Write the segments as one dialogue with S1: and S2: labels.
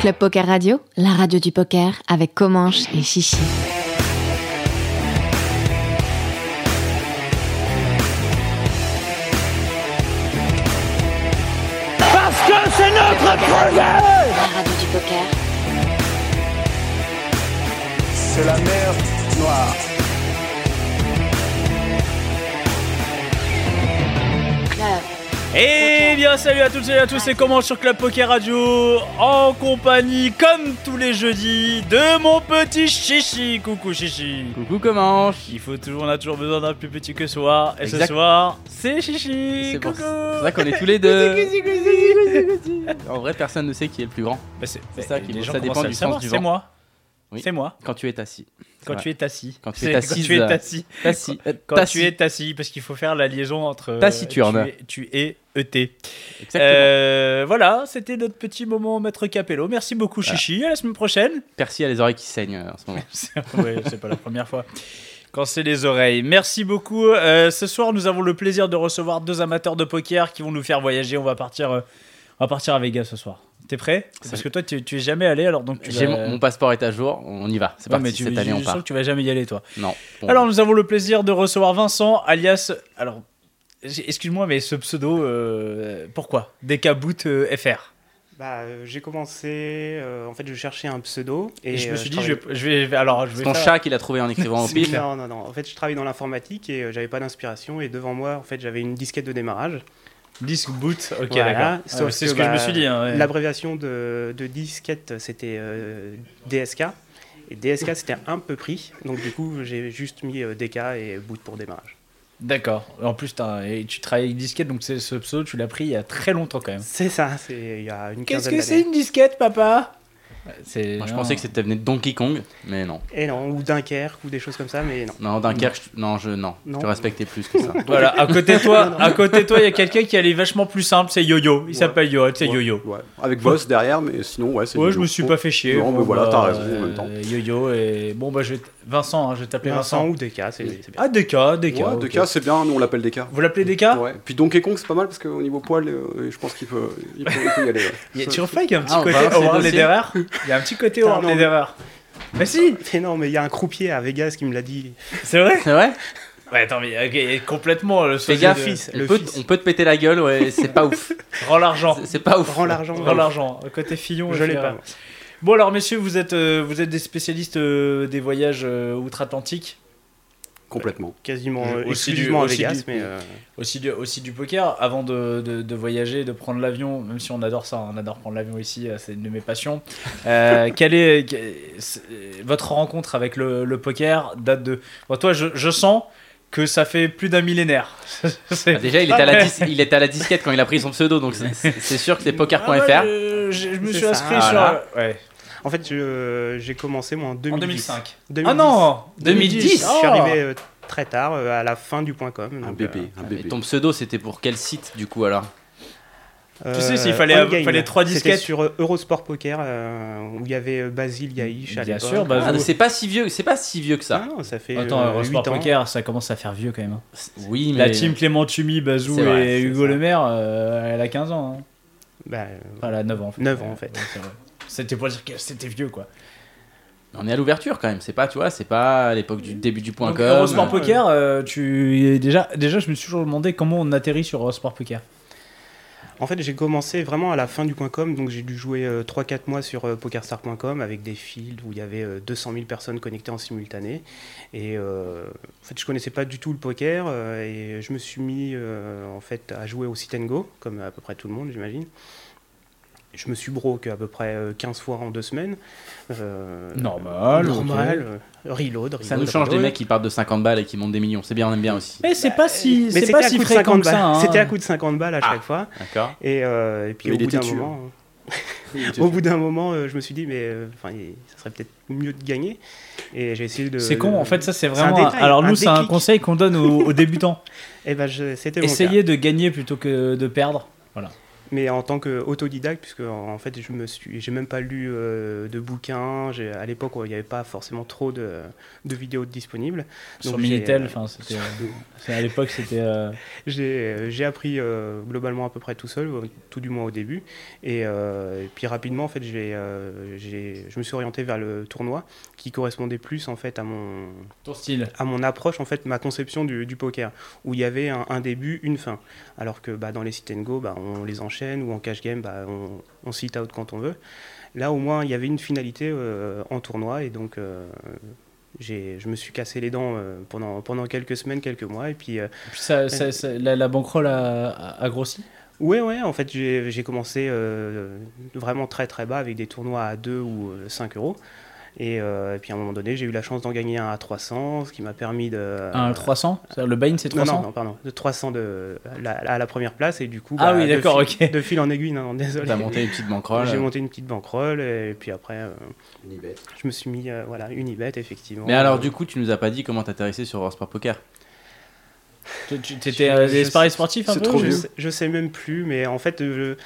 S1: Club Poker Radio, la radio du poker avec Comanche et Chichi.
S2: Parce que c'est notre projet
S1: La radio du poker,
S2: C'est la mer noire.
S1: club.
S3: Et Eh bien salut à toutes et à tous, c'est comment sur Club Poker Radio en compagnie comme tous les jeudis de mon petit chichi. Coucou chichi.
S4: Coucou Comanche
S3: Il faut toujours, on a toujours besoin d'un plus petit que soi. Et
S4: Exact.
S3: ce soir, c'est chichi.
S4: C'est pour
S3: Coucou. Euh,
S4: c'est pour ça qu'on est tous les deux En vrai personne ne sait qui est le plus grand
S3: Bah, c'est
S4: c'est ça qui-
S3: les gens
S4: ça dépend
S3: commencent à le
S4: du sens
S3: savoir,
S4: du
S3: C'est
S4: vent.
S3: moi.
S4: Oui.
S3: C'est moi.
S4: quand tu es assis.
S3: Quand
S4: vrai.
S3: tu es assis.
S4: Quand tu
S3: C'est-
S4: es
S3: Quand
S4: assise,
S3: tu es
S4: euh,
S3: assis.
S4: Tassi. euh,
S3: Quand
S4: tassi.
S3: tu es assis, parce qu'il faut faire la liaison entre. euh,
S4: Taciturne.
S3: Tu es, E tu es ET.
S4: Exactement.
S3: Euh, voilà, c'était notre petit moment maître Capello. Merci beaucoup Chichi, à la semaine prochaine.
S4: Percy a les oreilles qui saignent euh, en ce moment.
S3: C'est- ouais, c'est pas la première fois. Quand c'est les oreilles. Merci beaucoup. Euh, ce soir, nous avons le plaisir de recevoir deux amateurs de poker qui vont nous faire voyager. On va partir, euh, on va partir à Vegas ce soir. T'es prêt Parce
S4: Ça-
S3: que toi, tu, tu es jamais allé alors donc tu
S4: J'ai
S3: vas-
S4: mon, mon passeport est à jour, on y va. C'est
S3: Euh, Ouais, mais
S4: parti
S3: tu,
S4: cette année
S3: je
S4: on
S3: suis sûr
S4: part.
S3: que tu vas jamais y aller toi.
S4: Non. bon.
S3: Alors, nous avons le plaisir de recevoir Vincent, alias. Alors, j'ai- excuse-moi, mais ce pseudo, euh, pourquoi Decaboot euh, FR.
S5: Bah, euh, j'ai commencé. euh, en fait, je cherchais un pseudo et,
S3: Et, je
S5: euh,
S3: me suis dit, je
S5: travaillais-
S3: vais, je vais- je vais- alors, je
S4: C'est
S3: vais
S4: ton
S3: faire-
S4: chat qu'il a trouvé en écrivant au
S3: C'est
S4: pile.
S3: clair.
S5: Non, non, non. En fait, je travaille dans l'informatique et euh, j'avais pas d'inspiration. Et devant moi, en fait, j'avais une disquette de démarrage.
S3: Disque boot, ok,
S5: Voilà.
S3: d'accord.
S5: Sauf
S3: Ah, c'est ce
S5: que,
S3: que je me
S5: bah,
S3: suis dit. hein, ouais.
S5: L'abréviation de, de disquette, c'était euh, DSK. Et DSK, c'était un peu pris. Donc, du coup, j'ai juste mis euh, DK et boot pour démarrage.
S3: D'accord. En plus, t'as- et tu travailles avec disquette, donc c'est ce pseudo, tu l'as pris il y a très longtemps quand même.
S5: C'est ça, c'est il y a une
S3: Qu'est-ce
S5: quinzaine
S3: que c'est
S5: d'années.
S3: une disquette, papa C'est.
S4: Moi je pensais que c'était venu de Donkey Kong, mais non.
S5: Et non, ou Dunkerque ou des choses comme ça, mais non.
S4: Non, Dunkerque, je- non, je non.
S5: Non.
S4: Je te respectais plus que ça.
S3: Voilà, à côté de toi,
S5: Non, non.
S3: à côté de toi, il y a quelqu'un qui allait vachement plus simple, c'est Yo-Yo. Il
S6: Ouais.
S3: s'appelle Yo, c'est
S6: Ouais,
S3: Yo-Yo.
S6: ouais. Avec Voss derrière, mais sinon, ouais, c'est.
S3: Ouais,
S6: du
S3: je me
S6: lourd.
S3: suis pas fait chier.
S6: Non,
S3: Bon,
S6: mais voilà,
S3: bah,
S6: t'as raison
S3: euh,
S6: en même temps.
S3: Yo-Yo et bon bah je vais t- Vincent, hein, je vais t'appeler Vincent.
S5: Vincent ou DK, c'est c'est bien.
S3: Ah Deka, Deka.
S6: Ouais,
S3: ok.
S6: Deka, c'est bien, nous on l'appelle Deka.
S3: Vous l'appelez Deka
S6: Ouais. Puis Donkey Kong, c'est pas mal parce qu'au niveau poil, euh, je pense qu'il peut, il peut, il peut y aller. ouais.
S3: Il y a-
S6: Ça-
S3: Tu refais qu'il y a un petit
S4: Ah, on
S3: côté
S4: balance les
S3: Howard
S4: dossiers.
S3: Lederer. Il y a un petit côté Howard
S5: Putain, Ah, non, mais-
S3: Lederer. Mais si,
S5: Mais non, mais il y a un croupier à Vegas qui me l'a dit.
S3: c'est vrai.
S4: C'est vrai
S3: Ouais, attends, mais ok, complètement le
S4: Fais
S3: sosie
S4: gaffe,
S3: de-
S5: fils,
S4: on,
S5: le
S4: peut,
S5: fils.
S4: on peut te péter la gueule, ouais, c'est pas ouf.
S3: Rends l'argent.
S4: C'est- C'est pas ouf.
S5: Rends l'argent.
S3: Dans l'argent, côté Fillon.
S5: Je
S3: et
S5: l'ai
S3: Ferrer.
S5: pas. moi.
S3: Bon alors messieurs, vous êtes, euh, vous êtes des spécialistes euh, des voyages euh, outre-Atlantique,
S6: Complètement.
S5: Quasiment
S3: Je-
S5: euh,
S3: aussi du-
S5: exclusivement à
S3: aussi
S5: Vegas,
S3: du-
S5: mais. euh,
S3: aussi du, aussi du poker, avant de, de- de voyager, de prendre l'avion, même si on adore ça, hein, on adore prendre l'avion ici, euh, c'est une de mes passions. Euh, quelle est, que- c'est- votre rencontre avec le, le poker date de... Bon, toi je, je sens que ça fait plus d'un millénaire. C'est-
S4: Bah, déjà, il était, à la dis- il était à la disquette quand il a pris son pseudo, donc c'est- c'est c'est sûr que c'est
S3: Ah, moi,
S4: poker.fr.
S3: je, je- je me
S5: C'est
S3: suis
S5: ça.
S3: inscrit
S4: Voilà.
S3: sur... euh, ouais,
S5: En fait, je- euh, j'ai commencé moi en
S3: en
S5: 2010.
S3: 2005.
S5: 2010.
S3: Ah non
S4: 2010,
S5: Je suis
S3: oh
S5: arrivé euh, très tard, euh, à la fin du point com.
S6: Un
S5: donc,
S6: bébé, un
S4: Ah, mais
S6: bébé.
S4: ton pseudo, c'était pour quel site du coup alors
S5: euh,
S3: Tu sais,
S5: euh,
S3: s'il fallait-
S5: Endgame.
S3: fallait trois
S5: C'était
S3: disquettes.
S5: sur euh, Eurosport Poker, euh, où il y avait euh, Basile Yaïch à
S3: Bien
S5: l'époque.
S3: sûr, Basile.
S4: Ah,
S3: vous-
S4: C'est pas si vieux, c'est pas si vieux que ça.
S5: Ah non, ça fait
S3: Oh. Attends,
S5: euh,
S3: Eurosport
S5: 8 ans.
S3: Poker, ça commence à faire vieux quand même. hein.
S4: Oui, mais
S3: La team Clément Tumi, Bazou
S4: C'est vrai,
S3: et
S4: c'est
S3: Hugo
S4: ça.
S3: Lemaire, euh, elle a 15 ans. Hein.
S5: Bah, euh,
S3: Enfin, elle a 9 ans en fait.
S5: 9 ans, en fait.
S3: Ouais, c'est vrai. C'était pour dire que c'était vieux quoi.
S4: on est à l'ouverture quand même. C'est pas, tu vois, c'est pas à l'époque du début du point
S3: Donc,
S4: com.
S3: Eurosport
S4: Euh,
S3: Poker, euh, tu... déjà, déjà, je me suis toujours demandé comment on atterrit sur Eurosport Poker.
S5: en fait, j'ai commencé vraiment à la fin du point com, donc j'ai dû jouer euh, 3-4 mois sur euh, pokerstar.com avec des fields où il y avait euh, 200 000 personnes connectées en simultané. Et euh, en fait, je connaissais pas du tout le poker euh, et je me suis mis euh, en fait à jouer au sit and go, comme à peu près tout le monde, j'imagine. je me suis broke à peu près euh, 15 fois en deux semaines. Euh,
S3: Normal,
S5: Normal. euh, Reload, reload,
S4: Ça nous change des
S5: reload.
S4: mecs qui partent de 50 balles et qui montent des millions. C'est bien, on aime bien aussi.
S3: Mais c'est pas si,
S5: Mais
S3: c'est
S5: c'était
S3: pas
S5: à
S3: si
S5: coup de
S3: fréquent
S5: 50
S3: que ça.
S5: balles.
S3: hein.
S5: C'était à coup de 50 balles à
S4: Ah.
S5: chaque fois.
S4: D'accord
S5: Et, euh, et puis
S6: Mais
S5: au
S6: il
S5: bout
S6: était
S5: d'un
S6: tué.
S4: hein.
S5: moment,
S6: Il était-
S5: au bout d'un moment, euh, je me suis dit mais euh, enfin, il- ça serait peut-être mieux de gagner. Et j'ai essayé de.
S3: C'est con, en fait, ça c'est
S5: C'est un
S3: vraiment. un-
S5: détail,
S3: Alors,
S5: un
S3: nous, c'est un
S5: déclic.
S3: conseil qu'on donne aux, aux débutants.
S5: Et ben je- c'était mon cas.
S3: Essayez de gagner plutôt que de perdre.
S5: Mais en tant qu'autodidacte, puisque en en fait, je me suis, j'ai même pas lu euh, de bouquins. J'ai- À l'époque, il n'y avait pas forcément trop de, de vidéos disponibles.
S3: Sur
S5: Donc, j'ai,
S3: Minitel,
S5: euh,
S3: enfin, c'était. c'est- À l'époque, c'était. euh,
S5: J'ai euh, j'ai appris euh, globalement à peu près tout seul, euh, tout du moins au début. Et, euh, et puis rapidement, en fait, j'ai, euh, j'ai- je me suis orienté vers le tournoi qui correspondait plus en fait à mon,
S3: Ton style.
S5: à mon approche, en fait, ma conception du, du poker, où il y avait un, un début, une fin. Alors que bah, dans les sit and go, bah, on les enchaîne, ou en cash game, bah, on, on sit out quand on veut. Là, au moins, il y avait une finalité euh, en tournoi, et donc euh, j'ai, je me suis cassé les dents euh, pendant, pendant quelques semaines, quelques mois, et puis euh,
S3: Puis ça, ça- ça- la, la bankroll a, a- a grossi.
S5: Ouais, ouais, en fait, j'ai j'ai commencé euh, vraiment très très bas avec des tournois à 2 ou euh, 5 euros. Et, euh, et puis à un moment donné, j'ai eu la chance d'en gagner un à 300, ce qui m'a permis de.
S3: Un 300 C'est-à-dire, Le buy-in, c'est
S5: Euh, Non,
S3: 300
S5: non, non, pardon, de 300 de, la- à la première place. Et du coup, bah,
S3: Ah oui,
S5: de
S3: d'accord,
S5: fil-
S3: ok.
S5: De fil en aiguille, non, non, désolé.
S4: T'as monté une petite bankroll.
S5: J'ai monté une petite bankroll et puis après, euh,
S6: Unibet.
S5: je me suis mis, euh, voilà, Unibet, effectivement.
S4: Mais alors, du coup, tu nous as pas dit comment t'intéressais sur World Sport Poker.
S3: Tu- tu- T'étais euh,
S5: Je-
S3: des
S5: je-
S3: paris sportifs un
S6: c'est
S3: peu
S6: trop
S3: ou-
S5: je
S6: vieux.
S5: sais, je sais même plus, mais en fait, euh,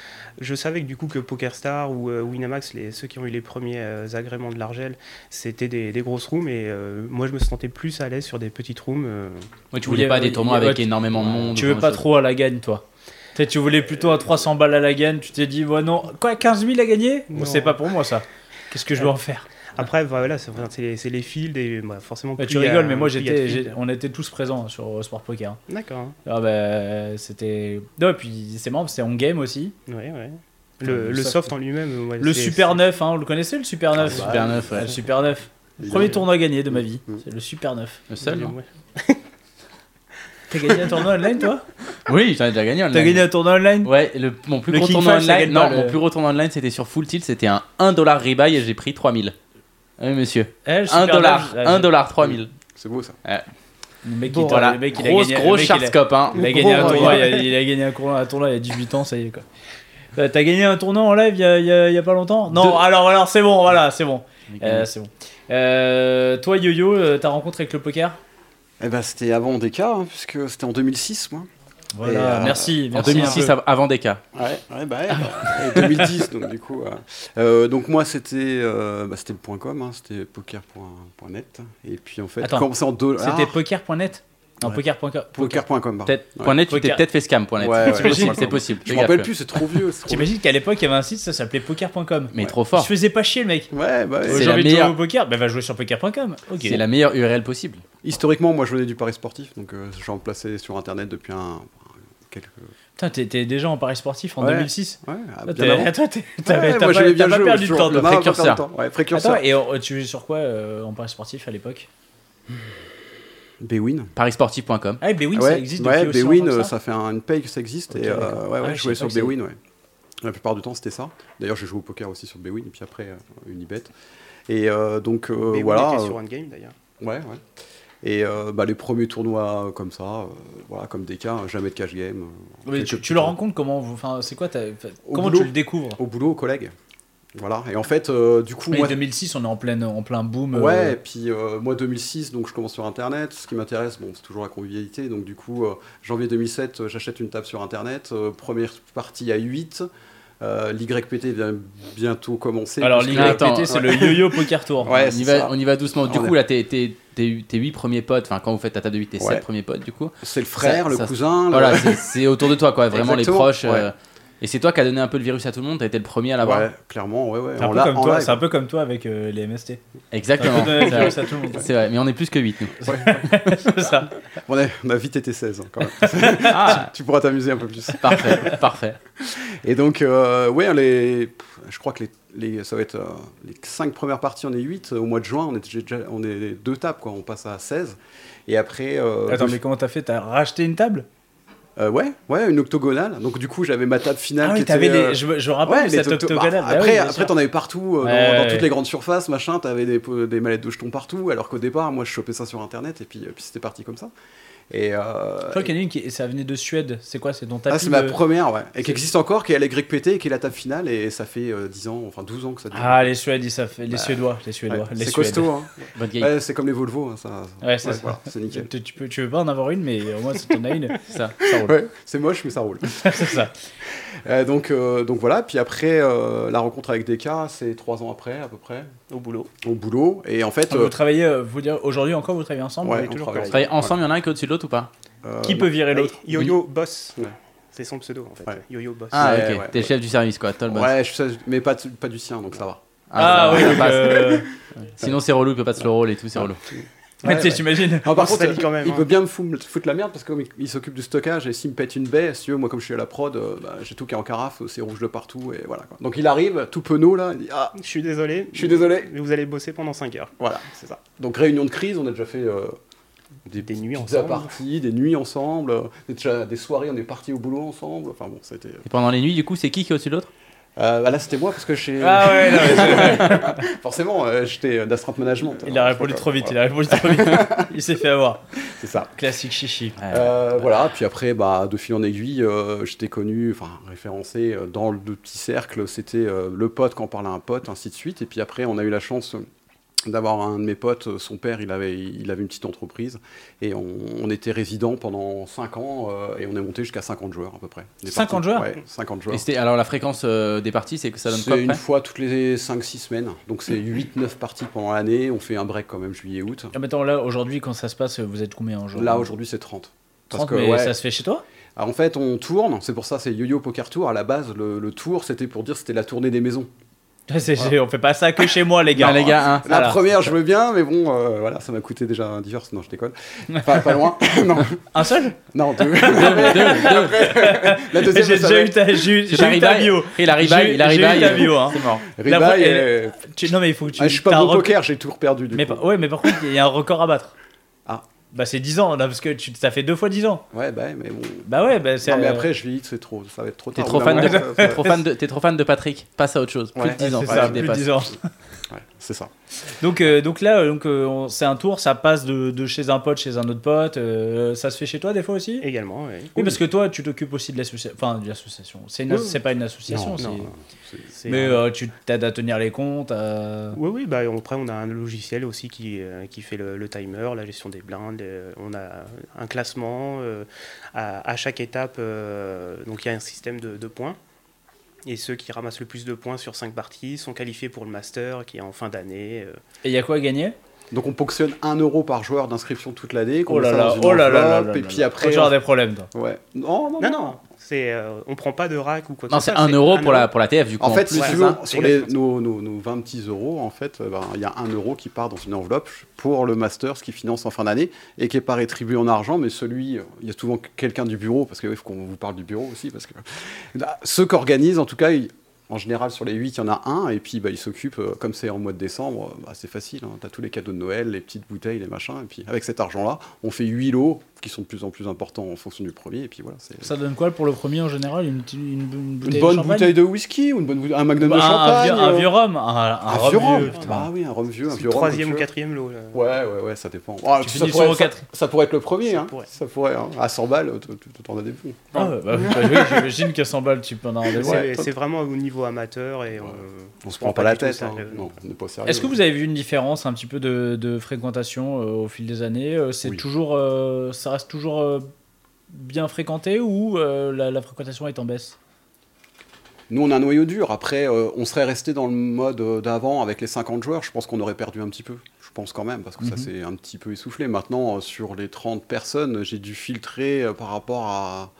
S5: je, je savais que du coup que PokerStar ou euh, Winamax, les, ceux qui ont eu les premiers euh, agréments de l'Argel, c'était des, des grosses rooms, et euh, moi je me sentais plus à l'aise sur des petites rooms. euh.
S4: Moi, tu
S3: Oui, il y
S4: voulais
S3: a-
S4: pas des
S3: il y
S4: tournois
S3: a-
S4: avec
S3: tu-
S4: énormément de monde.
S3: Tu
S4: ou
S3: veux
S4: plein
S3: pas
S4: de choses.
S3: trop à la gagne, toi Peut-être tu voulais plutôt à 300 balles à la gagne, tu t'es dit, ouais, non, quoi, 15 000 à gagner Bon,
S5: Non. Ah,
S3: C'est pas pour moi ça. Qu'est-ce que je dois en faire
S5: Après, voilà, c'est c'est les, c'est les fields, et bah, forcément.
S3: Bah,
S5: plus
S3: Tu
S5: il y a-
S3: rigoles, mais moi
S5: plus il y a de
S3: j'étais,
S5: fields.
S3: j'ai- on était tous présents sur euh, Sport Poker. hein.
S5: D'accord,
S3: Ah bah, euh, c'était. Non, et puis c'est marrant, c'est on game aussi.
S5: ouais, ouais. Le,
S3: Le
S5: le
S3: soft.
S5: soft en lui-même. euh, ouais,
S3: Le
S5: c'est-
S3: Super 9, hein, vous le connaissez le Super 9
S4: Ah, Super neuf, ouais.
S3: Le Super 9. Premier tournoi gagné de ma vie,
S5: Mm.
S3: c'est le Super 9.
S4: Le
S5: c'est-
S4: seul non
S5: ouais.
S3: T'as gagné un tournoi online toi
S4: Oui, j'en ai déjà gagné.
S3: T'as
S4: online.
S3: gagné un tournoi online
S4: Ouais, le, mon plus
S3: Le
S4: gros
S3: King
S4: tournoi
S3: Five, ça
S4: online,
S3: gagne
S4: non,
S3: pas,
S4: mon
S3: le-
S4: plus gros tournoi online, c'était sur Full Tilt, c'était un 1 dollar rebuy et j'ai pris 3000. Oui, monsieur.
S3: Eh, le
S4: 1
S3: Super
S4: dollar,
S3: 9, là,
S4: 1 dollar 3000.
S6: C'est beau ça.
S3: Le mec,
S5: Bon,
S3: il,
S4: Voilà.
S3: le mec, il a
S4: grosse
S3: gagné,
S4: grosse
S3: le mec, il a-
S4: Sharpscope hein.
S3: Il a gagné un
S5: Gros
S3: tournoi, il a,
S5: royal.
S3: il a gagné un, cour- un tournoi il y a 18 ans, ça y est quoi. Euh, T'as gagné un tournoi en live il y a, il y a- il y a pas longtemps Non,
S4: Deux.
S3: alors, alors c'est bon, voilà, c'est bon. Euh,
S4: Euh,
S3: c'est bon. Euh, toi, Yo-Yo, euh, ta rencontre avec le poker
S6: Eh ben, c'était avant DK, hein, puisque c'était en 2006, moi.
S3: Voilà,
S6: Et, euh,
S3: merci,
S4: en
S3: merci. un
S4: 2006
S3: peu.
S4: av- avant des cas.
S6: Ouais, ouais, bah ouais. Et 2010, donc du coup. ouais. Euh, donc moi, c'était euh, bah, c'était le point .com, hein, c'était poker.net. Et puis en fait,
S3: Attends,
S6: quand c'est en Ah, dollars,
S3: C'était poker.net Non,
S6: Ouais.
S3: poker.com. Poker.
S6: poker.com. pardon.
S4: Peut-être
S6: Ouais.
S4: point net, tu t'es
S3: Poker.
S4: peut-être fait scam point net.
S6: Ouais, ouais,
S4: c'est possible,
S6: ouais.
S4: c'est possible.
S6: Je
S4: Fais
S6: me
S4: gaffe,
S6: rappelle
S4: que-
S6: plus, c'est trop vieux. c'est trop vieux.
S3: T'imagines qu'à l'époque, il y avait un site, ça s'appelait poker.com.
S4: Mais
S6: Ouais.
S4: trop
S3: Il
S4: fort.
S3: se faisait pas chier, le mec.
S6: Ouais, bah ouais.
S4: C'est
S3: J'ai
S4: la
S3: envie de jouer
S4: meilleure-
S3: au poker, bah va jouer sur poker.com. Ok.
S4: C'est la meilleure URL possible.
S6: Historiquement, moi, je venais du paris sportif, donc euh, j'en plaçais sur Internet depuis un quelques.
S3: Putain, t'es- t'es déjà en Paris sportif en
S6: Ouais.
S3: 2006.
S6: Ouais, ah,
S3: Toi,
S6: bien avant.
S3: t'es- Toi, t'es- t'as
S6: Ouais,
S3: t'as
S6: moi,
S3: pas,
S6: j'aimais bien
S3: t'as pas
S6: jouer,
S3: perdu
S6: je
S3: le
S6: me
S3: temps. toi.
S6: rappelle pas
S4: précurseur.
S6: le temps. Ouais, précurseur.
S3: Attends, et euh, tu jouais sur quoi euh, en Paris sportif à l'époque
S6: Bwin.
S4: Parisportif.com.
S3: Ah, Bwin,
S6: ouais,
S3: ça existe depuis
S6: ouais,
S3: aussi
S6: Bwin,
S3: longtemps que
S6: euh,
S3: ça
S6: ça fait un- une paye que ça existe.
S3: Ok,
S6: et euh,
S3: d'accord.
S6: ouais,
S3: Ah,
S6: ouais,
S3: je
S6: je jouais
S3: savais pas
S6: sur
S3: que
S6: Bwin, ouais. La plupart du temps, c'était ça. D'ailleurs, j'ai joué au poker aussi sur Bwin, et puis après, euh, Unibet. Et euh, donc, euh,
S5: Mais oui,
S6: voilà.
S5: on était
S6: euh,
S5: sur Endgame d'ailleurs.
S6: ouais, ouais. Et euh, bah, les premiers tournois euh, comme ça, euh, voilà, comme des cas, jamais de cash game. euh,
S3: Oui,
S6: quelques
S3: tu,
S6: petits
S3: tu le
S6: tournois.
S3: rencontres comment vous- Enfin, c'est quoi ta- enfin,
S6: Au
S3: Comment
S6: boulot.
S3: tu le découvres
S6: Au boulot, aux collègues. Voilà. Et en fait, euh, du coup,
S3: Oui,
S6: moi,
S3: 2006, on est en plein, en plein boom. euh,
S6: Ouais, et puis euh, moi 2006, donc je commence sur Internet. Ce qui m'intéresse, bon, c'est toujours la convivialité. Donc du coup, euh, janvier 2007, euh, j'achète une table sur Internet. euh, première partie à 8. Euh, L'YPT vient bientôt commencer.
S3: Alors,
S6: parce que-
S3: l'IPT, c'est
S6: Ouais.
S3: le yo-yo poker tour.
S6: Ouais,
S4: on, y
S6: c'est
S4: va,
S6: ça.
S4: on y va doucement. Du
S6: On
S4: coup, là, t'es- t'es 8 premiers potes. Enfin, quand vous faites ta table de 8, t'es 7
S6: Ouais.
S4: premiers potes, du coup.
S6: C'est le frère,
S4: Ça-
S6: le
S4: ça-
S6: cousin. le-
S4: Voilà, c'est- c'est autour de toi, quoi. Vraiment les
S6: Exactement,
S4: proches.
S6: ouais.
S4: euh, Et c'est toi qui as donné un peu le virus à tout le monde. T'as été le premier à l'avoir.
S6: Ouais, clairement, ouais, ouais.
S3: C'est un,
S6: en
S3: peu
S6: la-
S3: comme
S6: en
S3: toi,
S6: live.
S3: c'est un peu comme toi avec euh, les MST. T'as un
S4: Exactement.
S3: peu donné le
S4: C'est vrai.
S3: virus à tout le monde.
S4: C'est vrai, mais on est plus que 8 nous.
S3: C'est ça.
S6: On, a, on a vite été 16 hein, quand même.
S4: Ah,
S6: tu pourras t'amuser un peu plus.
S4: parfait, parfait.
S6: Et donc, euh, ouais, les, pff, je crois que les, les- ça va être euh, les 5 premières parties, on est 8. Au mois de juin, on est déjà on est deux tables, quoi. On passe à 16. Et après. euh,
S3: Attends,
S6: deux-
S3: mais comment t'as fait T'as racheté une table
S6: Euh, ouais, ouais, une octogonale. Donc du coup, j'avais ma table finale.
S3: Ah
S6: qui
S3: oui,
S6: était,
S3: t'avais
S6: euh,
S3: les. Je, me- je me rappelle
S6: ouais, les
S3: cette
S6: octo- bah,
S3: octogonale. Bah oui,
S6: après,
S3: bien
S6: après
S3: sûr.
S6: t'en avais partout, euh, dans-
S3: Ouais,
S6: dans,
S3: ouais.
S6: toutes les grandes surfaces, machin, t'avais des, po- des mallettes de jetons partout, alors qu'au départ, moi, je chopais ça sur Internet, et puis, et puis c'était parti comme ça. Et, euh,
S3: Je crois qu'il y en a une qui ça venait de Suède. C'est quoi C'est dont t'as
S6: ah, c'est ma première, ouais. Et qui existe encore, qui est à la YPT, et qui est la table finale, et ça fait euh, 10 ans, enfin 12 ans que ça dure.
S3: Ah, les Suèdes, ils savent. Les Suédois. Les Suédois.
S6: Bah, Ouais,
S3: les
S6: c'est
S3: Suèdes.
S6: costaud, hein.
S4: Bonne vieille.
S6: Ouais, c'est comme les Volvo, hein, ça.
S3: Ouais, c'est ça.
S6: voilà, c'est nickel.
S3: Tu, tu peux, tu veux pas en avoir une, mais au moins, si t'en as une, ça, ça roule.
S6: Ouais, c'est moche, mais ça roule.
S3: c'est ça.
S6: Euh, donc, euh, donc voilà, puis après, euh, la rencontre avec Deka, c'est 3 ans après, à peu près,
S5: au boulot.
S6: au boulot. Et en fait.
S3: Vous
S6: euh,
S3: travaillez, euh, vous dire, aujourd'hui encore, vous travaillez ensemble vous
S6: ouais, on
S3: êtes toujours
S6: travaille.
S4: Vous travaillez ensemble, il y en a un qui est au-dessus de l'autre ou pas
S6: Euh,
S3: collés. Qui peut virer l'autre
S5: Yo-Yo Boss.
S6: Ouais.
S5: C'est son pseudo en fait.
S6: Ouais.
S5: Yo-Yo Boss.
S4: Ah, ok.
S6: Ouais, ouais,
S4: T'es le
S6: ouais.
S4: chef du service, quoi. T'as le boss.
S6: Ouais, je sais, mais pas, de- pas du sien, donc ça va.
S3: Ah,
S4: bah,
S3: oui,
S4: ça
S3: donc,
S4: passe.
S3: euh,
S4: Sinon, c'est relou, il peut pas se le rôle et tout, c'est relou.
S3: mais tu sais, t'imagines
S6: Ah,
S5: Par contre, ça lit quand même,
S6: il
S5: hein.
S6: peut bien me fou- foutre la merde parce que comme il- il s'occupe du stockage et s'il me pète une baie, si tu veux, moi comme je suis à la prod, euh, bah, j'ai tout qui est en carafe, c'est rouge de partout et voilà. quoi. Donc il arrive, tout penaud là, il dit ah,
S5: Je suis désolé.
S6: je suis désolé.
S5: Mais vous allez bosser pendant 5 heures.
S6: Voilà.
S5: C'est ça.
S6: Donc réunion de crise, on a déjà fait euh,
S5: Des nuits
S6: des
S5: ensemble.
S6: parties, des nuits ensemble, euh, déjà des soirées, on est partis au boulot ensemble. Enfin bon, c'était.
S4: Et pendant les nuits, du coup, c'est qui qui est au-dessus de l'autre
S6: Euh, bah là c'était moi parce que chez
S3: Ah ouais, non, mais c'est-
S6: forcément euh, j'étais euh, d'astreinte management.
S3: il a
S6: Alors,
S3: répondu
S6: faut-
S3: trop vite,
S6: voilà,
S3: il a répondu trop vite. Il s'est fait avoir.
S6: C'est ça.
S3: Classique chichi.
S6: Euh, voilà, puis après, bah, de fil en aiguille, euh, j'étais connu, enfin référencé euh, dans le le petit cercle. C'était euh, le pote quand on parlait à un pote, ainsi de suite. Et puis après, on a eu la chance euh, d'avoir un de mes potes. euh, Son père, il avait, il avait une petite entreprise. Et on, on était résident pendant 5 ans. euh, et on est monté jusqu'à 50 joueurs à peu près. Des
S3: 50
S6: parties.
S3: joueurs
S6: Ouais, 50
S4: Et
S6: joueurs.
S4: c'était alors la fréquence euh, des parties, c'est que ça donne quoi
S6: C'est une
S4: après
S6: fois toutes les 5-6 semaines. Donc c'est 8-9 parties pendant l'année. On fait un break quand même juillet-août.
S3: Ah, mais attends, là, aujourd'hui, quand ça se passe, vous êtes combien aujourd'hui
S6: Là, aujourd'hui, c'est 30.
S3: 30,
S6: que,
S3: mais
S6: ouais.
S3: ça se fait chez toi
S6: Alors, en fait, on tourne, c'est pour ça c'est Yo-Yo Poker Tour. À la base, le, le tour, c'était pour dire c'était la tournée des maisons.
S3: C'est- c'est- On fait pas ça que chez moi, les gars.
S4: Non, les gars, hein.
S6: La
S3: Voilà.
S6: première, je veux bien, mais bon, euh, voilà, ça m'a coûté déjà un divorce. Non, je déconne. Enfin, pas loin. non,
S3: Un seul
S6: non, deux.
S4: Deux, deux, deux.
S6: la
S3: J'ai
S6: deuxième, ça va
S3: déjà eu
S6: être
S3: ta, j'ai eu- j'ai eu
S4: C'est
S3: ta
S4: Arribaille.
S3: bio.
S4: Il arrive,
S3: J'ai-
S4: il arrive,
S3: j'ai eu ta
S4: il-
S3: bio, hein.
S4: C'est mort.
S6: Ribaille
S3: la-
S6: et-
S3: elle- Tu- Non, mais il faut que tu.
S6: Ah, je suis pas
S3: t'as
S6: bon
S3: un
S6: au
S3: rec-
S6: poker, j'ai tout reperdu du
S3: Mais,
S6: coup.
S3: par- ouais, mais par contre, il y a un record à battre.
S6: Ah.
S3: Bah, c'est 10 ans, là, parce que tu, ça fait deux fois 10 ans.
S6: Ouais, bah, mais bon.
S3: Bah, ouais, bah, c'est.
S6: Non, mais
S3: euh,
S6: après, je lis, c'est trop, ça va être trop
S4: T'es
S6: tard.
S4: trop,
S6: Au bout
S4: fan
S6: d'un moment,
S4: de...
S6: ça- ça-
S4: trop fan de... t'es trop fan de Patrick. Passe à autre chose. Plus
S6: Ouais,
S4: de 10 ans.
S3: c'est
S4: tu
S3: ça, plus de
S4: dépasses.
S3: 10 ans.
S6: Ouais, c'est ça.
S3: Donc, euh, donc là, euh, donc, euh, on- c'est un tour, ça passe de, de chez un pote, chez un autre pote. euh, ça se fait chez toi des fois aussi
S5: Également, ouais.
S3: Oui, parce que toi, tu t'occupes aussi de l'association. Enfin, de l'association. C'est une as-
S5: Oui.
S3: c'est pas une association.
S5: Non,
S3: c'est-
S5: non, non, C'est-
S3: Mais euh, tu t'aides à tenir les comptes. à-
S5: Oui, oui, bah, après on a un logiciel aussi qui, euh, qui fait le, le timer, la gestion des blindes, euh, on a un classement euh, à, à chaque étape, euh, donc il y a un système de, de points. Et ceux qui ramassent le plus de points sur cinq parties sont qualifiés pour le master qui est en fin d'année. euh.
S3: Et il y a quoi à gagner
S6: Donc, on ponctionne 1 euro par joueur d'inscription toute l'année. qu'on
S3: Oh
S6: met
S3: là
S6: ça
S3: là,
S6: dans une
S3: oh là là là
S6: enveloppe,
S3: là
S6: Et
S3: là
S6: puis
S3: là.
S6: après. euh,
S3: Faut genre des problèmes, toi.
S6: Ouais. Non, non,
S5: Non, non, c'est, euh, on prend pas de rack ou quoi que
S4: Non,
S5: ce
S4: c'est
S5: soit,
S4: 1 euro
S5: un
S4: pour la, pour la TF, du coup.
S6: En fait, si
S5: plus,
S6: tu
S5: c'est
S6: veux,
S5: ça, euh,
S6: sur les- nos, nos- nos 20 petits euros, en fait, euh, ben, il y a un euro qui part dans une enveloppe pour le master, ce qui finance en fin d'année, et qui n'est pas rétribué en argent, mais celui, euh, il y a souvent quelqu'un du bureau, parce qu'il faut qu'on vous parle du bureau aussi, parce que Là, ceux qu'organisent, en tout cas, ils- en général, sur les 8, il y en a un, et puis bah, ils s'occupent, euh, comme c'est en mois de décembre, euh, bah, c'est facile, tu as tous les cadeaux de Noël, les petites bouteilles, les machins, et puis avec cet argent-là, on fait 8 lots, qui sont de plus en plus importants en fonction du premier, et puis voilà, c'est...
S3: Ça donne quoi pour le premier en général Une, petite- une- une bouteille
S6: Une bonne
S3: de champagne
S6: bouteille de whisky, ou une bonne bouteille- un magnum
S3: Bah,
S6: de
S3: un,
S6: champagne.
S3: vieux, un
S6: euh,
S3: vieux rhum, un, un
S6: un
S3: rhum
S6: vieux rhum.
S3: vieux, putain.
S6: Bah oui, un rhum vieux, un
S5: C'est
S6: vieux
S5: le
S6: rhum.
S5: troisième ou
S6: monsieur.
S5: quatrième lot. là.
S6: Ouais, ouais, ouais, ça dépend. Ah,
S3: Tu
S6: puis
S3: finis
S6: ça, pourrait,
S3: sur
S6: ça,
S3: quatre.
S6: ça pourrait être le premier.
S5: Ça
S6: hein.
S5: pourrait.
S6: Ça pourrait. hein. À 100 balles, tu- tu- tu t'en as des bons.
S3: Ah, ouais, bah, bah oui, j'imagine que 100 balles, tu peux en avoir des
S5: C'est,
S3: fois.
S6: Ouais.
S5: c'est vraiment au niveau amateur et on-
S6: Ouais. On se
S5: prend
S6: prend
S5: pas
S6: pas
S5: du
S6: la
S5: tout
S6: tête.
S5: ça,
S6: hein.
S5: le-
S6: Non, on n'est pas sérieux.
S3: Est-ce que vous avez vu une différence un petit peu de, de fréquentation euh, au fil des années Euh, C'est
S6: Oui.
S3: toujours, euh, ça reste toujours euh, bien fréquenté ou euh, la, la fréquentation est en baisse
S6: Nous, on a un noyau dur. Après, euh, on serait resté dans le mode euh, d'avant avec les 50 joueurs. Je pense qu'on aurait perdu un petit peu. Je pense quand même, parce que ça
S3: Mhm.
S6: s'est un petit peu essoufflé. Maintenant, euh, sur les 30 personnes, j'ai dû filtrer euh, par rapport à,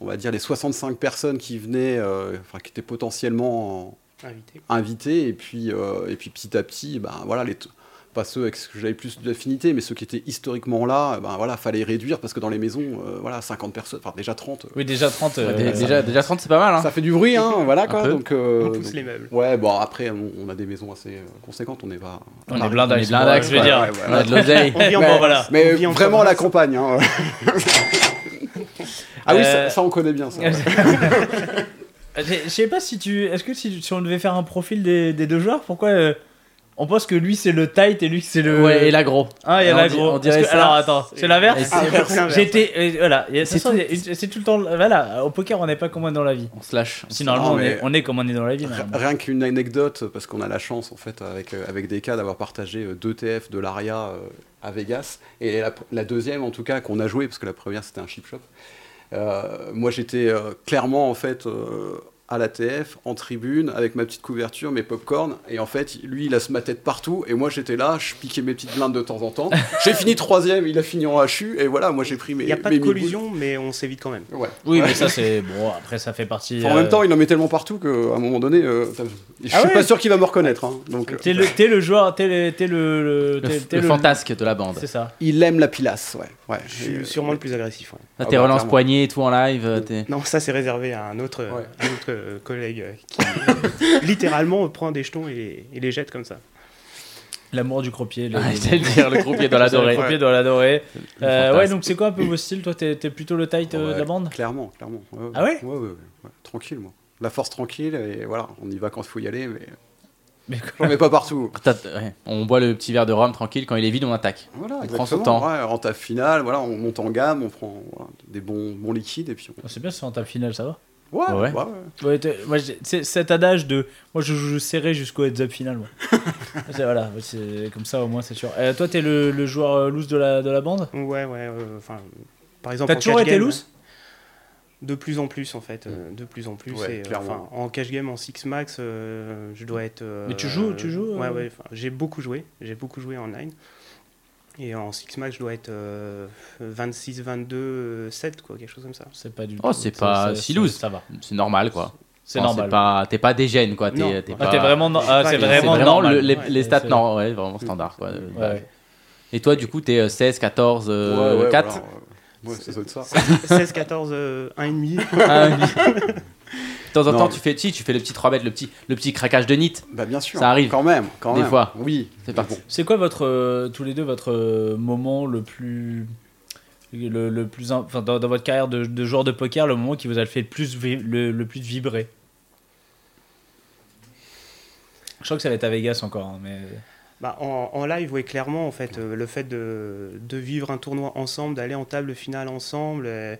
S6: on va dire, les 65 personnes qui venaient, euh, enfin, qui étaient potentiellement en-
S5: invité.
S6: invité et puis euh, et puis petit à petit ben voilà les t- pas ceux avec que j'avais plus d'affinité mais ceux qui étaient historiquement là ben voilà fallait réduire parce que dans les maisons euh, voilà 50 personnes enfin déjà 30 euh,
S3: Oui, déjà 30. euh, ça-
S4: Dé- Déjà, déjà 30, c'est pas mal.
S6: ça
S4: Hein.
S6: fait du bruit hein voilà quoi
S4: peu.
S6: donc, euh,
S5: on pousse
S6: donc-
S5: les meubles.
S6: ouais bon après on, on a des maisons assez euh, conséquentes on est pas
S3: On est blindax,
S4: On est blindax,
S3: je veux
S4: ouais,
S3: dire.
S6: ouais, ouais,
S4: On a de l'oseille.
S5: On vit en
S3: Mais-
S5: province.
S3: voilà.
S6: mais
S5: On vit en
S6: vraiment à la
S5: province.
S6: campagne hein. Ah oui,
S3: Euh,
S6: ça, ça, on connaît bien ça. ouais.
S3: Je sais pas si tu. Est-ce que si, si on devait faire un profil des, des deux joueurs, pourquoi euh, on pense que lui c'est le tight et lui c'est le.
S4: Ouais, et l'agro.
S3: Ah, il y a
S4: on
S3: la
S4: di-
S3: gros.
S4: on dirait
S3: Est-ce que-
S4: ça.
S3: Alors attends, c'est
S4: Et
S3: l'inverse
S4: c'est-
S3: J'étais. euh, voilà, Il y a- de toute
S4: C'est
S3: façon, il y a- c'est tout le temps. Voilà, au poker on n'est pas comme on est dans la vie.
S4: On se lâche.
S3: Si normalement
S6: Non, mais-
S3: on, est, on est comme on est dans la vie.
S6: R-
S3: normalement.
S6: Rien qu'une anecdote, parce qu'on a la chance en fait avec, euh, avec DK d'avoir partagé euh, deux TF de l'ARIA euh, à Vegas, et la, pr- la deuxième en tout cas qu'on a joué, parce que la première c'était un chip shop. Euh, moi j'étais euh, clairement en fait euh, à la TF, en tribune, avec ma petite couverture, mes popcorn, et en fait lui il a se matait de partout, et moi j'étais là, je piquais mes petites blindes de temps en temps. J'ai fini troisième, il a fini en HU, et voilà, moi j'ai pris mes.
S5: Il n'y a pas de
S6: mes mille
S5: collusion, mais on s'évite quand même.
S6: boules. Ouais.
S3: Oui, mais ça c'est. Bon, après ça fait partie.
S6: Enfin, en
S3: euh,
S6: même temps, il en met tellement partout qu'à un moment donné, euh, t'as- je suis
S3: Ah ouais.
S6: pas sûr qu'il va me reconnaître. hein. donc, euh,
S3: T'es le, t'es le joueur, t'es le, t'es le, le-
S4: Le,
S3: t'es-
S4: f-
S3: t'es
S4: le
S3: le-
S4: fantasque de la bande.
S3: C'est ça.
S6: Il aime la pilasse, ouais. Euh, ouais.
S5: Je suis sûrement le plus agressif. ouais.
S4: Ah,
S6: Ah
S4: Tes
S6: bah,
S4: relances
S6: clairement.
S4: poignées et tout en live. euh, t'es-
S5: Non, ça c'est réservé à un autre, euh,
S6: Ouais.
S5: un autre, euh, collègue euh, qui littéralement prend des jetons et les, et les jette comme ça.
S3: L'amour du cropier. le-
S4: Ah, J'allais le dire, le groupe il doit
S3: Le
S4: l'adorer.
S3: cropier doit l'adorer.
S4: Le
S3: Euh, ouais,
S4: fantasque.
S3: donc c'est quoi un peu vos styles Toi, t'es t'es plutôt le tight euh, de la
S6: Ouais,
S3: bande
S6: Clairement, clairement. ouais,
S3: Ah ouais
S6: ouais, ouais, ouais, ouais. Tranquille, moi. La force tranquille, et voilà, on y va quand il faut y aller, mais
S3: Mais
S6: on met pas partout.
S4: T'as- ouais, On boit le petit verre de rhum tranquille, quand il est vide, on attaque.
S6: Voilà,
S4: On
S6: exactement,
S4: prend son temps.
S6: ouais, en table finale, voilà, on monte en gamme, on prend voilà, des bons, bons liquides, et puis on...
S3: Oh, C'est bien, c'est en table finale, ça va
S6: Ouais,
S4: Ouais.
S6: ouais.
S3: Ouais, t'es- moi, j'ai- c'est cet adage de moi je joue serré jusqu'au heads up final. Moi. C'est- voilà, c'est comme ça au moins c'est sûr. Euh, toi t'es le, le joueur euh, loose de la, de la bande
S5: Ouais, ouais. euh, Enfin, par exemple.
S3: T'as
S5: en
S3: toujours
S5: cash
S3: été
S5: game,
S3: loose
S5: De plus en plus en fait, euh, de plus en plus.
S6: Ouais,
S5: et, euh,
S6: clairement.
S5: enfin, en cash game, en six max, euh, je dois être. euh,
S3: Mais tu joues- tu joues, euh,
S5: Ouais, ouais. enfin, J'ai beaucoup joué, j'ai beaucoup joué online. Et en six max, je dois être euh, 26, 22, euh, 7 quoi, quelque chose comme ça.
S3: C'est pas du
S4: Oh, c'est pas si loose.
S3: Ça va.
S4: C'est normal quoi.
S3: C'est
S4: Enfin,
S3: normal.
S4: Pas... T'es pas dégène quoi.
S5: Non.
S4: T'es t'es
S5: Ah,
S3: Ah,
S4: pas-
S3: t'es vraiment, no- ah,
S5: pas
S3: c'est
S5: bien.
S4: C'est
S3: vraiment,
S4: vraiment
S3: normal.
S4: le- les,
S3: Ouais,
S4: les
S3: c'est-
S4: stats, non, ouais, vraiment standard quoi.
S3: Ouais, ouais.
S4: Et toi, du coup, t'es euh, 16, 14, euh, 4
S6: voilà, euh, ouais, ça doit être ça.
S5: 16, 14, euh, 1,5.
S4: Ah, oui. De temps en
S6: Non,
S4: temps,
S6: mais-
S4: tu fais, si, tu fais le petit 3 bêtes, le petit, le petit craquage de nit.
S6: Bah, bien sûr.
S4: Ça arrive.
S6: Quand même, quand
S4: Des
S6: même.
S4: fois.
S6: Oui.
S4: C'est parti.
S3: C'est quoi votre euh, tous les deux votre euh, moment le plus le, le plus im- enfin dans, dans votre carrière de, de joueur de poker le moment qui vous a fait le plus vi- le, le plus vibrer Je crois que ça va être à Vegas encore hein, mais
S5: Bah, en, en live, oui, clairement, en fait, euh, le fait de, de vivre un tournoi ensemble, d'aller en table finale ensemble. euh,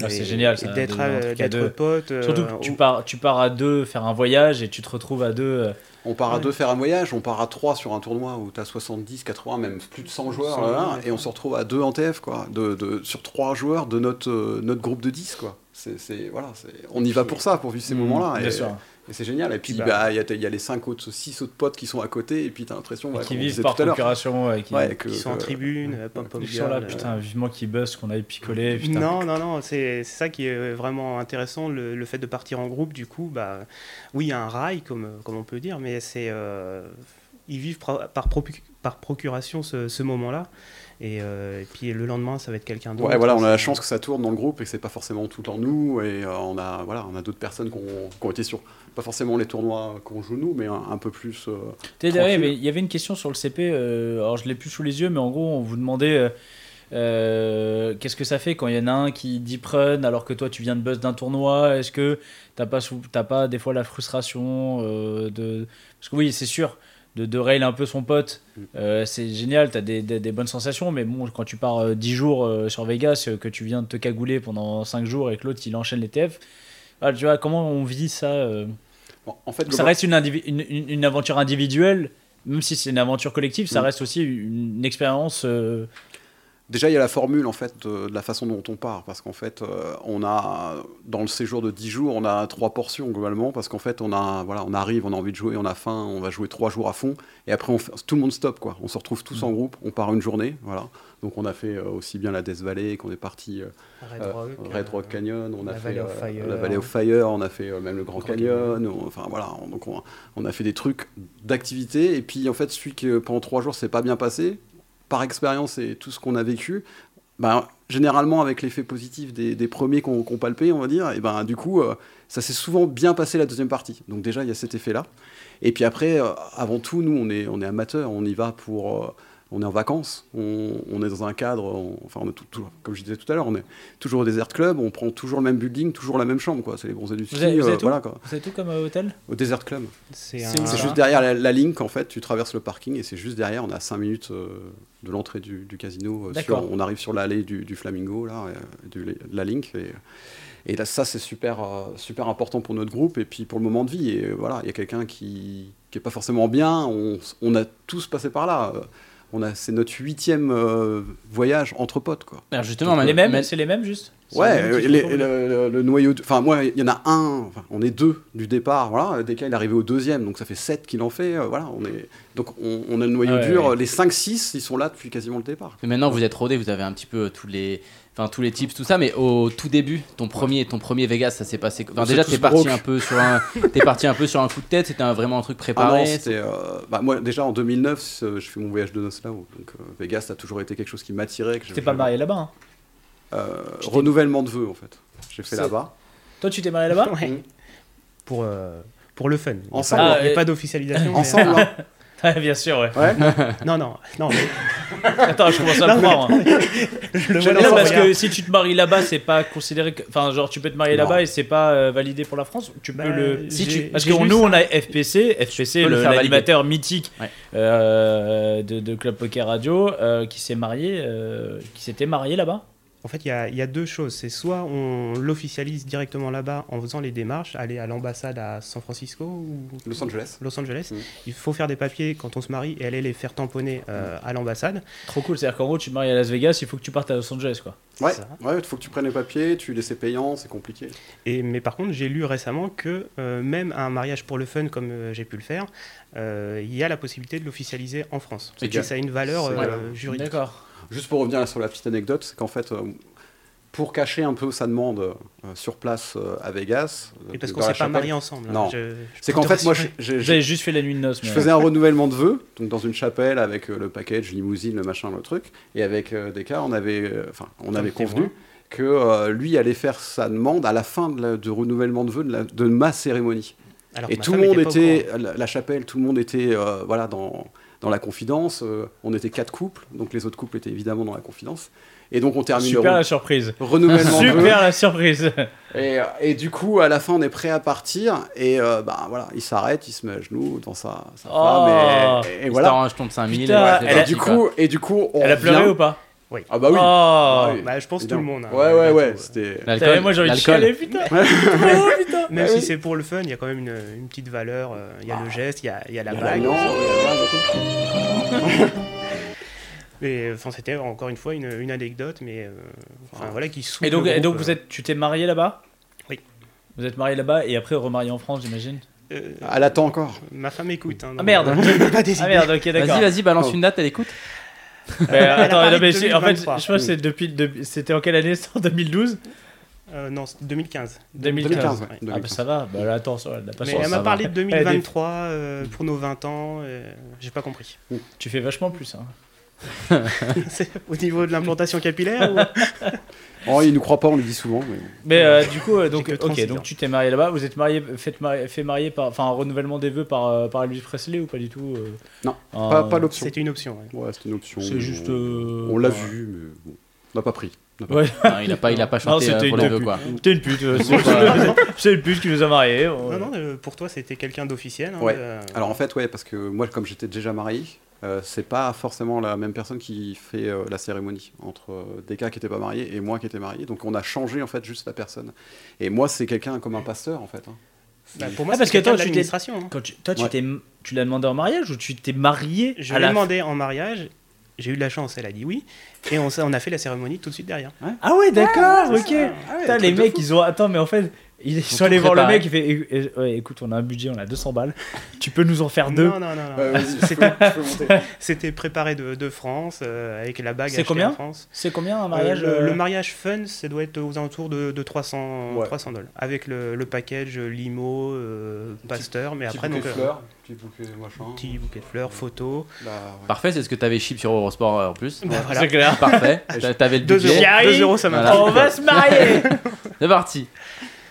S3: Ah, c'est
S5: et-
S3: génial,
S5: et
S3: ça,
S5: D'être
S3: de- un
S5: euh,
S3: truc à
S5: d'être
S3: deux.
S5: pote. euh,
S3: surtout que tu
S5: ou-
S3: pars tu pars à deux faire un voyage et tu te retrouves à deux euh,
S6: On part à
S5: Ouais.
S6: deux faire un voyage, on part à trois sur un tournoi où t'as 70, 80, même plus de 100 joueurs,
S5: 100,
S6: là,
S5: ouais.
S6: et on se retrouve à deux en TF, quoi, de, de- sur trois joueurs de notre, euh, notre groupe de 10, quoi. C'est, c'est- voilà, c'est- on y va pour ça, pour vivre ces moments-là,
S3: Mm, bien
S6: et,
S3: sûr.
S6: et c'est génial. Et puis,
S3: Puis,
S6: bah,
S3: bah,
S6: il y, a, il y a les cinq autres, six autres potes qui sont à côté, et puis t'as l'impression, ouais,
S3: qui
S6: comme on
S3: vivent
S6: disait
S3: par
S6: tout à l'heure.
S3: procuration ouais, qui
S6: Ouais, que-
S5: Ils sont en
S6: que-
S5: tribune, euh, pom pom
S3: Ils sont là,
S5: girl, euh,
S3: putain, vivement qui buzzent, qu'on aille picoler, putain.
S5: Non, non, non, c'est c'est ça qui est euh, vraiment intéressant, le, le fait de partir en groupe, du coup, bah, oui, il y a un rail, comme, comme on peut dire, mais c'est... euh, ils vivent pro- par, procu- par procuration ce, ce moment-là, et, euh, et puis le lendemain, ça va être quelqu'un d'autre.
S6: Ouais, voilà, on a la
S5: C'est-
S6: chance que ça tourne dans le groupe et que c'est pas forcément tout en nous. Et euh, on a, voilà, on a d'autres personnes qui ont, qui ont été sur, pas forcément les tournois qu'on joue nous, mais un, un peu plus. euh,
S3: T'es
S6: Tranquille.
S3: derrière, mais il y avait une question sur le CP, euh, alors je l'ai plus sous les yeux, mais en gros, on vous demandait euh, euh, qu'est-ce que ça fait quand il y en a un qui deep run alors que toi tu viens de buzz d'un tournoi Est-ce que t'as pas, sou- t'as pas des fois la frustration euh, de. Parce que oui, c'est sûr, de, de rail un peu son pote, euh, c'est génial, t'as des, des, des bonnes sensations, mais bon, quand tu pars euh, 10 jours euh, sur Vegas, euh, que tu viens de te cagouler pendant 5 jours et que l'autre il enchaîne les TF, ah, tu vois, comment on vit ça euh
S6: bon, en fait,
S3: ça reste une, indivi- une, une- une aventure individuelle, même si c'est une aventure collective, ça
S6: Mm.
S3: reste aussi une, une expérience. euh,
S6: Déjà, il y a la formule en fait de, de la façon dont on part, parce qu'en fait, euh, on a dans le séjour de 10 jours, on a trois portions globalement, parce qu'en fait, on a voilà, on arrive, on a envie de jouer, on a faim, on va jouer trois jours à fond, et après, on fait- tout le monde stop quoi. On se retrouve tous en groupe, on part une journée, voilà. Donc, on a fait euh, aussi bien la Death Valley qu'on est parti euh,
S5: Red
S6: euh,
S5: Rock,
S6: Red Rock
S5: euh,
S6: Canyon, on a
S5: la
S6: fait
S5: Valley of
S6: euh,
S5: Fire.
S6: la Valley of Fire, on a fait euh, même le Grand
S5: Grand Canyon.
S6: Canyon, on- enfin voilà, on- donc on, a- on a fait des trucs d'activité, et puis en fait celui qui euh, pendant trois jours s'est pas bien passé, par expérience et tout ce qu'on a vécu, ben, généralement avec l'effet positif des, des premiers qu'on qu'on palpait, on va dire, et ben du coup euh, ça s'est souvent bien passé la deuxième partie, donc déjà il y a cet effet là, et puis après euh, avant tout nous on est, on est amateurs, on y va pour... euh, on est en vacances, on, on est dans un cadre, on- enfin, on est tout- tout- comme je disais tout à l'heure, on est toujours au Desert Club, on prend toujours le même building, toujours la même chambre, quoi. C'est les bronzés du ski,
S3: Vous avez- vous avez tout
S6: voilà, quoi.
S3: C'est tout comme euh, hôtel
S6: Au Desert Club.
S5: C'est
S3: C'est
S5: un-
S3: Ah.
S6: C'est juste derrière la, la Link, en fait, tu traverses le parking et c'est juste derrière, on est à 5 minutes euh, de l'entrée du, du casino. euh, sur-
S3: D'accord.
S6: on arrive sur l'allée du, du Flamingo, là, euh, du- de la Link. Et, et là, ça, c'est super, euh, super important pour notre groupe et puis pour le moment de vie. Et euh, voilà, il y a quelqu'un qui n'est pas forcément bien, on, on a tous passé par là. euh, On a, c'est notre huitième euh, voyage entre potes, quoi.
S4: Alors justement,
S3: Les mêmes
S4: Manu-
S3: C'est les mêmes juste C'est
S6: Ouais,
S3: les mêmes qui
S6: euh,
S3: se
S6: les-
S3: retrouvent, là
S6: le, le- le noyau. de- Enfin, moi, il y en a un. enfin, on est deux du départ. Voilà, Deka, il est arrivé au deuxième, donc ça fait sept qu'il en fait. euh, voilà, on est. Donc, on, on a le noyau
S3: Ah Ouais,
S6: dur.
S3: ouais.
S6: euh, Les 5-6, ils sont là depuis quasiment le départ.
S4: Mais maintenant, vous êtes rodé, vous avez un petit peu euh, tous les, enfin tous les tips, tout ça. Mais au tout début, ton premier, ton premier Vegas, ça s'est passé. Enfin,
S6: On
S4: déjà,
S6: s'est
S4: t'es
S6: tous
S4: parti
S6: broke.
S4: un peu sur un, t'es parti un peu sur un coup de tête. C'était un- vraiment un truc
S6: Ah non,
S4: préparé.
S6: c'était. euh, bah, moi, déjà en 2009, euh, je fais mon voyage de noces là-haut. Donc, euh, Vegas, ça a toujours été quelque chose qui m'attirait. que
S3: T'es
S6: j'avais-
S3: pas marié là-bas. hein.
S6: Euh, Renouvellement de vœux, en fait. J'ai fait
S3: C'est-
S6: là-bas.
S3: Toi, tu t'es marié là-bas
S5: Ouais.
S6: Mm.
S5: Pour, euh, pour le fun. Il n'y a
S6: Ensemble.
S5: pas-
S3: Ah,
S5: il n'y
S3: et-
S5: a pas d'officialisation. mais-
S6: Ensemble, hein.
S3: Ouais, Ah, Bien sûr, ouais.
S6: Ouais.
S5: Non, non, non. mais-
S3: Attends, je commence à le croire. moi.
S5: Je le
S3: Je
S5: vois
S3: l'ai
S5: dans son
S3: parce
S5: regard.
S3: que si tu te maries là-bas, c'est pas considéré que. Enfin, genre, tu peux te marier
S6: Non.
S3: là-bas et c'est pas euh, validé pour la France. Tu peux
S5: Bah,
S3: le.
S5: Si
S3: tu-
S5: tu-
S3: Parce que
S5: j'ai lu
S3: nous,
S5: ça.
S3: on a FPC, FPC,
S4: peux le
S3: le-
S4: faire
S3: l'animateur mythique
S4: Ouais.
S3: euh, de, de Club Poker Radio, euh, qui s'est marié, euh, qui s'était marié là-bas.
S5: En fait, il y, a- il y a deux choses. C'est soit on l'officialise directement là-bas en faisant les démarches, aller à l'ambassade à San Francisco ou
S6: Los Angeles.
S5: Los Angeles.
S6: Mm.
S5: Il faut faire des papiers quand on se marie et aller les faire tamponner euh,
S6: Mm.
S5: à l'ambassade.
S3: Trop cool. C'est-à-dire qu'en gros, tu te maries à Las Vegas, il faut que tu partes à Los Angeles, quoi.
S6: Ouais,
S5: ça.
S6: ouais, faut que tu prennes les papiers, tu les laisses payants, c'est compliqué.
S5: Et, mais par contre, j'ai lu récemment que euh, même un mariage pour le fun, comme euh, j'ai pu le faire, euh, il y a la possibilité de l'officialiser en France.
S6: Et
S5: Et
S6: que-
S5: ça a une valeur
S6: c'est-
S5: euh,
S6: voilà.
S5: juridique.
S3: D'accord.
S6: Juste pour revenir sur la petite anecdote, c'est qu'en fait, euh, pour cacher un peu sa demande euh, sur place euh, à Vegas, euh,
S5: Et parce qu'on
S6: dans la
S5: s'est pas
S6: chapelle,
S5: mariés ensemble. hein.
S6: Non.
S5: Je- je
S6: c'est
S5: peux
S6: qu'en
S5: te
S6: fait, moi,
S5: rassurer.
S6: je- je- je-
S3: J'avais juste fait la nuit de noces.
S6: je
S3: mais-
S6: faisais un renouvellement de vœux, donc dans une chapelle avec euh, le package, limousine, le machin, le truc, et avec euh, Descartes, on avait, euh, enfin, on avait convenu que euh, lui allait faire sa demande à la fin de, la- de renouvellement de vœux de, la- de ma cérémonie.
S5: Alors
S6: Et
S5: que ma
S6: tout le
S5: femme
S6: monde
S5: était pas au
S6: était,
S5: courant.
S6: la, la chapelle, tout le monde était euh, voilà, dans, dans la confidence. euh, on était quatre couples, donc les autres couples étaient évidemment dans la confidence. Et donc on termine le
S3: Super
S6: ren-
S3: la surprise.
S6: renouvellement de vœux.
S3: Super la surprise.
S6: Et, euh, et du coup, à la fin, on est prêt à partir. Et euh, bah, voilà, il s'arrête, il se met à genoux dans sa, sa
S3: Oh.
S6: femme. Et, et
S4: Et
S6: voilà.
S4: voilà. Je tombe 5000.
S3: Putain,
S4: ouais, c'est
S3: elle a-
S6: Et
S4: parti,
S6: du
S4: quoi.
S6: coup, et du coup, on
S3: Elle a pleuré
S6: revient-
S3: ou pas
S6: Ah bah oui.
S3: Oh.
S6: Ah oui.
S5: Bah, je pense tout le monde. hein,
S6: Ouais, ouais,
S5: malgré
S6: ouais.
S5: tout.
S6: C'était.
S3: Putain,
S4: L'alcool,
S3: moi, j'ai envie de
S4: l'alcool.
S3: chialer, putain.
S5: Même si c'est pour le fun, il y a quand même une, une petite valeur. euh, Il y a le geste, il y a, il y a la
S6: Il y a
S5: bague.
S6: l'alliance, il y a la bague.
S5: Mais enfin, c'était encore une fois une, une anecdote, mais euh, enfin, voilà qui soude
S3: Et donc,
S5: le
S3: et donc
S5: groupe,
S3: vous
S5: euh.
S3: êtes, tu t'es marié là-bas
S5: Oui.
S3: Vous êtes marié là-bas et après remarié en France, j'imagine
S5: Euh,
S6: Elle attend encore.
S5: ma femme écoute. hein,
S3: Ah
S5: donc,
S3: merde
S5: euh, je peux pas décider.
S3: Ah merde, ok, d'accord.
S4: Vas-y, vas-y, balance
S6: Oh.
S4: une date, elle écoute.
S3: Mais, euh,
S5: Elle a
S3: attends,
S5: parlé
S3: non,
S5: de
S3: mais c'est- en fait, je
S5: 2023.
S3: crois que c'est depuis. depuis- C'était en quelle année C'était en 2012
S5: Euh, non, c'est 2015.
S3: 2015.
S6: 2015. ouais,
S3: Ah,
S5: Ah bah,
S3: bah
S6: 2015.
S3: ça va, bah là, attends, ça va, elle n'a pas
S5: Mais
S3: chance, ça
S5: elle m'a
S3: va. Eh,
S5: parlé de
S3: Elle a des-
S5: 2023 euh, pour nos 20 ans. euh, J'ai pas compris.
S3: Tu fais vachement plus. Hein.
S5: C'est au niveau de l'implantation capillaire ou-
S6: Oh, il nous croit pas, on lui dit souvent. Mais...
S3: Mais euh, du coup, euh, donc,
S5: que
S3: ok,
S5: 36
S3: donc
S5: ans.
S3: tu t'es marié là-bas. Vous êtes marié, fait marier, fait marier par. Enfin, un renouvellement des vœux par, euh, par Elvis Presley ou pas du tout euh,
S6: Non,
S3: un-
S6: Pas, pas l'option.
S5: C'était une option. ouais.
S6: Ouais, c'était une option.
S3: C'est juste.
S6: On,
S3: euh,
S6: on l'a
S3: voilà.
S6: vu, mais bon. On n'a pas pris. On n'a pas
S3: Ouais.
S4: Non, il a pas, il a pas
S3: Non,
S4: chanté euh,
S3: c'était
S4: pour
S3: une
S4: les deux,
S3: pub.
S4: quoi.
S3: T'es une pute, euh, c'est c'est une pute qui nous a mariés. on-
S5: Non, non, euh, pour toi, c'était quelqu'un d'officiel. hein,
S6: Ouais.
S5: euh,
S6: Alors en fait, ouais, parce que moi, comme j'étais déjà marié, euh, c'est pas forcément la même personne qui fait euh, la cérémonie entre euh, des cas qui n'étaient pas mariés et moi qui étais marié. Donc on a changé en fait juste la personne. Et moi, c'est quelqu'un comme un pasteur en fait. hein.
S5: bah, pour moi,
S3: Ah, parce
S5: c'était
S3: que toi,
S5: quelqu'un de
S3: tu t'es-
S5: l'administration. hein.
S3: Quand tu, toi, tu
S6: Ouais.
S3: t'es, tu l'as demandé en mariage ou tu t'es marié
S5: Je
S3: à
S5: l'ai
S3: la
S5: demandé en mariage. J'ai eu de la chance, elle a dit oui. Et on, s'est- on a fait la cérémonie tout de suite derrière.
S3: Ah ouais, d'accord, ok.
S5: Ah
S3: Putain, les
S6: truc de
S3: mecs,
S6: fou.
S3: ils ont. Attends, mais en fait, ils sont allés
S4: tout
S3: voir le
S4: préparé.
S3: mec, il fait eh, eh, ouais, écoute, on a un budget, on a 200 balles. Tu peux nous en faire deux
S5: Non, non, non. non.
S6: Ouais, Bah, vas-y, je peux-
S5: C'était-
S6: je peux monter.
S5: C'était préparé de, de France, euh, avec la bague
S3: C'est
S5: achetée
S3: combien
S5: en France.
S3: C'est combien un
S5: Euh,
S3: mariage
S5: le,
S3: euh,
S5: le mariage fun, ça doit être aux alentours de, de 300,
S6: Ouais.
S5: 300 dollars. Avec le, le package euh, limo, euh, pasteur, mais
S6: Petit
S5: après...
S6: bouquet
S5: donc,
S6: de
S5: euh,
S6: fleurs, petit bouquet machin.
S5: Petit bouquet de fleurs, photos.
S6: Bah, ouais.
S4: Parfait, c'est ce que t'avais chip sur Eurosport euh, en plus.
S5: Bah, voilà.
S3: C'est clair.
S4: Parfait, T'a- t'avais le
S5: 2 euros,
S4: budget.
S3: J'y
S5: deux euros, ça
S4: Voilà.
S5: m'a
S3: On va se marier
S4: C'est parti.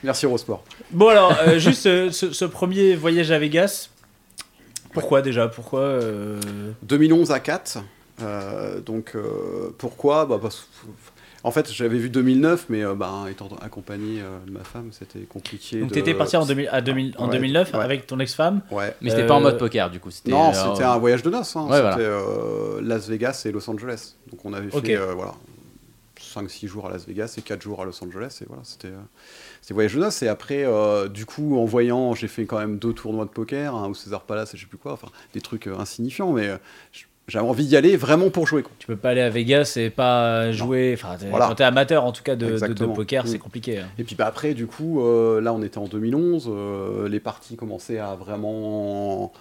S6: Merci Eurosport.
S3: Bon, alors, euh, juste euh, ce, ce premier voyage à Vegas. Pourquoi déjà Pourquoi euh,
S6: 2011 à 4. Euh, donc euh, pourquoi bah, parce- En fait, j'avais vu 2009, mais euh, bah, étant accompagné euh, de ma femme, c'était compliqué.
S3: Donc
S6: de-
S3: t'étais parti en, 2000 à 2000 en
S6: Ouais,
S3: 2009
S6: ouais.
S3: avec ton ex-femme.
S6: Ouais.
S4: Mais c'était pas en
S3: Euh,
S4: mode poker du coup. C'était,
S6: Non,
S4: euh,
S6: c'était un voyage de noces. hein.
S4: Ouais, voilà.
S6: C'était euh, Las Vegas et Los Angeles. Donc on avait
S3: Ok.
S6: fait euh, voilà, 5-6 jours à Las Vegas et 4 jours à Los Angeles. Et voilà, c'était euh, c'était voyage de noces. Et après, euh, du coup, en voyant, j'ai fait quand même deux tournois de poker, un au César Palace et je sais plus quoi. Enfin, des trucs euh, insignifiants, mais euh, j- j'avais envie d'y aller vraiment pour jouer. Quoi.
S3: Tu peux pas aller à Vegas et pas jouer. Enfin, t'es-
S6: Voilà.
S3: quand t'es amateur en tout cas de- de, de,
S6: Exactement.
S3: poker, c'est
S6: Mm.
S3: compliqué. hein.
S6: Et puis bah, après, du coup, euh, là, on était en 2011. euh, les parties commençaient à vraiment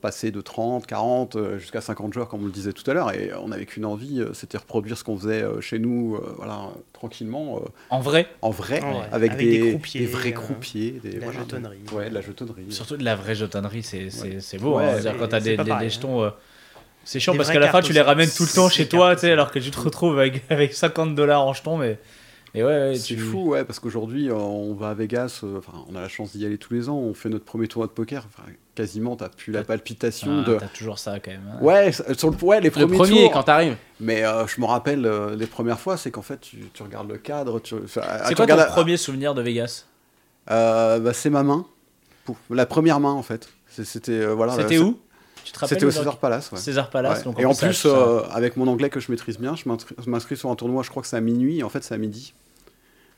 S6: passer de 30, 40, euh, jusqu'à 50 joueurs, comme on le disait tout à l'heure. Et on n'avait qu'une envie, euh, c'était reproduire ce qu'on faisait euh, chez nous, euh, voilà, tranquillement, euh,
S3: En vrai,
S6: en vrai,
S5: En vrai,
S6: avec,
S5: avec
S6: des,
S5: des croupiers,
S6: des vrais
S5: euh,
S6: croupiers, des,
S5: de la
S6: voilà,
S5: jetonnerie.
S6: des- ouais, de la jetonnerie.
S3: surtout de la vraie jetonnerie, c'est c'est- c'est beau.
S6: Mm. Ouais,
S3: hein. C'est-à-dire
S5: c'est-
S3: quand t'as
S5: c'est
S3: des,
S5: pas
S3: des-
S5: pareil,
S3: des
S6: hein.
S3: jetons. euh, c'est chiant
S5: Des
S3: parce
S5: vraies
S3: qu'à la fin,
S5: cartes
S3: tu les
S5: aussi.
S3: ramènes tout le temps
S5: Des
S3: chez
S5: cartes
S3: toi, tu sais,
S5: aussi.
S3: alors que tu te retrouves avec, avec 50 dollars en jetons. Mais, mais ouais, ouais,
S6: C'est
S3: tu-
S6: fou, ouais, parce qu'aujourd'hui, euh, on va à Vegas, euh, enfin, on a la chance d'y aller tous les ans, on fait notre premier tournoi de poker, enfin, quasiment, t'as plus la palpitation
S3: Ah,
S6: de...
S3: T'as toujours ça quand même. hein.
S6: Ouais, sur le, ouais, les
S4: Le
S6: premiers
S4: premier
S6: tours,
S4: quand t'arrives.
S6: Mais euh, je me rappelle euh, les premières fois, c'est qu'en fait tu, tu regardes le cadre. Tu, enfin, ah,
S3: C'est
S6: tu
S3: quoi ton
S6: regardes la-
S3: premier souvenir de Vegas
S6: Euh, bah, C'est ma main, Pouf, la première main en fait. C'est- C'était euh, voilà.
S3: C'était
S6: le-
S3: où Tu te rappelles
S6: C'était au
S3: dans-
S6: César Palace. ouais.
S3: César Palace.
S6: Ouais.
S3: donc
S6: et en plus,
S3: ça-
S6: euh, avec mon anglais que je maîtrise bien, je m'inscris- je m'inscris sur un tournoi. Je crois que c'est à minuit. Et en fait, c'est à midi.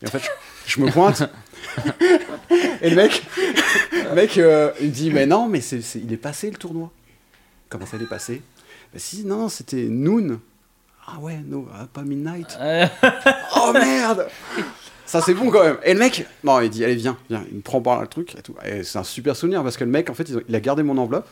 S6: Et en fait, je, je me pointe. et le mec, le mec, euh, il me dit mais non, mais c'est c'est- il est passé le tournoi. Comment ça il est passé Bah, Si non, non, c'était noon. Ah ouais, no, ah, pas midnight.
S3: Euh,
S6: Oh merde Ça c'est bon quand même. Et le mec, non, il dit allez viens, viens, il me prend par le truc et tout. Et c'est un super souvenir parce que le mec en fait ils ont- il a gardé mon enveloppe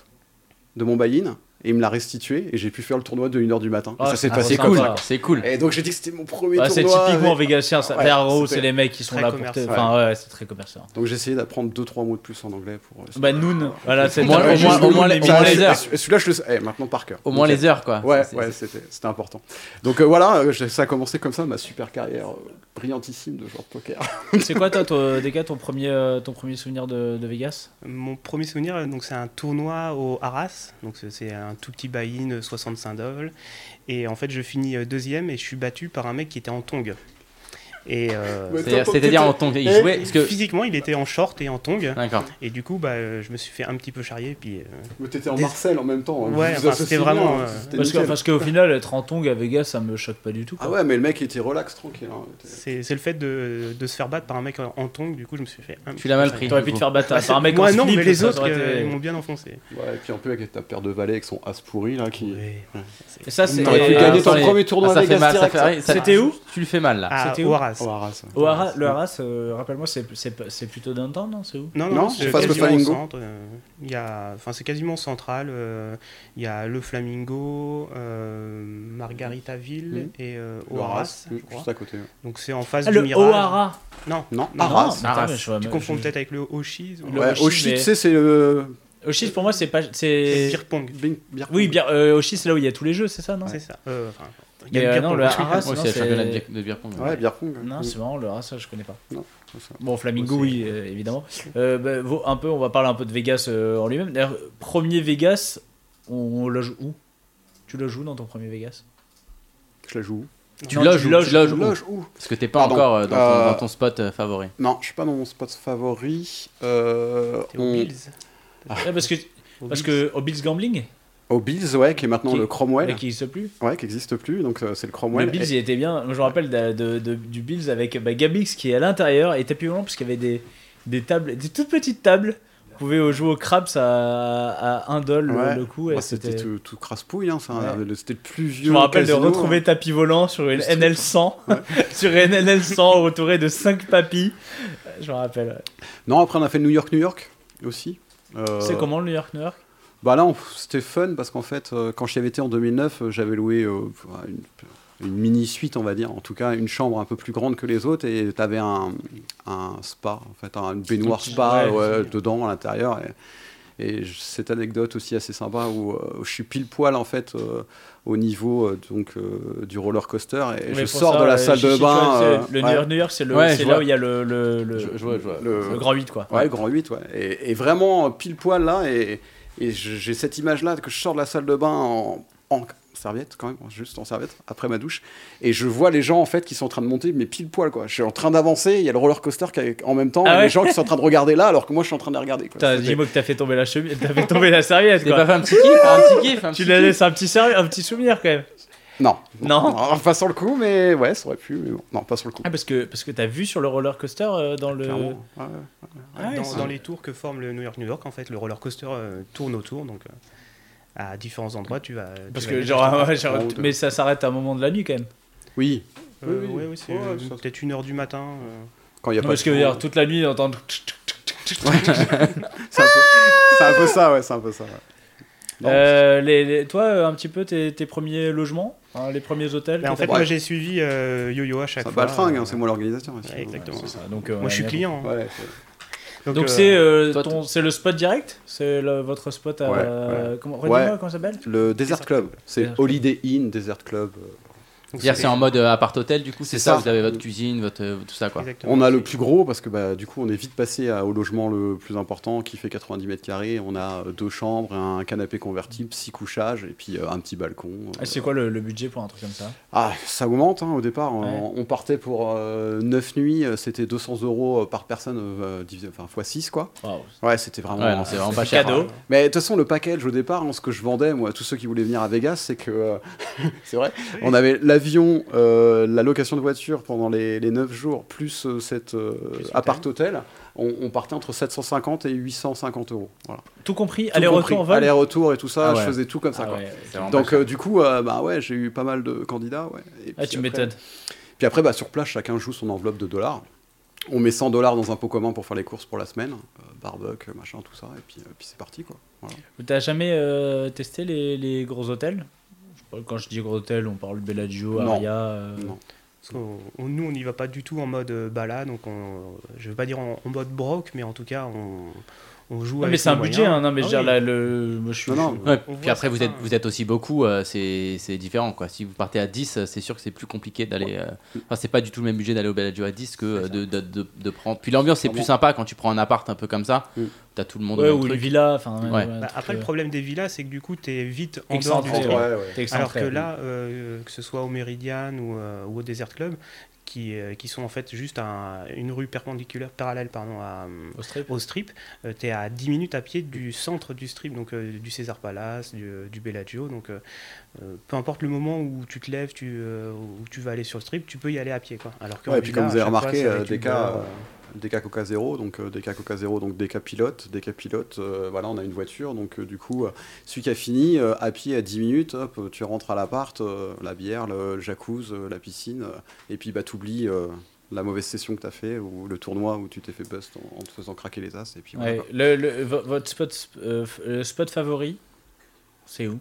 S6: de mon buy-in et il me l'a restitué et j'ai pu faire le tournoi de 1h du matin. Et
S3: Ah,
S6: ça s'est
S3: c'est
S6: passé
S3: sympa.
S6: comme ça.
S3: Voilà.
S4: C'est Ah, cool.
S6: Et donc j'ai dit que c'était mon premier
S3: bah, c'est
S6: tournoi.
S3: typiquement
S6: avec-
S3: végasien. Ça.
S6: Ouais,
S3: Mais en gros, c'est
S6: c'était
S3: les mecs qui sont
S5: très
S3: là pour te.
S5: commercial.
S3: Enfin, ouais, c'est très commercial.
S6: Donc j'ai essayé d'apprendre deux trois mots de plus en anglais pour. euh,
S3: Bah, Noon, voilà, c'est
S4: Au moins-
S3: Ouais,
S4: au moins-
S3: juste
S4: au moins les-
S3: Noon,
S4: au
S3: mais
S4: moins
S6: Ça,
S4: les
S6: je-
S4: heures.
S6: Celui-là je le sais. Eh, maintenant par cœur.
S4: Au moins
S6: Nickel.
S4: les heures quoi.
S6: Ouais,
S4: C'est-
S6: ouais,
S4: c'est-
S6: c'était c'était important. Donc euh, voilà, euh, j'ai- ça a commencé comme ça ma super carrière euh, brillantissime de joueur de poker.
S3: C'est quoi, toi, toi, Deka, ton premier, euh, ton premier souvenir de, de Vegas
S5: Mon premier souvenir, euh, donc c'est un tournoi au Arras, donc c'est- c'est un tout petit buy-in, euh, 65 dollars, et en fait je finis euh, deuxième et je suis battu par un mec qui était en tongue. Et euh,
S6: Ouais,
S4: c'est-à-dire- C'est-à-dire en tongue.
S6: Eh,
S4: Il jouait. Parce que.
S5: physiquement il était en short et en tongue,
S4: D'accord.
S5: et du coup bah, euh, je me suis fait un petit peu charrier, puis euh,
S6: Mais t'étais en
S5: Des-
S6: Marseille en même temps. hein.
S5: Ouais,
S6: Vous vous
S5: enfin,
S6: associez
S5: c'était vraiment,
S6: bien,
S5: euh,
S6: c'était
S3: Parce que-
S6: nickel.
S3: Parce qu'au final, être en tongue à Vegas, ça me choque pas du tout. quoi.
S6: Ah ouais, mais le mec il était relax, tranquille. hein. Il était-
S5: c'est c'est le fait de, de se faire battre par un mec en en tongue, du coup je me suis fait un
S4: Tu
S5: petit
S4: l'as
S5: peu
S4: mal
S5: charrier.
S4: pris.
S3: T'aurais pu te faire battre par un mec en
S5: Moi non,
S3: slip,
S5: mais les
S3: ça, ça
S5: autres
S3: aurait
S5: euh,
S3: été-
S5: ils m'ont bien enfoncé.
S6: Ouais, et puis un peu avec ta paire de valets, avec son as pourri là. Qui...
S3: Et ça, euh, c'est-
S6: T'aurais pu
S3: Et-
S6: gagner
S4: attends,
S6: ton
S4: les-
S6: premier tournoi
S4: Ah, ça
S6: à
S4: fait
S6: Vegas
S4: mal, ça
S6: direct.
S4: fait- ouais, ça-
S3: C'était où
S4: Tu le fais mal là.
S5: Ah,
S3: C'était où
S5: au Arras.
S6: Au Oh, Arras, ouais.
S3: Au Arras, le Arras, euh, rappelle-moi, c'est- c'est c'est plutôt downtown, non C'est où
S5: Non,
S6: Non,
S5: non,
S6: on
S5: c'est
S6: fasse le
S5: quasiment au
S6: Flamingo.
S5: centre. euh, Il y a, enfin, c'est quasiment central. euh, Il y a le Flamingo, euh, Margaritaville et euh,
S6: Au
S5: Oaras,
S6: oui,
S5: je crois.
S6: juste à côté. ouais.
S5: Donc c'est en face
S3: Ah,
S5: du
S3: Le
S5: Mirage.
S3: O'Hara
S5: Non,
S6: Non,
S5: non,
S6: Arras.
S3: Non, putain, mais je vois-
S5: tu
S3: je-
S5: confonds
S3: je-
S5: peut-être avec le Oshi. ou-
S3: Le
S6: Ouais,
S3: Oshi,
S6: Oshi,
S3: mais-
S6: tu sais, c'est le.
S3: Oshis, pour moi, c'est pas.
S5: C'est
S3: C'est.
S5: Beer Pong,
S6: Bing- Beer
S3: Oui,
S6: Pong.
S3: bien, euh, Oshis, c'est là où il y a tous les jeux, c'est ça, non
S5: c'est ça. Euh, enfin, il y a
S3: Mais
S5: le
S3: euh,
S5: Beer
S3: non,
S5: Pong.
S3: le Arras,
S4: Moi,
S3: non,
S4: c'est le
S3: c'est-
S4: championnat de bier- de beer pong.
S6: Ouais, Mm. Beer Pong. ouais.
S3: Non, c'est marrant, le Arras, ça, je connais pas.
S6: Non, c'est ça.
S3: Bon, Flamingo, oui, euh, évidemment. Euh, bah, vaut un peu, on va parler un peu de Vegas euh, en lui-même. D'ailleurs, premier Vegas, on, on le joue où Tu le joues dans ton premier Vegas
S6: Je la joue.
S4: Tu
S3: Non,
S4: loges
S3: tu
S4: ou-
S3: loges-
S4: tu loges
S6: où
S4: où
S6: Loge où
S4: Parce que t'es pas
S6: Pardon.
S4: encore euh, dans ton-
S6: Euh,
S4: dans ton spot euh, favori.
S6: Non, je suis pas dans mon spot favori. Euh,
S5: T'es au
S6: on-
S5: Bills.
S3: Ouais, Parce que
S5: Au
S3: parce
S5: Bills.
S3: que au Bills Gambling,
S6: Au Bills, ouais, qui est maintenant
S3: Qui-
S6: le
S3: mais
S6: Cromwell.
S3: qui existe plus.
S6: Ouais, qui existe plus. Donc euh, c'est le
S3: le
S6: Cromwell.
S3: Bills,
S6: Et-
S3: il était bien. Moi, Je me rappelle de- de- de- du Bills avec bah, Gabix qui est à l'intérieur et était plus violent parce qu'il y avait des, des tables, des toutes petites tables. Vous pouvez jouer au craps à, à un doll le-
S6: Ouais.
S3: le coup. et
S6: Bah,
S3: c'était...
S6: C'était tout, tout crasse-pouille. hein, ça,
S3: Ouais.
S6: le- C'était le plus vieux.
S3: Je me rappelle de
S6: casino,
S3: retrouver
S6: hein.
S3: tapis volant sur une
S6: Le strip.
S3: NL100, sur une NL100 entouré de 5 papis. Euh, Je me rappelle. ouais.
S6: Non, après on a fait New York, New York aussi. Euh,
S3: C'est comment le New York New York
S6: Bah là, on- c'était fun parce qu'en fait, euh, quand j'y avais été en 2009, euh, j'avais loué euh, une, une mini suite, on va dire, en tout cas une chambre un peu plus grande que les autres, et t'avais un, un spa, en fait, un- une baignoire
S3: petit-
S6: spa
S3: ouais,
S6: ouais,
S3: c'est bien.
S6: dedans à l'intérieur. Et, et j- cette anecdote aussi assez sympa où euh, je suis pile poil en fait euh, au niveau euh, donc euh, du roller coaster et
S3: Mais
S6: je
S3: pour
S6: sors
S3: ça,
S6: de la
S3: euh,
S6: salle
S3: Chichi,
S6: de
S3: tu vois,
S6: bain.
S3: c'est-
S6: euh,
S3: le New
S6: ouais.
S3: York New York, c'est le-
S4: Ouais, je
S3: c'est
S4: vois.
S3: là où il y a le, le, le,
S4: Je- je vois, je vois.
S6: Le-
S3: le grand 8 quoi.
S6: Ouais, grand 8, ouais. Et, et vraiment euh, pile poil là, et, et je- j'ai cette image là que je sors de la salle de bain en, en- serviette quand même, juste en serviette, après ma douche. Et je vois les gens en fait qui sont en train de monter, mais pile poil quoi. Je suis en train d'avancer, il y a le roller coaster qui est en même temps,
S3: Ah
S6: et
S3: ouais
S6: les gens qui sont en train de regarder là, alors que moi je suis en train de les regarder. quoi.
S3: Putain,
S6: C'était-
S3: dis-moi que t'as fait tomber la chemise, t'as fait tomber la serviette,
S4: T'es pas
S3: quoi.
S4: fait un petit kiff Un petit kiff un
S3: Tu
S4: petit
S3: la
S4: kiff
S3: laisses un petit, sérieux- un petit souvenir quand même.
S6: Non.
S3: Non.
S6: Pas sur le coup, mais ouais, ça aurait pu. Mais bon. Non, pas sur le coup.
S3: Ah, parce que, parce que t'as vu sur le roller coaster euh, dans le.
S6: Clairement. Ouais, ouais.
S3: Ah ouais,
S5: dans,
S3: c'est-
S5: dans les tours que forme le New York New York, en fait, le roller coaster euh, tourne autour, donc euh, à différents endroits, tu vas. tu
S3: Parce
S5: vas
S3: que
S5: aller
S3: genre,
S5: chercher-
S3: ouais, genre,
S6: Ouais,
S3: mais ça s'arrête à un moment de la nuit quand même.
S6: Oui.
S5: Euh,
S6: oui, oui.
S5: ouais, oui, c'est
S6: Ouais,
S5: euh,
S6: ça-
S5: peut-être une heure du matin. euh.
S6: Quand il y
S3: Non,
S6: a pas.
S3: parce
S6: de
S3: que
S6: courant.
S3: dire, toute la nuit, entendre.
S6: C'est un, peu- c'est un peu ça, ouais, c'est un peu ça. ouais. Non,
S3: Euh, les, les- toi, euh, un petit peu tes, tes premiers logements, hein, les premiers hôtels.
S5: Mais
S3: que
S5: Bah, en fait,
S3: t'as-
S5: moi j'ai suivi euh, YoYo à
S6: c'est
S5: chaque
S6: un
S5: fois.
S6: baltringue, hein,
S5: euh,
S6: c'est moi l'organisateur. ici.
S5: ouais, exactement.
S6: Ouais, c'est ça.
S3: Donc, euh,
S5: Moi je suis
S3: ouais,
S5: client. hein.
S6: Ouais, c'est-
S3: Donc
S5: euh,
S3: c'est euh,
S4: toi,
S3: ton- c'est le spot direct, c'est le- votre spot. à-
S6: Ouais,
S3: euh, Comment,
S6: Ouais.
S3: redis-moi comment ça s'appelle
S6: le Desert Club, c'est
S3: Desert Club.
S6: Holiday Inn, Desert Club. euh,
S5: donc
S4: Dire c'est en mode euh, appart hôtel du coup,
S6: C'est
S4: c'est ça,
S6: ça.
S4: vous avez votre cuisine, votre euh, tout ça quoi.
S5: exactement,
S6: On a le
S5: c'est-
S6: plus gros parce que bah, du coup on est vite passé à- au logement le plus important qui fait 90 mètres carrés. On a euh, deux chambres, un canapé convertible, six couchages et puis euh, un petit balcon.
S3: Ah, C'est quoi le, le budget pour un truc comme ça
S6: Ah, ça augmente hein, au départ.
S3: Ouais.
S6: On, on partait pour 9 nuits, euh, c'était 200 euros euh, par personne, euh, divisé- enfin x 6 quoi.
S3: Waouh.
S6: Ouais, c'était vraiment.
S4: Ouais, non, c'est vraiment pas cher.
S3: Cadeau.
S6: Mais de toute façon, le package au départ, hein, ce que je vendais, moi, à tous ceux qui voulaient venir à Vegas, c'est que. euh,
S4: hein.
S6: c'est vrai. On avait l'avion, euh, la location de voiture pendant les, 9 jours, plus euh, cet euh, appart-hôtel. On, on partait entre 750 et 850 euros. Voilà.
S3: Tout compris,
S6: Tout compris.
S3: aller-retour en vol.
S6: Aller-retour et tout ça,
S4: Ah ouais.
S6: je faisais tout comme ça.
S3: Ah
S6: quoi.
S3: ouais.
S4: C'est vraiment pas
S6: Donc
S4: cher.
S6: euh, du coup, euh, bah ouais, j'ai eu pas mal de candidats. Ouais. Et
S3: Ah,
S6: puis
S3: tu
S6: après-
S3: m'étonnes.
S6: Puis après, bah, sur place, chacun joue son enveloppe de dollars. On met 100 dollars dans un pot commun pour faire les courses pour la semaine, euh, barbecue, machin, tout ça, et puis, euh, puis c'est parti quoi. Voilà.
S3: T'as jamais euh, testé les, les gros hôtels Je sais pas, Quand je dis gros hôtel, on parle Bellagio,
S6: Non.
S3: Aria. euh,
S6: Non.
S5: Parce qu'on- on- nous, on n'y va pas du tout en mode euh, bala, donc on, je veux pas dire en, en mode broc, mais en tout cas, on, on joue
S3: Ah,
S5: avec
S3: mais c'est un
S5: nos
S3: budget,
S5: moyens.
S3: hein, non, mais je
S5: Ah
S3: veux dire, là,
S5: oui.
S3: le. Moi, je suis.
S6: Non, non,
S4: Ouais,
S5: On
S4: puis
S5: voit
S4: après vous êtes
S5: certains-
S4: vous êtes aussi beaucoup, euh, c'est c'est différent quoi. Si vous partez à 10, euh, c'est sûr que c'est plus compliqué d'aller. euh, Enfin c'est pas du tout le même budget d'aller au Bellagio à 10 que euh, de, de, de, de prendre. Puis l'ambiance c'est plus
S6: Clairement.
S4: sympa quand tu prends un appart un peu comme ça.
S6: Mm.
S4: T'as tout le monde. au
S3: Ouais,
S4: même
S3: ou une
S4: truc.
S3: villa. Enfin, euh, ouais,
S4: Ouais.
S3: ouais, un
S5: Bah,
S3: truc,
S5: après, le
S3: euh,
S5: problème des villas, c'est que du coup, tu es vite en dehors du
S3: Excentré,
S5: terrain.
S3: ouais.
S6: ouais.
S3: t'es
S5: Alors
S3: excentré,
S5: que
S3: ouais.
S5: là, euh, que ce soit au Meridian ou, euh, ou au Desert Club, qui, euh, qui sont en fait juste un- une rue perpendiculaire, parallèle pardon, à, euh,
S3: Au strip.
S5: au strip, tu es à 10 minutes à pied du centre du strip, donc euh, du César Palace, du, euh, du Bellagio. Donc euh, euh, peu importe le moment où tu te lèves, tu, euh, où tu vas aller sur le strip, tu peux y aller à pied. Quoi. Alors que
S6: Ouais,
S5: en
S6: et puis
S5: villa,
S6: comme vous avez
S5: à chaque
S6: remarqué,
S5: fois, ça va
S6: euh,
S5: être
S6: des
S5: une
S6: cas,
S5: heure,
S6: euh,
S5: euh,
S6: Des cas Coca Zéro, donc euh, des cas Coca Zéro, donc des cas pilote, des cas pilote, euh, voilà, on a une voiture, donc euh, du coup, euh, celui qui a fini, euh, à pied à 10 minutes, hop, euh, tu rentres à l'appart, euh, la bière, le, le jacuzzi, euh, la piscine, euh, et puis bah t'oublies euh, la mauvaise session que t'as fait, ou le tournoi où tu t'es fait bust en, en te faisant craquer les as, et puis voilà.
S3: Ouais, le, le- vo- votre spot, euh, f- le spot favori, c'est où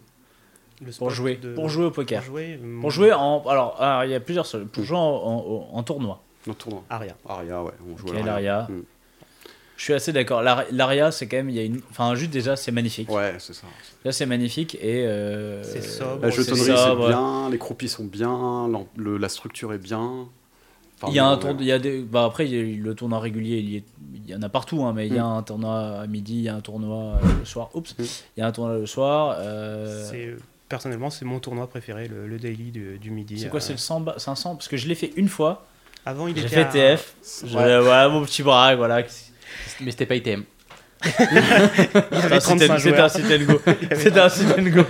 S5: le
S3: Pour
S5: spot
S3: jouer,
S5: de-
S3: pour jouer au
S5: pour
S3: poker.
S5: jouer, euh,
S3: Pour jouer en. Alors, ah, il y a plusieurs. seuls. Pour jouer en, en- en tournoi.
S6: Notre tournoi.
S5: Aria.
S6: Aria, ouais, on joue
S3: Ok,
S6: à l'Aria.
S3: l'Aria.
S6: Mm.
S3: Je suis assez d'accord. L'Ar- L'Aria, c'est quand même. Il y a une... Enfin, juste déjà, c'est magnifique.
S6: Ouais, c'est ça.
S3: Là, c'est magnifique et. euh,
S5: C'est sobre.
S6: La
S5: Ouais, c'est
S6: jetonnerie, c'est
S3: sobre.
S6: bien, les croupies sont bien, l'en- le- la structure est bien. Enfin,
S3: Il y a un
S6: ouais.
S3: tour- il y a des, bah après il y a le tournoi régulier, il y, est- il y en a partout, hein, mais il y a un tournoi à midi, il y a un tournoi euh, le soir. Oups,
S6: Mm.
S3: il y a un tournoi le soir. euh,
S5: C'est, euh, personnellement, c'est mon tournoi préféré, le, le daily du, du midi.
S3: c'est quoi,
S5: Euh,
S3: c'est le 100 500 Parce que je l'ai fait une fois.
S5: Avant, il
S3: J'ai
S5: était
S3: fait
S5: à-
S3: TF. je- Voilà mon petit bras, voilà.
S4: Mais c'était pas ITM.
S3: Ah, C'était un sit and-
S5: 35
S3: c'était un
S5: joueurs.
S3: sit and go. C'était un sit and go.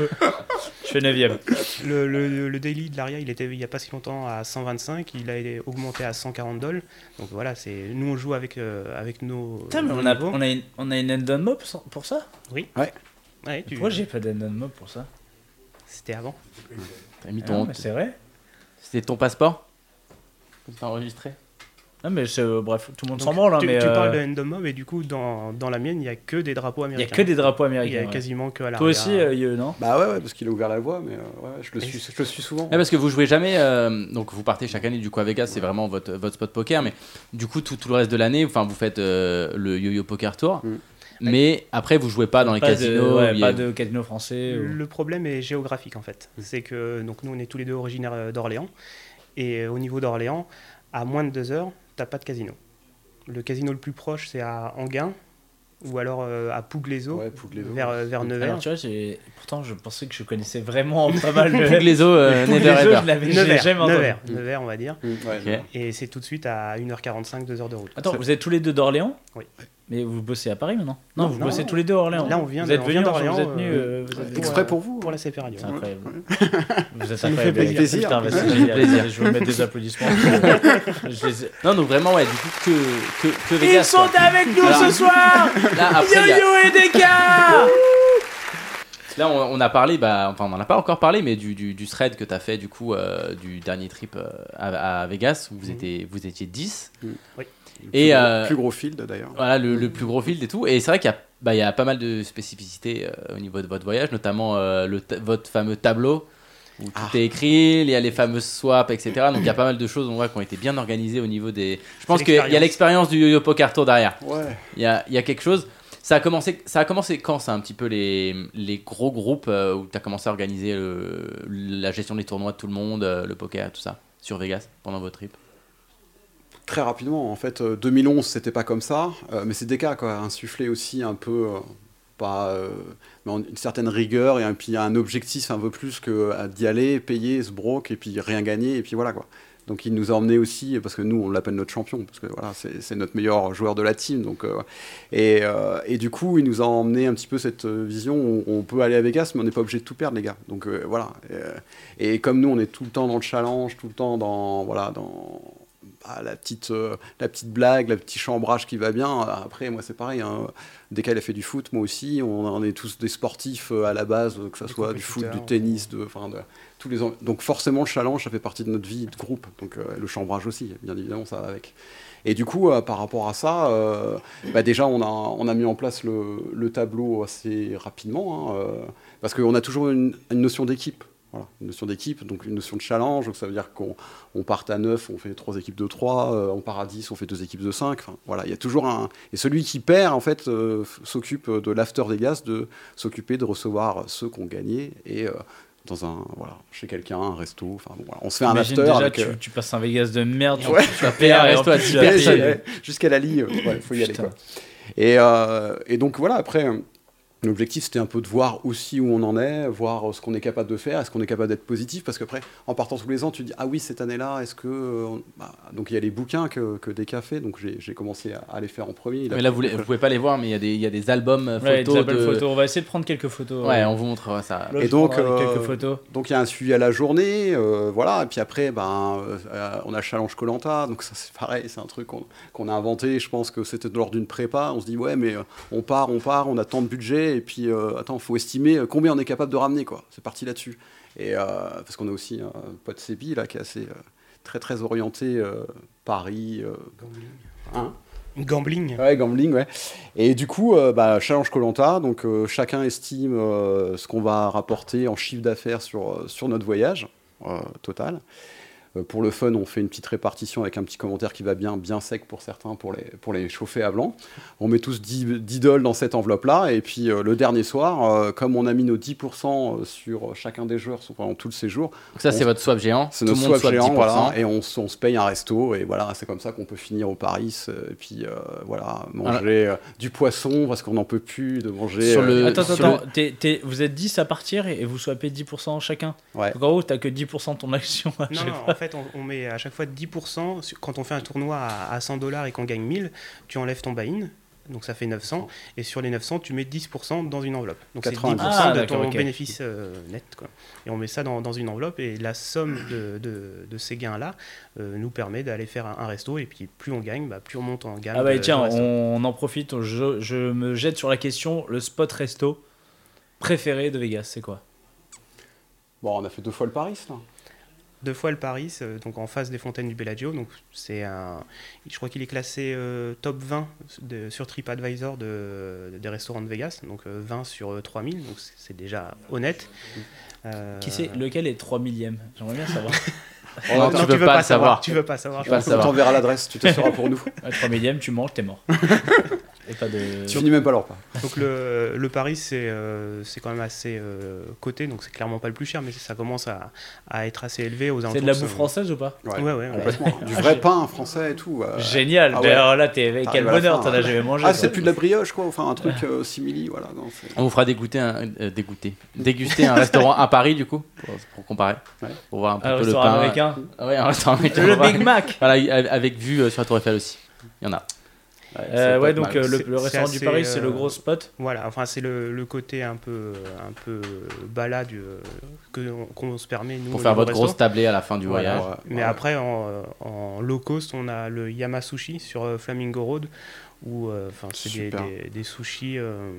S3: Je fais 9ème.
S5: Le, le- le daily de l'Aria, il était il n'y a pas si longtemps à 125, il a été augmenté à 140 dollars. Donc voilà, c'est nous on joue avec, euh, avec nos.
S3: Putain, mais
S5: nos
S3: on a,
S5: niveaux.
S3: on a une, on a une endon mob pour ça- pour ça
S5: Ouais, tu-
S3: Pourquoi j'ai pas d'endon mob pour ça
S5: C'était avant.
S4: T'as mis
S3: Ah non,
S4: ton.
S3: mais C'est vrai
S4: C'était ton passeport. Comme t'as enregistré.
S3: Non, mais c'est- euh, bref, tout le monde
S5: Donc,
S3: s'en branle. hein,
S5: tu,
S3: mais
S5: tu
S3: euh,
S5: parles de Endom Mob et du coup, dans, dans la mienne, il n'y a que des drapeaux
S3: il y a
S5: américains.
S3: que des drapeaux
S5: Il n'y
S3: américains.
S5: a
S3: ouais.
S5: quasiment que à l'Aria.
S3: Toi aussi, euh, Yeux, non
S6: Bah ouais, ouais, parce qu'il a ouvert la voie, mais euh, ouais, je le
S5: Et
S6: suis, je le suis souvent.
S4: Ouais, parce que vous jouez jamais, euh, donc vous partez chaque année du coup à Vegas, c'est vraiment votre, votre spot poker, mais du coup tout, tout le reste de l'année, enfin vous faites euh, le yo-yo poker tour,
S6: Mm.
S4: mais après vous jouez pas dans les
S3: Pas de-
S4: casinos,
S3: ouais,
S4: il y a-
S3: pas de casino français. ou-
S5: Le problème est géographique en fait.
S3: Mm.
S5: C'est que donc nous on est tous les deux originaires euh, d'Orléans et euh, au niveau d'Orléans, à moins de deux heures, t'as pas de casino. Le casino le plus proche c'est à Anguin ou alors euh, à Pouglézo,
S6: Ouais, Pouglézo.
S5: vers, euh, vers Nevers.
S3: Alors, tu vois, j'ai- pourtant, je pensais que je connaissais vraiment pas mal de.
S4: les eaux, euh,
S3: Pouglézo,
S4: never ever.
S3: je l'avais j'ai
S5: Nevers,
S3: jamais entendu.
S5: Nevers, Nevers, on va dire.
S4: Ok.
S5: Et c'est tout de suite à 1h45, 2h de route.
S3: Attends, vous êtes tous les deux d'Orléans
S5: Oui.
S3: Mais vous bossez à Paris maintenant Non,
S5: Non,
S3: vous
S5: non,
S3: bossez
S5: non.
S3: tous les deux à Orléans.
S5: Là, on vient
S3: vous
S5: de-
S3: êtes
S5: on
S3: venus
S5: vient
S3: ensemble,
S5: d'Orléans,
S3: Vous êtes venus.
S5: euh,
S3: euh, vous êtes-
S6: Exprès pour vous.
S5: Pour la CP Radio.
S3: C'est incroyable. Vous êtes
S5: nous
S3: incroyable.
S5: fait
S3: les gars.
S6: plaisir.
S3: Putain, bah, c'est
S4: Ouais.
S3: génial.
S4: Plaisir.
S3: Je vous mets des applaudissements. Je les ai-
S4: Non, donc vraiment, ouais, du coup, que, que, que Vegas. quoi.
S3: avec nous
S4: Alors-
S3: soir
S4: Là, après, il y a-
S3: et Deka
S4: Là, on, on a parlé, bah, enfin, on n'en a pas encore parlé, mais du, du, du thread que tu as fait, du coup, euh, du dernier trip euh, à, à Vegas, où vous,
S5: Mhm.
S4: étiez, vous étiez 10.
S6: Le
S4: Et,
S6: hein. plus, gros-
S4: euh,
S6: plus gros field d'ailleurs.
S4: Voilà, le, le plus gros field et tout. Et c'est vrai qu'il y, a- bah, il y a pas mal de spécificités euh, au niveau de votre voyage, notamment euh, le ta- votre fameux tableau où tout est écrit, il y a les fameuses swaps, etc. Donc il y a pas mal de choses, on voit, qui ont été bien organisées au niveau des... Je pense qu'il y a
S5: l'expérience.
S4: l'expérience du yo-yo poker tour derrière.
S6: Ouais.
S4: Il y a, il y a quelque chose. Ça a commencé, ça a commencé quand ça un petit peu les, les gros groupes euh, où tu as commencé à organiser le- la gestion des tournois de tout le monde, euh, le poker, tout ça, sur Vegas pendant votre trip.
S6: Très rapidement, en fait, euh, 2011, c'était pas comme ça, euh, mais c'est des cas, quoi, insufflé aussi un peu, euh, pas, euh, mais en- une certaine rigueur et un, puis un objectif un peu plus que euh, d'y aller, payer, se broc et puis rien gagner, et puis voilà, quoi. Donc il nous a emmené aussi, parce que nous on l'appelle notre champion, parce que voilà, c'est c'est notre meilleur joueur de la team. Donc, euh, et, euh, et du coup, il nous a emmené un petit peu cette euh, vision, où on peut aller à Vegas, mais on n'est pas obligé de tout perdre, les gars. Donc euh, voilà. Euh, Et, comme nous, on est tout le temps dans le challenge, tout le temps dans, voilà, dans bah, la, petite, euh, la petite blague, le petit chambrage qui va bien. euh, Après, moi c'est pareil, hein. dès qu'elle a fait du foot, moi aussi, on, on est tous des sportifs euh, à la base, euh, que ce
S5: Des
S6: soit du foot, du
S5: compétiteurs.
S6: tennis, de, enfin, de- tous les en- donc forcément le challenge ça fait partie de notre vie de groupe donc euh, le chambrage aussi bien évidemment ça va avec et du coup euh, par rapport à ça euh, bah, déjà on a, on a mis en place le, le tableau assez rapidement hein, euh, parce qu'on a toujours une, une notion d'équipe voilà, une notion d'équipe, donc une notion de challenge, donc ça veut dire qu'on on part à 9, on fait trois équipes de 3, on part à 10, on fait deux équipes de 5, enfin, voilà, il y a toujours un... Et celui qui perd, en fait, euh, f- s'occupe de l'after des gaz, de s'occuper de recevoir ceux qui ont gagné, et euh, dans un voilà chez quelqu'un un resto enfin bon, voilà. on se fait un
S3: Imagine
S6: after
S3: déjà,
S6: avec
S3: tu,
S6: euh,
S3: tu passes un Vegas de merde, tu-
S6: Ouais.
S3: tu vas payer un
S4: Ouais,
S3: resto à
S4: tu
S3: 10
S4: vas
S6: ouais,
S4: payer,
S6: ça-
S3: personnes.
S6: ouais, jusqu'à la ligne ouais, faut y aller
S3: Putain.
S6: quoi. et euh, et donc voilà après euh, L'objectif, c'était un peu de voir aussi où on en est, voir euh, ce qu'on est capable de faire, est-ce qu'on est capable d'être positif, parce qu'après, en partant tous les ans, tu dis ah oui cette année-là, est-ce que euh, on- bah, donc il y a les bouquins que, que Deka fait, donc j'ai j'ai commencé à, à les faire en premier. Il a-
S4: Mais là, vous les- vous pouvez pas les voir, mais il y a des, il y a des albums euh,
S3: Ouais,
S4: photos.
S3: des belles
S4: de...
S3: photos. On va essayer de prendre quelques photos. euh,
S4: Ouais, on vous montrera ça.
S3: Là,
S6: Et
S3: je
S6: donc,
S3: prendrai
S6: euh,
S3: quelques photos.
S6: Donc il y a un suivi à la journée, euh, voilà, et puis après, ben, euh, euh, on a Challenge Colanta, donc ça c'est pareil, c'est un truc qu'on qu'on a inventé, je pense que c'était lors d'une prépa, on se dit ouais mais euh, on part, on part, on a tant de budget, et puis euh, attends, faut estimer euh, combien on est capable de ramener, quoi, c'est parti là-dessus. Et euh, parce qu'on a aussi un pote Sébi là qui est assez euh, très très orienté euh, Paris, euh,
S3: Ah,
S5: Gambling.
S6: Ouais, gambling, ouais. Et du coup, euh, bah, challenge Colanta. Donc, euh, chacun estime euh, ce qu'on va rapporter en chiffre d'affaires sur, euh, sur notre voyage euh, total. Euh, pour le fun, on fait une petite répartition avec un petit commentaire qui va bien, bien sec pour certains, pour les, pour les chauffer à blanc. On met tous 10, 10 dollars dans cette enveloppe-là. Et puis, euh, le dernier soir, euh, comme on a mis nos 10% sur chacun des joueurs sur- pendant tout le séjour,
S4: Donc ça, c'est
S6: On-
S4: votre swap géant.
S6: c'est
S4: Tout le
S6: notre
S4: monde
S6: swap
S4: swap
S6: géant,
S4: 10%.
S6: voilà, et on, s- on se paye un resto, et voilà, c'est comme ça qu'on peut finir au Paris, euh, et puis euh, voilà, manger euh, du poisson, parce qu'on n'en peut plus de manger...
S4: Sur
S6: euh,
S4: le-
S3: Attends, attends,
S4: sur le-
S3: attends. T'es- t'es- vous êtes 10 à partir et, et vous swappez 10% chacun.
S6: Ouais.
S3: Donc en gros, t'as que 10% de ton action. à
S5: Non,
S3: chaque
S5: non, en fait, on, on met à chaque fois 10%. sur- Quand on fait un tournoi à, à 100 dollars et qu'on gagne 1000, tu enlèves ton buy-in, donc ça fait 900. Et sur les 900, tu mets 10% dans une enveloppe. Donc c'est 10%
S6: 90.
S3: Ah,
S5: de
S3: d'accord,
S5: ton
S3: ok.
S5: bénéfice euh, net. Quoi. Et on met ça dans, dans une enveloppe. Et la somme de, de- de ces gains-là euh, nous permet d'aller faire un, un resto. Et puis plus on gagne, bah, plus on monte en gamme.
S3: Ah bah
S5: de-
S3: tiens,
S5: de resto.
S3: on en profite, je, je me jette sur la question, le spot resto préféré de Vegas, c'est quoi
S6: Bon, on a fait deux fois le Paris, là.
S5: Deux fois le Paris, euh, donc en face des fontaines du Bellagio. Donc c'est un, je crois qu'il est classé euh, top 20 de- sur TripAdvisor de, des restaurants de Vegas. Donc euh, 20 sur euh, 3000, donc c'est- c'est déjà honnête. Euh,
S3: Qui c'est Lequel est 3 millième J'aimerais bien savoir.
S6: On
S4: Non,
S6: a-
S5: non,
S4: tu
S5: tu
S4: veux
S5: veux
S4: pas
S5: pas,
S4: le
S5: savoir.
S4: savoir.
S5: Tu veux pas savoir. je
S4: Pas le
S5: pense.
S4: savoir.
S6: on t'enverra l'adresse, tu te seras pour nous.
S3: Ouais, 3 millième, tu manges, t'es mort. Et pas de.
S6: Tu finis même pas leur pas.
S5: Donc le, le pari, c'est euh, c'est quand même assez euh, coté, donc c'est clairement pas le plus cher, mais ça commence à, à être assez élevé aux alentours.
S3: C'est de la
S5: ce-
S3: bouffe française ou pas
S6: Ouais,
S5: Ouais, ouais, ouais.
S6: complètement. Du vrai pain français et tout. euh,
S3: Génial.
S6: ah
S3: mais
S6: ouais.
S3: alors là, t'es- quel
S6: T'arrives à la
S3: bonheur,
S6: fin,
S3: t'en as
S6: ouais.
S3: jamais mangé.
S6: Ah,
S3: toi.
S6: c'est plus de la brioche, quoi. Enfin, un truc euh, simili, voilà. non, c'est-
S4: On vous fera dégoûter un, euh, dégoûter, déguster un restaurant à Paris du coup pour, pour comparer,
S6: Ouais.
S4: pour voir un peu
S3: Un
S4: le
S3: restaurant
S4: pain.
S3: américain.
S4: Ah ouais, un restaurant américain.
S3: Le Big Mac.
S4: Voilà, y- avec vue euh, sur la Tour Eiffel aussi. Il y en a. Ouais,
S3: Euh,
S4: c'est pas
S3: ouais,
S4: de
S3: donc
S4: mal.
S3: euh, le,
S5: C'est-
S3: le
S5: c'est
S3: restaurant du
S5: assez,
S3: Paris, c'est le
S5: euh,
S3: gros spot.
S5: Voilà, enfin c'est le, le côté un peu un peu balade euh, que- qu'on se permet nous.
S4: pour
S5: au
S4: faire
S5: niveau
S4: votre
S5: resto.
S4: grosse tablée à la fin du
S5: Voilà.
S4: voyage.
S6: Ouais,
S5: Mais
S6: ouais.
S5: après, en, euh, en low cost, on a le Yamasushi sur euh, Flamingo Road, où euh, enfin, c'est des,
S6: Super.
S5: des- des sushis. euh,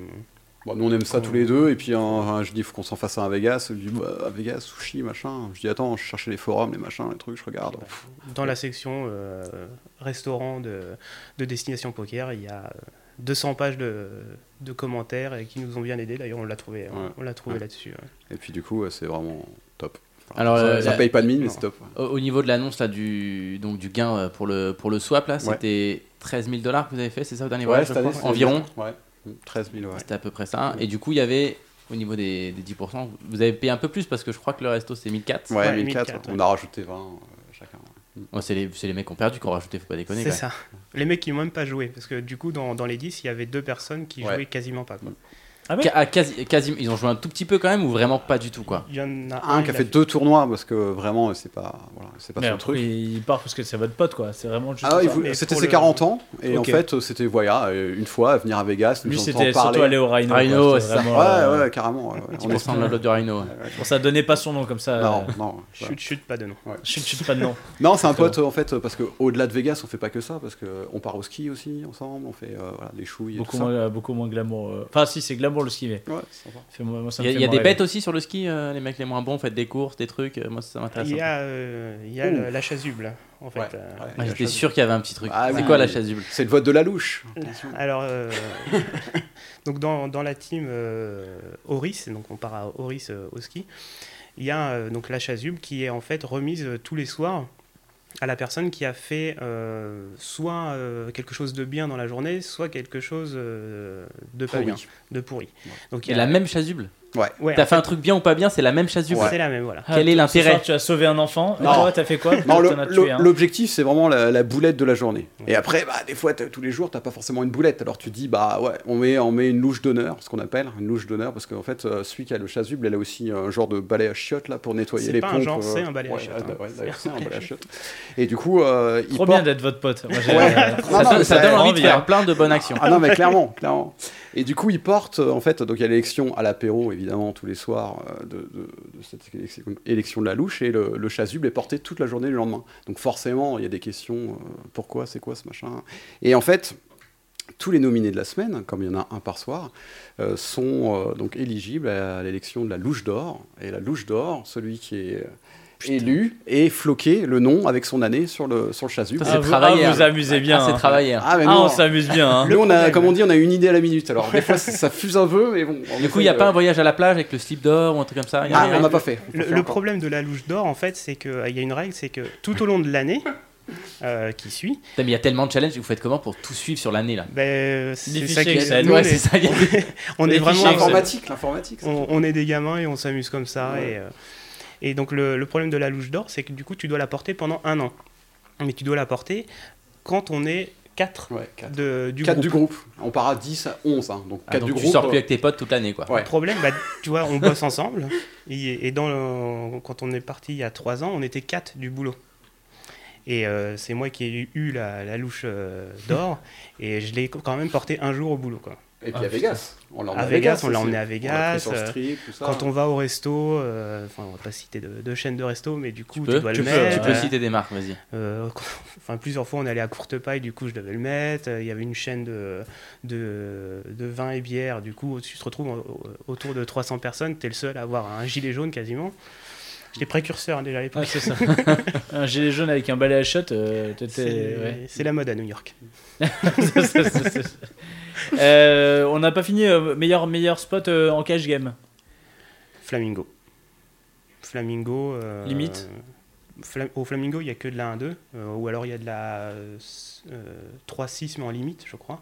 S6: Bon, nous, on aime ça tous les deux. Et puis, un- un- je dis, faut qu'on s'en fasse un à Vegas. Je dis, bah, à Vegas, sushi, machin. Je dis, attends, je cherchais les forums, les machins, les trucs, je regarde. Pff,
S5: dans la section euh, restaurant de, de destination poker, il y a euh, 200 pages de, de commentaires et qui nous ont bien aidés. D'ailleurs, on l'a trouvé, on-
S6: Ouais.
S5: on l'a trouvé
S6: Ouais.
S5: là-dessus. hein. ouais.
S6: Et puis, du coup, ouais, c'est vraiment top. Enfin,
S4: Alors,
S6: ça,
S4: euh,
S6: ça
S4: la-
S6: paye pas de mine, mais
S5: non.
S6: c'est top. ouais.
S4: Au, au niveau de l'annonce là du donc du gain euh, pour le pour le swap là, c'était 13 000 dollars que vous avez fait, c'est ça au dernier voyage je
S6: cette année,
S4: crois
S6: c'est-
S4: environ.
S6: Ouais, 13 000, ouais.
S4: C'était à peu près ça. Et du coup, il y avait au niveau des, des 10%, vous avez payé un peu plus parce que je crois que le resto c'est 1400.
S6: Ouais,
S5: Ouais,
S6: 1004,
S5: 1004,
S6: on a rajouté 20 euh, chacun.
S4: Ouais, c'est les, c'est les mecs qui ont perdu qui ont rajouté, faut pas déconner.
S5: C'est
S4: quoi.
S5: ça. Les mecs qui n'ont même pas joué, parce que du coup, dans, dans les 10, il y avait deux personnes qui
S6: Ouais.
S5: jouaient quasiment pas. quoi.
S4: Ca- à quasi, quasi- ils ont joué un tout petit peu quand même ou vraiment pas du tout quoi.
S5: Il y en a
S6: Un
S5: Ah, il
S6: qui a
S5: a
S6: fait deux tournois parce que vraiment, c'est pas, voilà, c'est pas
S3: Mais
S6: son
S3: après,
S6: truc.
S3: il part parce que c'est votre pote, quoi. C'est vraiment juste.
S6: Ah, il
S3: ça.
S6: voulait-
S5: mais
S6: c'était
S5: pour
S6: ses
S5: le-
S6: 40 ans, et en
S3: Ok.
S6: fait, c'était voilà, euh, une fois à venir à Vegas, nous
S3: Lui,
S6: entend
S3: c'était
S6: parler.
S3: surtout aller au Rhino. quoi.
S4: Rhino,
S3: C'était
S4: c'est ça.
S3: vraiment,
S6: Ouais,
S3: euh,
S6: ouais, carrément. ouais, ouais.
S4: On descend de
S6: est-
S4: l'autre du Rhino. ouais.
S3: Bon, ça donnait pas son nom comme ça.
S6: Non,
S3: euh,
S6: non. voilà.
S5: Chut, chut, pas de nom.
S3: Chut, chut, pas de nom.
S6: Non, c'est un
S3: Très
S6: pote en fait, parce que au-delà de Vegas, on fait pas que ça, parce que on part au ski aussi ensemble, on fait euh, voilà, des chouilles et
S3: beaucoup,
S6: tout ça.
S3: moins, euh, beaucoup moins glamour. euh. Enfin, si, c'est glamour le ski, mais.
S6: Ouais, c'est sympa.
S3: Fait- moi- moi, ça
S4: Il
S3: me
S4: y a,
S3: fait
S4: il y a
S3: moins
S4: des
S3: rêver.
S4: bêtes aussi sur le ski, euh, les mecs les moins bons, faites des courses, des trucs. euh, moi ça m'intéresse.
S5: Il y
S4: un
S5: a, euh, il y a
S6: Ouh.
S5: le- la chasuble, en fait.
S6: Ouais,
S5: euh,
S6: ouais,
S4: peu. Ouais,
S6: la
S4: J'étais
S6: chose-
S4: sûr qu'il y avait un petit truc.
S6: Ah
S4: c'est
S6: oui.
S4: quoi la chasuble
S6: C'est le vote de la louche.
S5: Alors, euh, donc dans, dans la team euh, Horis, donc on part à Horis euh, au ski, il y a euh, donc la chasuble qui est en fait remise euh, tous les soirs à la personne qui a fait euh, soit euh, quelque chose de bien dans la journée, soit quelque chose euh, de pas
S6: Pourri.
S5: bien, de pourri. Donc il
S4: Et
S5: y a-
S4: la même chasuble.
S5: ouais,
S4: T'as fait un truc bien ou pas bien, c'est la même
S5: c'est
S4: chasuble.
S5: la même voilà.
S3: Ah,
S4: Quel est
S3: ce
S4: l'intérêt
S3: soir, Tu as sauvé un enfant.
S6: Non.
S3: Et toi, t'as fait quoi
S6: Non, le-
S3: T'en as
S6: le-
S5: hein.
S3: tué un.
S6: l'objectif c'est vraiment la, la boulette de la journée. Et après, bah, des fois, t'as- tous les jours, t'as pas forcément une boulette. Alors tu dis, bah ouais, on met, on met une louche d'honneur, ce qu'on appelle une louche d'honneur, parce qu'en fait, euh, celui qui a le chasuble, elle a aussi un genre de balai à chiottes là pour nettoyer
S5: C'est
S6: les
S5: pas un
S6: pompes.
S5: genre,
S6: euh,
S5: c'est un balai à
S6: ouais,
S5: chiottes,
S6: ouais,
S5: hein.
S6: ouais, d'ailleurs, c'est un balai à chiottes. Et du coup, euh, il
S3: Trop bien
S6: porte-
S3: d'être votre pote. Moi, j'ai-
S6: Ouais.
S3: euh,
S6: Non,
S4: Ça,
S6: non,
S4: donne-
S6: mais
S4: ça
S6: ça
S4: donne
S6: a
S4: envie de
S3: envie, hein.
S4: faire plein de bonnes actions.
S6: Ah non, mais clairement, clairement. Et du coup, il porte, euh, en fait, donc il y a l'élection à l'apéro, évidemment, tous les soirs euh, de, de- de cette élection, élection de la louche, et le, le chasuble est porté toute la journée le lendemain. Donc forcément, il y a des questions, euh, pourquoi, c'est quoi ce machin Et en fait, tous les nominés de la semaine, comme il y en a un par soir, euh, sont euh, donc éligibles à l'élection de la louche d'or. Et la louche d'or, celui qui est... euh, élu et floqué le nom avec son année sur le, sur le chasuble.
S4: Ça,
S3: Ah,
S4: c'est
S3: vous-
S4: travaillé,
S3: ah, vous
S4: hein.
S3: amusez bien.
S4: Ah, c'est
S3: hein.
S4: travaillé.
S6: Ah, mais
S3: Ah, on
S6: non.
S3: s'amuse bien. hein.
S6: Nous, on a,
S5: problème.
S6: comme on dit, on a une idée à la minute. Alors, des fois, ça, ça fuse un peu, mais bon. en
S4: Du coup, il
S6: effet,
S4: n'y a pas
S6: euh,
S4: un voyage à la plage avec le slip d'or ou un truc comme ça y a
S6: Ah,
S4: rien.
S6: on n'a pas fait. On
S5: Le,
S6: fait
S5: le
S6: encore.
S5: problème de la louche d'or, en fait, c'est qu'il y a une règle, c'est que tout au long de l'année euh, qui suit,
S4: Putain, mais il y a tellement de challenges, vous faites comment pour tout suivre sur l'année là
S5: ben, c'est
S3: Des
S5: ça
S3: fichiers
S5: qui
S3: Excel,
S5: nous, on
S4: Ouais,
S5: est-
S4: c'est ça. il y a des-
S5: on
S3: Des
S5: est vraiment
S3: fichiers Excel.
S6: L'informatique, l'informatique. ça.
S5: on, on est des gamins et on s'amuse comme ça.
S6: Ouais.
S5: Et, euh, et donc le, le problème de la louche d'or, c'est que du coup, tu dois la porter pendant un an. Mais tu dois la porter quand on est 4
S6: Ouais, 4.
S5: du
S6: Du,
S5: groupe.
S6: groupe. On part à 10 à 11. hein. Donc, 4
S4: Ah, donc
S6: du
S4: tu
S6: groupe.
S4: sors plus
S6: euh,
S4: avec tes potes toute l'année quoi.
S6: Ouais.
S5: Le problème, bah, tu vois, on bosse ensemble. Et, et dans le- quand on est parti il y a 3 ans, on était 4 du boulot. Et euh, c'est moi qui ai eu la, la louche euh, d'or et je l'ai quand même portée un jour au boulot. Quoi.
S6: Et
S4: Ah,
S6: puis à Vegas. On l'a emmené
S5: À Vegas, on l'a
S6: aussi.
S5: emmené à
S6: l'a pris
S5: Vegas,
S6: sur le
S5: euh,
S6: strip, tout ça.
S5: Quand on va au resto, euh, enfin on va pas citer de, de chaîne de resto, mais du coup tu,
S4: peux,
S5: dois
S4: tu
S5: le
S4: peux,
S5: mettre.
S4: tu peux
S5: euh,
S4: citer des marques, vas-y.
S5: Euh, enfin, plusieurs fois, on allait à courte paille, du coup, je devais le mettre. Euh, Il y avait une chaîne de, de, de vin et bière, du coup, tu te retrouves au- autour de 300 personnes. T'es le seul à avoir un gilet jaune quasiment. J'étais précurseur hein, déjà à l'époque.
S3: Ah, c'est ça. un gilet jaune avec un balai à shot, euh, t'étais.
S5: C'est
S3: ouais.
S5: c'est la mode à New York.
S3: Ça, ça, ça, ça. Euh, on n'a pas fini. euh, meilleur, meilleur spot euh, en cash game.
S5: Flamingo. Flamingo. euh,
S3: Limite
S5: Fla- Au Flamingo, il n'y a que de la 1-2, euh, ou alors il y a de la euh, s- euh, 3-6, mais en limite, je crois.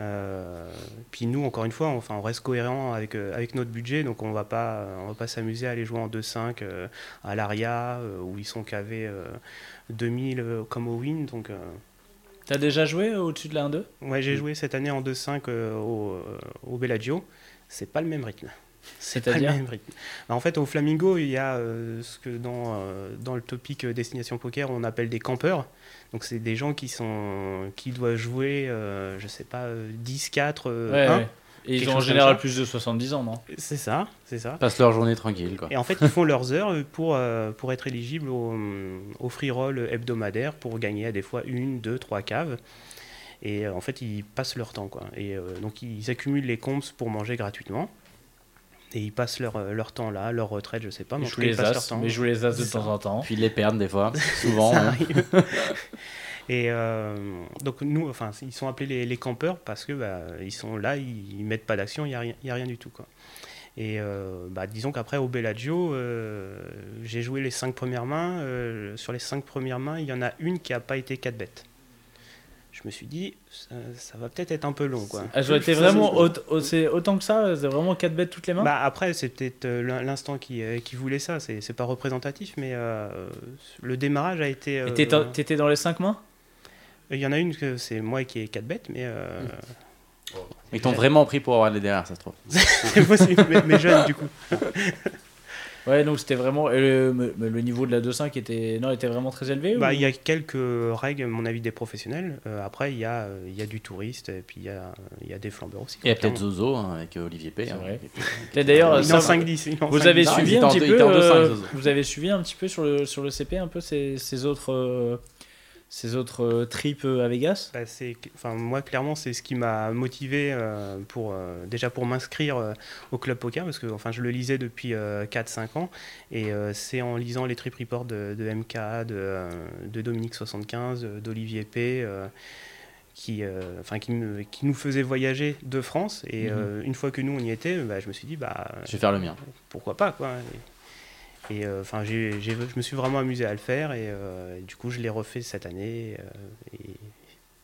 S5: Euh, puis nous, encore une fois, on, enfin, on reste cohérent avec, euh, avec notre budget, donc on va pas, on va pas s'amuser à aller jouer en 2-5 euh, à l'Aria, euh, où ils sont cavés euh, 2000 euh, comme au Win. Donc, euh,
S3: T'as déjà joué au-dessus de la 1-2
S5: ouais, j'ai joué cette année en 2-5 euh, au, euh, au Bellagio. C'est pas le même rythme. C'est pas le
S3: C'est-à-dire
S5: même rythme. Bah, en fait, au Flamingo, il y a euh, ce que dans, euh, dans le topic euh, Destination Poker, on appelle des campeurs. Donc, c'est des gens qui, sont, qui doivent jouer, euh, je sais pas, euh, 10, 4, euh, 1.
S3: Et
S5: Quelque
S3: ils ont en
S5: chose comme
S3: général
S5: ça. Ah,
S3: plus de 70 ans, non
S5: C'est ça, c'est ça.
S4: Passent leur journée tranquille, quoi.
S5: Et en fait, ils font leurs heures pour, euh, pour être éligibles au, hum, au free roll hebdomadaire pour gagner à des fois une, deux, trois caves. Et euh, en fait, ils passent leur temps. Quoi. Et euh, donc, ils accumulent les comps pour manger gratuitement. Et ils passent leur, euh, leur temps là, leur retraite, je sais pas. mais
S3: Ils
S5: en
S3: jouent
S5: tout cas, ils
S3: les
S5: passent leur
S3: As,
S5: temps.
S3: mais ils jouent les As de temps en temps.
S5: Ah,
S4: Puis ils les perdent des fois, souvent.
S5: Ça
S4: hein.
S5: arrive. Et euh, donc nous, enfin, ils sont appelés les, les campeurs parce que bah, ils sont là, ils, ils mettent pas d'action, il n'y a, rien- y a rien du tout. Quoi. Et euh, bah, disons qu'après au Bellagio, euh, j'ai joué les cinq premières mains. euh, sur les cinq premières mains, il y en a une qui n'a pas été 4 bêtes. Je me suis dit, ça, ça va peut-être être un peu long. Quoi.
S3: Ah, j'aurais été
S6: Ça,
S3: vraiment
S6: ça se voit.
S3: aut- au- c'est autant que ça, c'est vraiment 4 bêtes toutes les mains.
S5: Bah, après, c'est peut-être euh, l'in- l'instant qui, euh, qui voulait ça, c'est c'est pas représentatif, mais euh, le démarrage a été.
S3: Et
S5: euh,
S3: t'étais- t'étais dans les 5 mains
S5: Il y en a une que c'est moi qui ai 4 bêtes, mais euh,
S3: Mmh.
S4: Ils t'ont vraiment pris pour avoir les derrière, ça se trouve.
S5: c'est possible, mais, mais jeune du coup.
S3: Ouais, donc c'était vraiment. et le, mais- mais le niveau de la 2-5 était, non, était vraiment très élevé
S5: Bah,
S3: ou-
S5: il y a quelques règles, à mon avis, des professionnels. Euh, après, il y, a, euh, il y a du touriste, et puis il y a, il y a des flambeurs aussi.
S4: Et peut-être Zozo hein, avec euh, Olivier P.
S3: C'est
S4: hein.
S3: vrai. Et D'ailleurs,
S5: Il en
S3: ça-
S5: 5-10. il en
S3: vous
S5: 5-10.
S3: avez
S4: Non, il
S3: suivi
S4: était
S3: un
S4: Ah, en
S3: petit
S4: deux- il
S3: peu.
S4: était en deux-cinq,
S3: euh,
S4: Zozo.
S3: Vous avez suivi un petit peu sur le, sur le CP un peu ces, ces autres, euh, ces autres euh, trips euh, à Vegas
S5: Bah, c'est- enfin, moi, clairement, c'est ce qui m'a motivé euh, pour, euh, déjà pour m'inscrire euh, au club poker, parce que enfin, je le lisais depuis euh, 4-5 ans, et euh, c'est en lisant les trip reports de, de MK, de, euh, de Dominique75, euh, d'Olivier P. euh, qui, euh, enfin, qui, me- qui nous faisait voyager de France et
S3: Mhm.
S5: euh, une fois que nous on y était bah, je me suis dit bah
S4: Je vais faire le mien.
S5: pourquoi pas quoi et, et, euh, enfin j'ai- j'ai- je me suis vraiment amusé à le faire et, euh, et du coup je l'ai refait cette année euh, et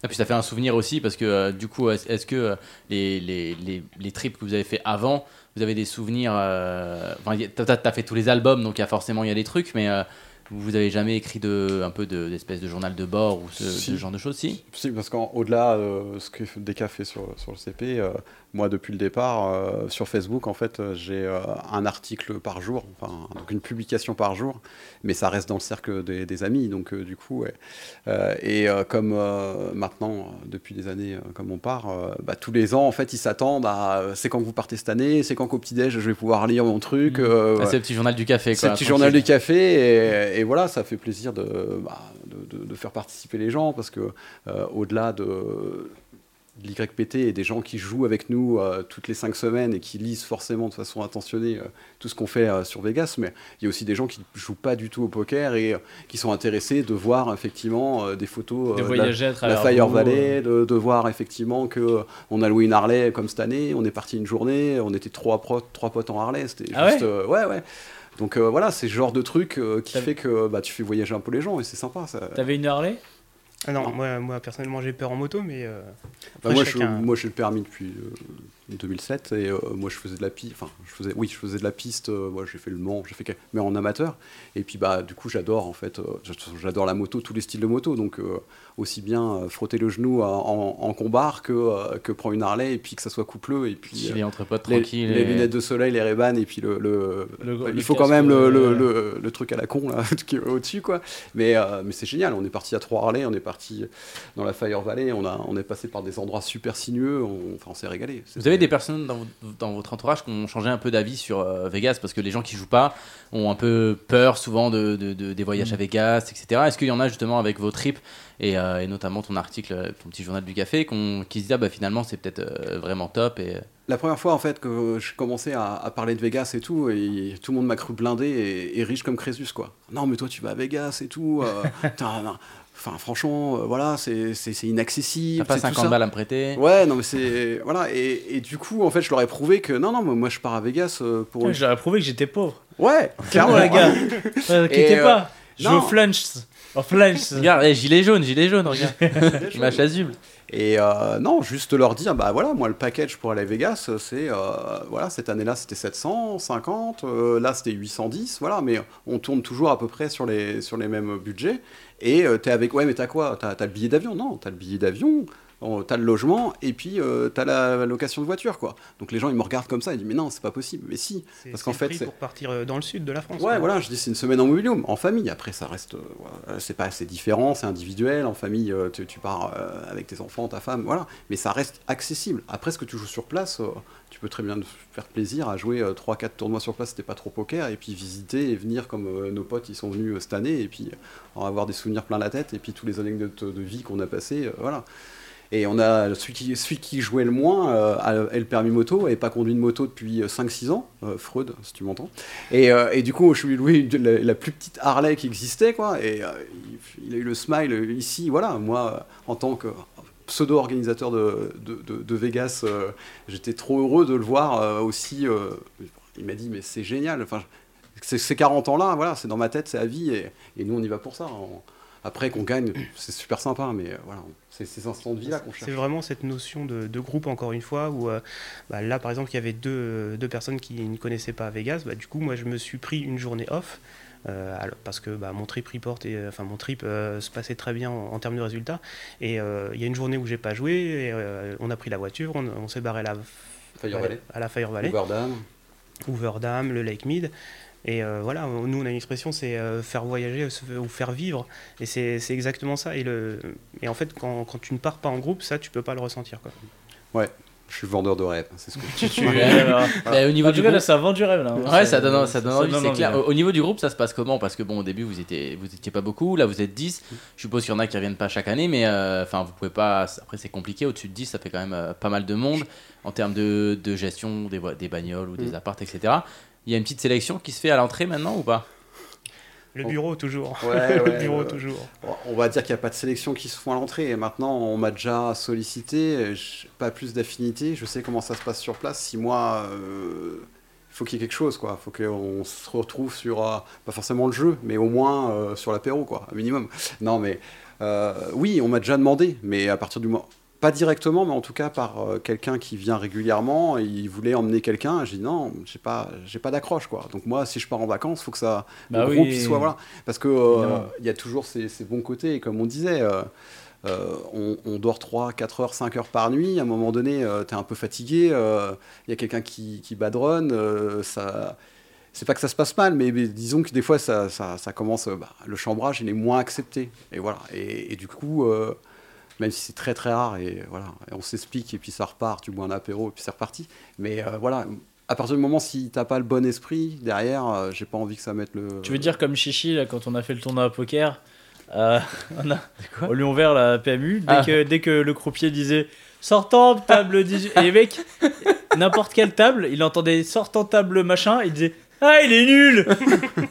S4: Et Ah, puis ça fait un souvenir aussi parce que euh, du coup, est- est-ce que euh, les, les, les, les trips que vous avez fait avant, vous avez des souvenirs euh, Enfin, y a- t'as, t'as fait tous les albums, donc il y a forcément il y a des trucs, mais euh, vous avez jamais écrit de un peu de, d'espèce de journal de bord ou ce,
S6: Si.
S4: ce genre de choses, si
S6: Si, parce qu'au-delà de ce que Deka fait sur, sur le CP, euh, moi depuis le départ, euh, sur Facebook, en fait, euh, j'ai euh, un article par jour, enfin, donc une publication par jour, mais ça reste dans le cercle des, des amis, donc euh, du coup, ouais. Euh, et euh, comme euh, maintenant, euh, depuis des années, euh, comme on part, euh, bah, tous les ans, en fait, ils s'attendent à euh, c'est quand que vous partez cette année, c'est quand qu'au petit-déj, je vais pouvoir lire mon truc. euh,
S4: Ah,
S6: ouais.
S4: C'est le petit journal du café,
S6: C'est
S4: quoi.
S6: le petit
S4: tranquille.
S6: journal du café et, et voilà, ça fait plaisir de, bah, de, de- de faire participer les gens parce que euh, au-delà de, de l'YPT et des gens qui jouent avec nous euh, toutes les cinq semaines et qui lisent forcément de façon attentionnée euh, tout ce qu'on fait euh, sur Vegas, mais il y a aussi des gens qui ne jouent pas du tout au poker et euh, qui sont intéressés de voir effectivement euh, des photos euh,
S3: De
S6: la-
S3: voyager à
S6: la
S3: travers.
S6: Fire
S3: vous, euh,
S6: Valley, de, de voir effectivement que euh, on a loué une Harley comme cette année, on est parti une journée, on était trois, pro- trois potes en Harley, c'était
S3: Ah
S6: juste
S3: ouais
S6: euh, ouais ouais. Donc euh, voilà, c'est ce genre de truc euh, qui
S3: T'as-
S6: fait que bah, tu fais voyager un peu les gens et c'est sympa. Ça.
S3: euh, T'avais une Harley
S5: Ah non, Moi, moi personnellement j'ai peur en moto mais euh,
S6: Bah,
S5: après,
S6: moi, je,
S5: chacun-
S6: moi j'ai le permis depuis euh, 2007 et euh, moi je faisais de la piste, enfin je faisais, oui je faisais de la piste, euh, moi j'ai fait le Mans, j'ai fait que- mais en amateur. Et puis bah du coup j'adore en fait, euh, j'adore la moto, tous les styles de moto, donc euh, aussi bien euh, frotter le genou euh, en, en combar que, euh, que prendre une Harley et puis que ça soit coupleux et puis.
S4: Chiller
S6: euh,
S4: entre potes
S6: les,
S4: tranquille.
S6: les lunettes de soleil, les Ray-Ban et puis le, le-
S3: Le-
S6: il
S3: le
S6: faut quand
S3: casque,
S6: même le, le-
S3: euh,
S6: le- le truc à la con là qui est au-dessus quoi. Mais, euh, mais c'est génial, on est parti à Trois Harley, on est parti dans la Fire Valley, on, a, on est passé par des endroits super sinueux, on, enfin, on s'est régalé.
S4: Vous avez des personnes dans, vo- dans votre entourage qui ont changé un peu d'avis sur euh, Vegas parce que les gens qui jouent pas ont un peu peur souvent de, de- de- des voyages à Vegas, etc. Est-ce qu'il y en a justement avec vos trips et, euh, et notamment ton article, euh, ton petit journal du café, qu'on- qui se dit ah, bah, finalement c'est peut-être euh, vraiment top et
S6: La première fois en fait que je commençais à, à parler de Vegas et tout, et tout le monde m'a cru blindé et, et riche comme Crésus quoi. Non mais toi tu vas à Vegas et tout, euh, putain, non. enfin franchement euh, voilà c'est c'est- c'est
S4: t'as
S6: inaccessible.
S4: pas
S6: c'est tout
S4: 50
S6: ça.
S4: balles à me prêter
S6: Ouais, non, mais c'est. Voilà, et, et du coup, en fait, je leur ai prouvé que non, non, moi, moi, je pars à Vegas euh, pour.
S3: J'aurais prouvé que j'étais pauvre.
S6: Ouais,
S3: C'est bon,
S6: clairement,
S3: les gars. Ne
S6: Et, euh,
S3: pas. Je veux
S6: Non.
S3: Flunch. Oh, Flunch.
S4: Regarde, eh, gilet jaune, gilet jaune, regarde. Match azul.
S6: Et euh, non, juste leur dire, bah voilà, moi le package pour aller à Vegas, c'est, euh, voilà, cette année-là c'était 750, euh, là c'était 810, voilà, mais on tourne toujours à peu près sur les, sur les mêmes budgets. Et euh, t'es avec, ouais, mais t'as quoi T'as t'as le billet d'avion Non, t'as le billet d'avion, on- t'as le logement, et puis euh, t'as la location de voiture, quoi. Donc les gens ils me regardent comme ça, ils disent, mais non, c'est pas possible, mais si.
S5: C'est-
S6: Parce
S5: c'est
S6: qu'en
S5: le
S6: fait,
S5: prix
S6: c'est-
S5: pour partir euh, dans le sud de la France.
S6: Ouais,
S5: quoi.
S6: voilà, je dis c'est une semaine en mobilium, en famille. Après, ça reste, euh, voilà, c'est pas assez différent, c'est individuel. En famille, euh, tu, tu pars euh, avec tes enfants, ta femme, voilà. Mais ça reste accessible. Après, ce que tu joues sur place, euh, tu peux très bien te faire plaisir à jouer 3-4 tournois sur place, c'était pas trop poker, et puis visiter et venir comme euh, nos potes, ils sont venus euh, cette année, et puis euh, en avoir des souvenirs plein la tête, et puis tous les anecdotes de vie qu'on a passées, euh, voilà. Et on a celui qui, celui qui jouait le moins, euh, a- a le permis moto, n'avait pas conduit de moto depuis euh, 5-6 ans, euh, Freud, si tu m'entends. Et, euh, et du coup, je lui ai loué une- la, la plus petite Harley qui existait, quoi. Et euh, il, il a eu le smile euh, ici, voilà. Moi, euh, en tant que pseudo-organisateur de, de- de- de Vegas, euh, j'étais trop heureux de le voir euh, aussi. euh, il m'a dit, mais c'est génial. Enfin, c'est- ces 40 ans-là, voilà, c'est dans ma tête, c'est à vie. Et, et nous, on y va pour ça. On- après qu'on gagne, c'est super sympa, mais euh, voilà, c'est ces instants de vie-là qu'on
S5: C'est
S6: cherche.
S5: vraiment cette notion de, de groupe, encore une fois, où euh, bah, là, par exemple, il y avait deux, deux personnes qui ne connaissaient pas Vegas. Bah, du coup, moi, je me suis pris une journée off. euh, alors- parce que bah, mon trip report et euh, enfin mon trip euh, se passait très bien en, en termes de résultats et euh, il y a une journée où j'ai pas joué et, euh, on a pris la voiture on, on s'est barré à la
S6: Fire Valley,
S5: à la Fire Valley
S6: Overdam.
S5: Overdam, le Lake Mead. Et euh, voilà, on- nous on a une expression, c'est euh, faire voyager euh, se- ou faire vivre. Et c'est c'est exactement ça. Et, le, et en fait, quand, quand tu ne pars pas en groupe, ça, tu peux pas le ressentir. Quoi.
S6: Je suis vendeur de rêves, c'est ce que
S3: Tu- tu- euh,
S4: Mais au niveau
S3: En
S4: du
S3: tout cas,
S4: groupe,
S3: là, ça vend du rêve. Là. hein.
S4: Ouais, ça donne, ça donne envie, c'est
S3: envie,
S4: clair.
S3: là.
S4: Au, au niveau du groupe, ça se passe comment Parce que bon, au début, vous étiez, vous étiez pas beaucoup. Là, vous êtes 10. Je suppose qu'il y en a qui reviennent pas chaque année, mais euh, enfin, vous pouvez pas. Après, c'est compliqué. Au-dessus de 10, ça fait quand même euh, pas mal de monde en termes de, de gestion des, voies- des bagnoles ou des
S6: Mm.
S4: appartes, etc. Il y a une petite sélection qui se fait à l'entrée maintenant ou pas
S5: Le
S6: Oh.
S5: bureau, toujours.
S6: Ouais,
S5: le
S6: ouais,
S5: bureau,
S6: ouais.
S5: toujours.
S6: On va dire qu'il n'y a pas de sélection qui se font à l'entrée. Et maintenant, on m'a déjà sollicité, j'ai pas plus d'affinité. Je sais comment ça se passe sur place. Si moi, euh, faut qu'il y ait quelque chose, quoi. Faut qu'on se retrouve sur, euh, pas forcément le jeu, mais au moins euh, sur l'apéro, quoi, un minimum. Non, mais euh, oui, on m'a déjà demandé, mais à partir du moment. Pas directement, mais en tout cas par euh, quelqu'un qui vient régulièrement. Il voulait emmener quelqu'un. J'ai dit non, j'ai pas, j'ai pas d'accroche quoi. Donc moi, si je pars en vacances, faut que ça,
S3: Bah
S6: le
S3: oui.
S6: groupe il soit voilà. Parce que euh,
S3: Évidemment.
S6: il y a toujours ces, ces bons côtés, et comme on disait, euh, euh, on, on dort 3, 4 heures, 5 heures par nuit, à un moment donné, tu t'es un peu fatigué, euh, il y a quelqu'un qui, qui badronne, euh, ça... C'est pas que ça se passe mal, mais, mais disons que des fois, ça, ça- ça commence... euh, bah, le chambrage, il est moins accepté, et voilà. Et, et du coup... euh, même si c'est très très rare et voilà, et on s'explique et puis ça repart, tu bois un apéro et puis c'est reparti. Mais euh, voilà, à partir du moment si t'as pas le bon esprit derrière, euh, j'ai pas envie que ça mette le.
S3: Tu veux dire comme Chichi, là, quand on a fait le tournoi à poker, euh, on a au Lyon Vert, la PMU, dès,
S4: Ah.
S3: que, dès que le croupier disait sortant table 18, et les mecs, n'importe quelle table, il entendait sortant table machin, il disait ah il est nul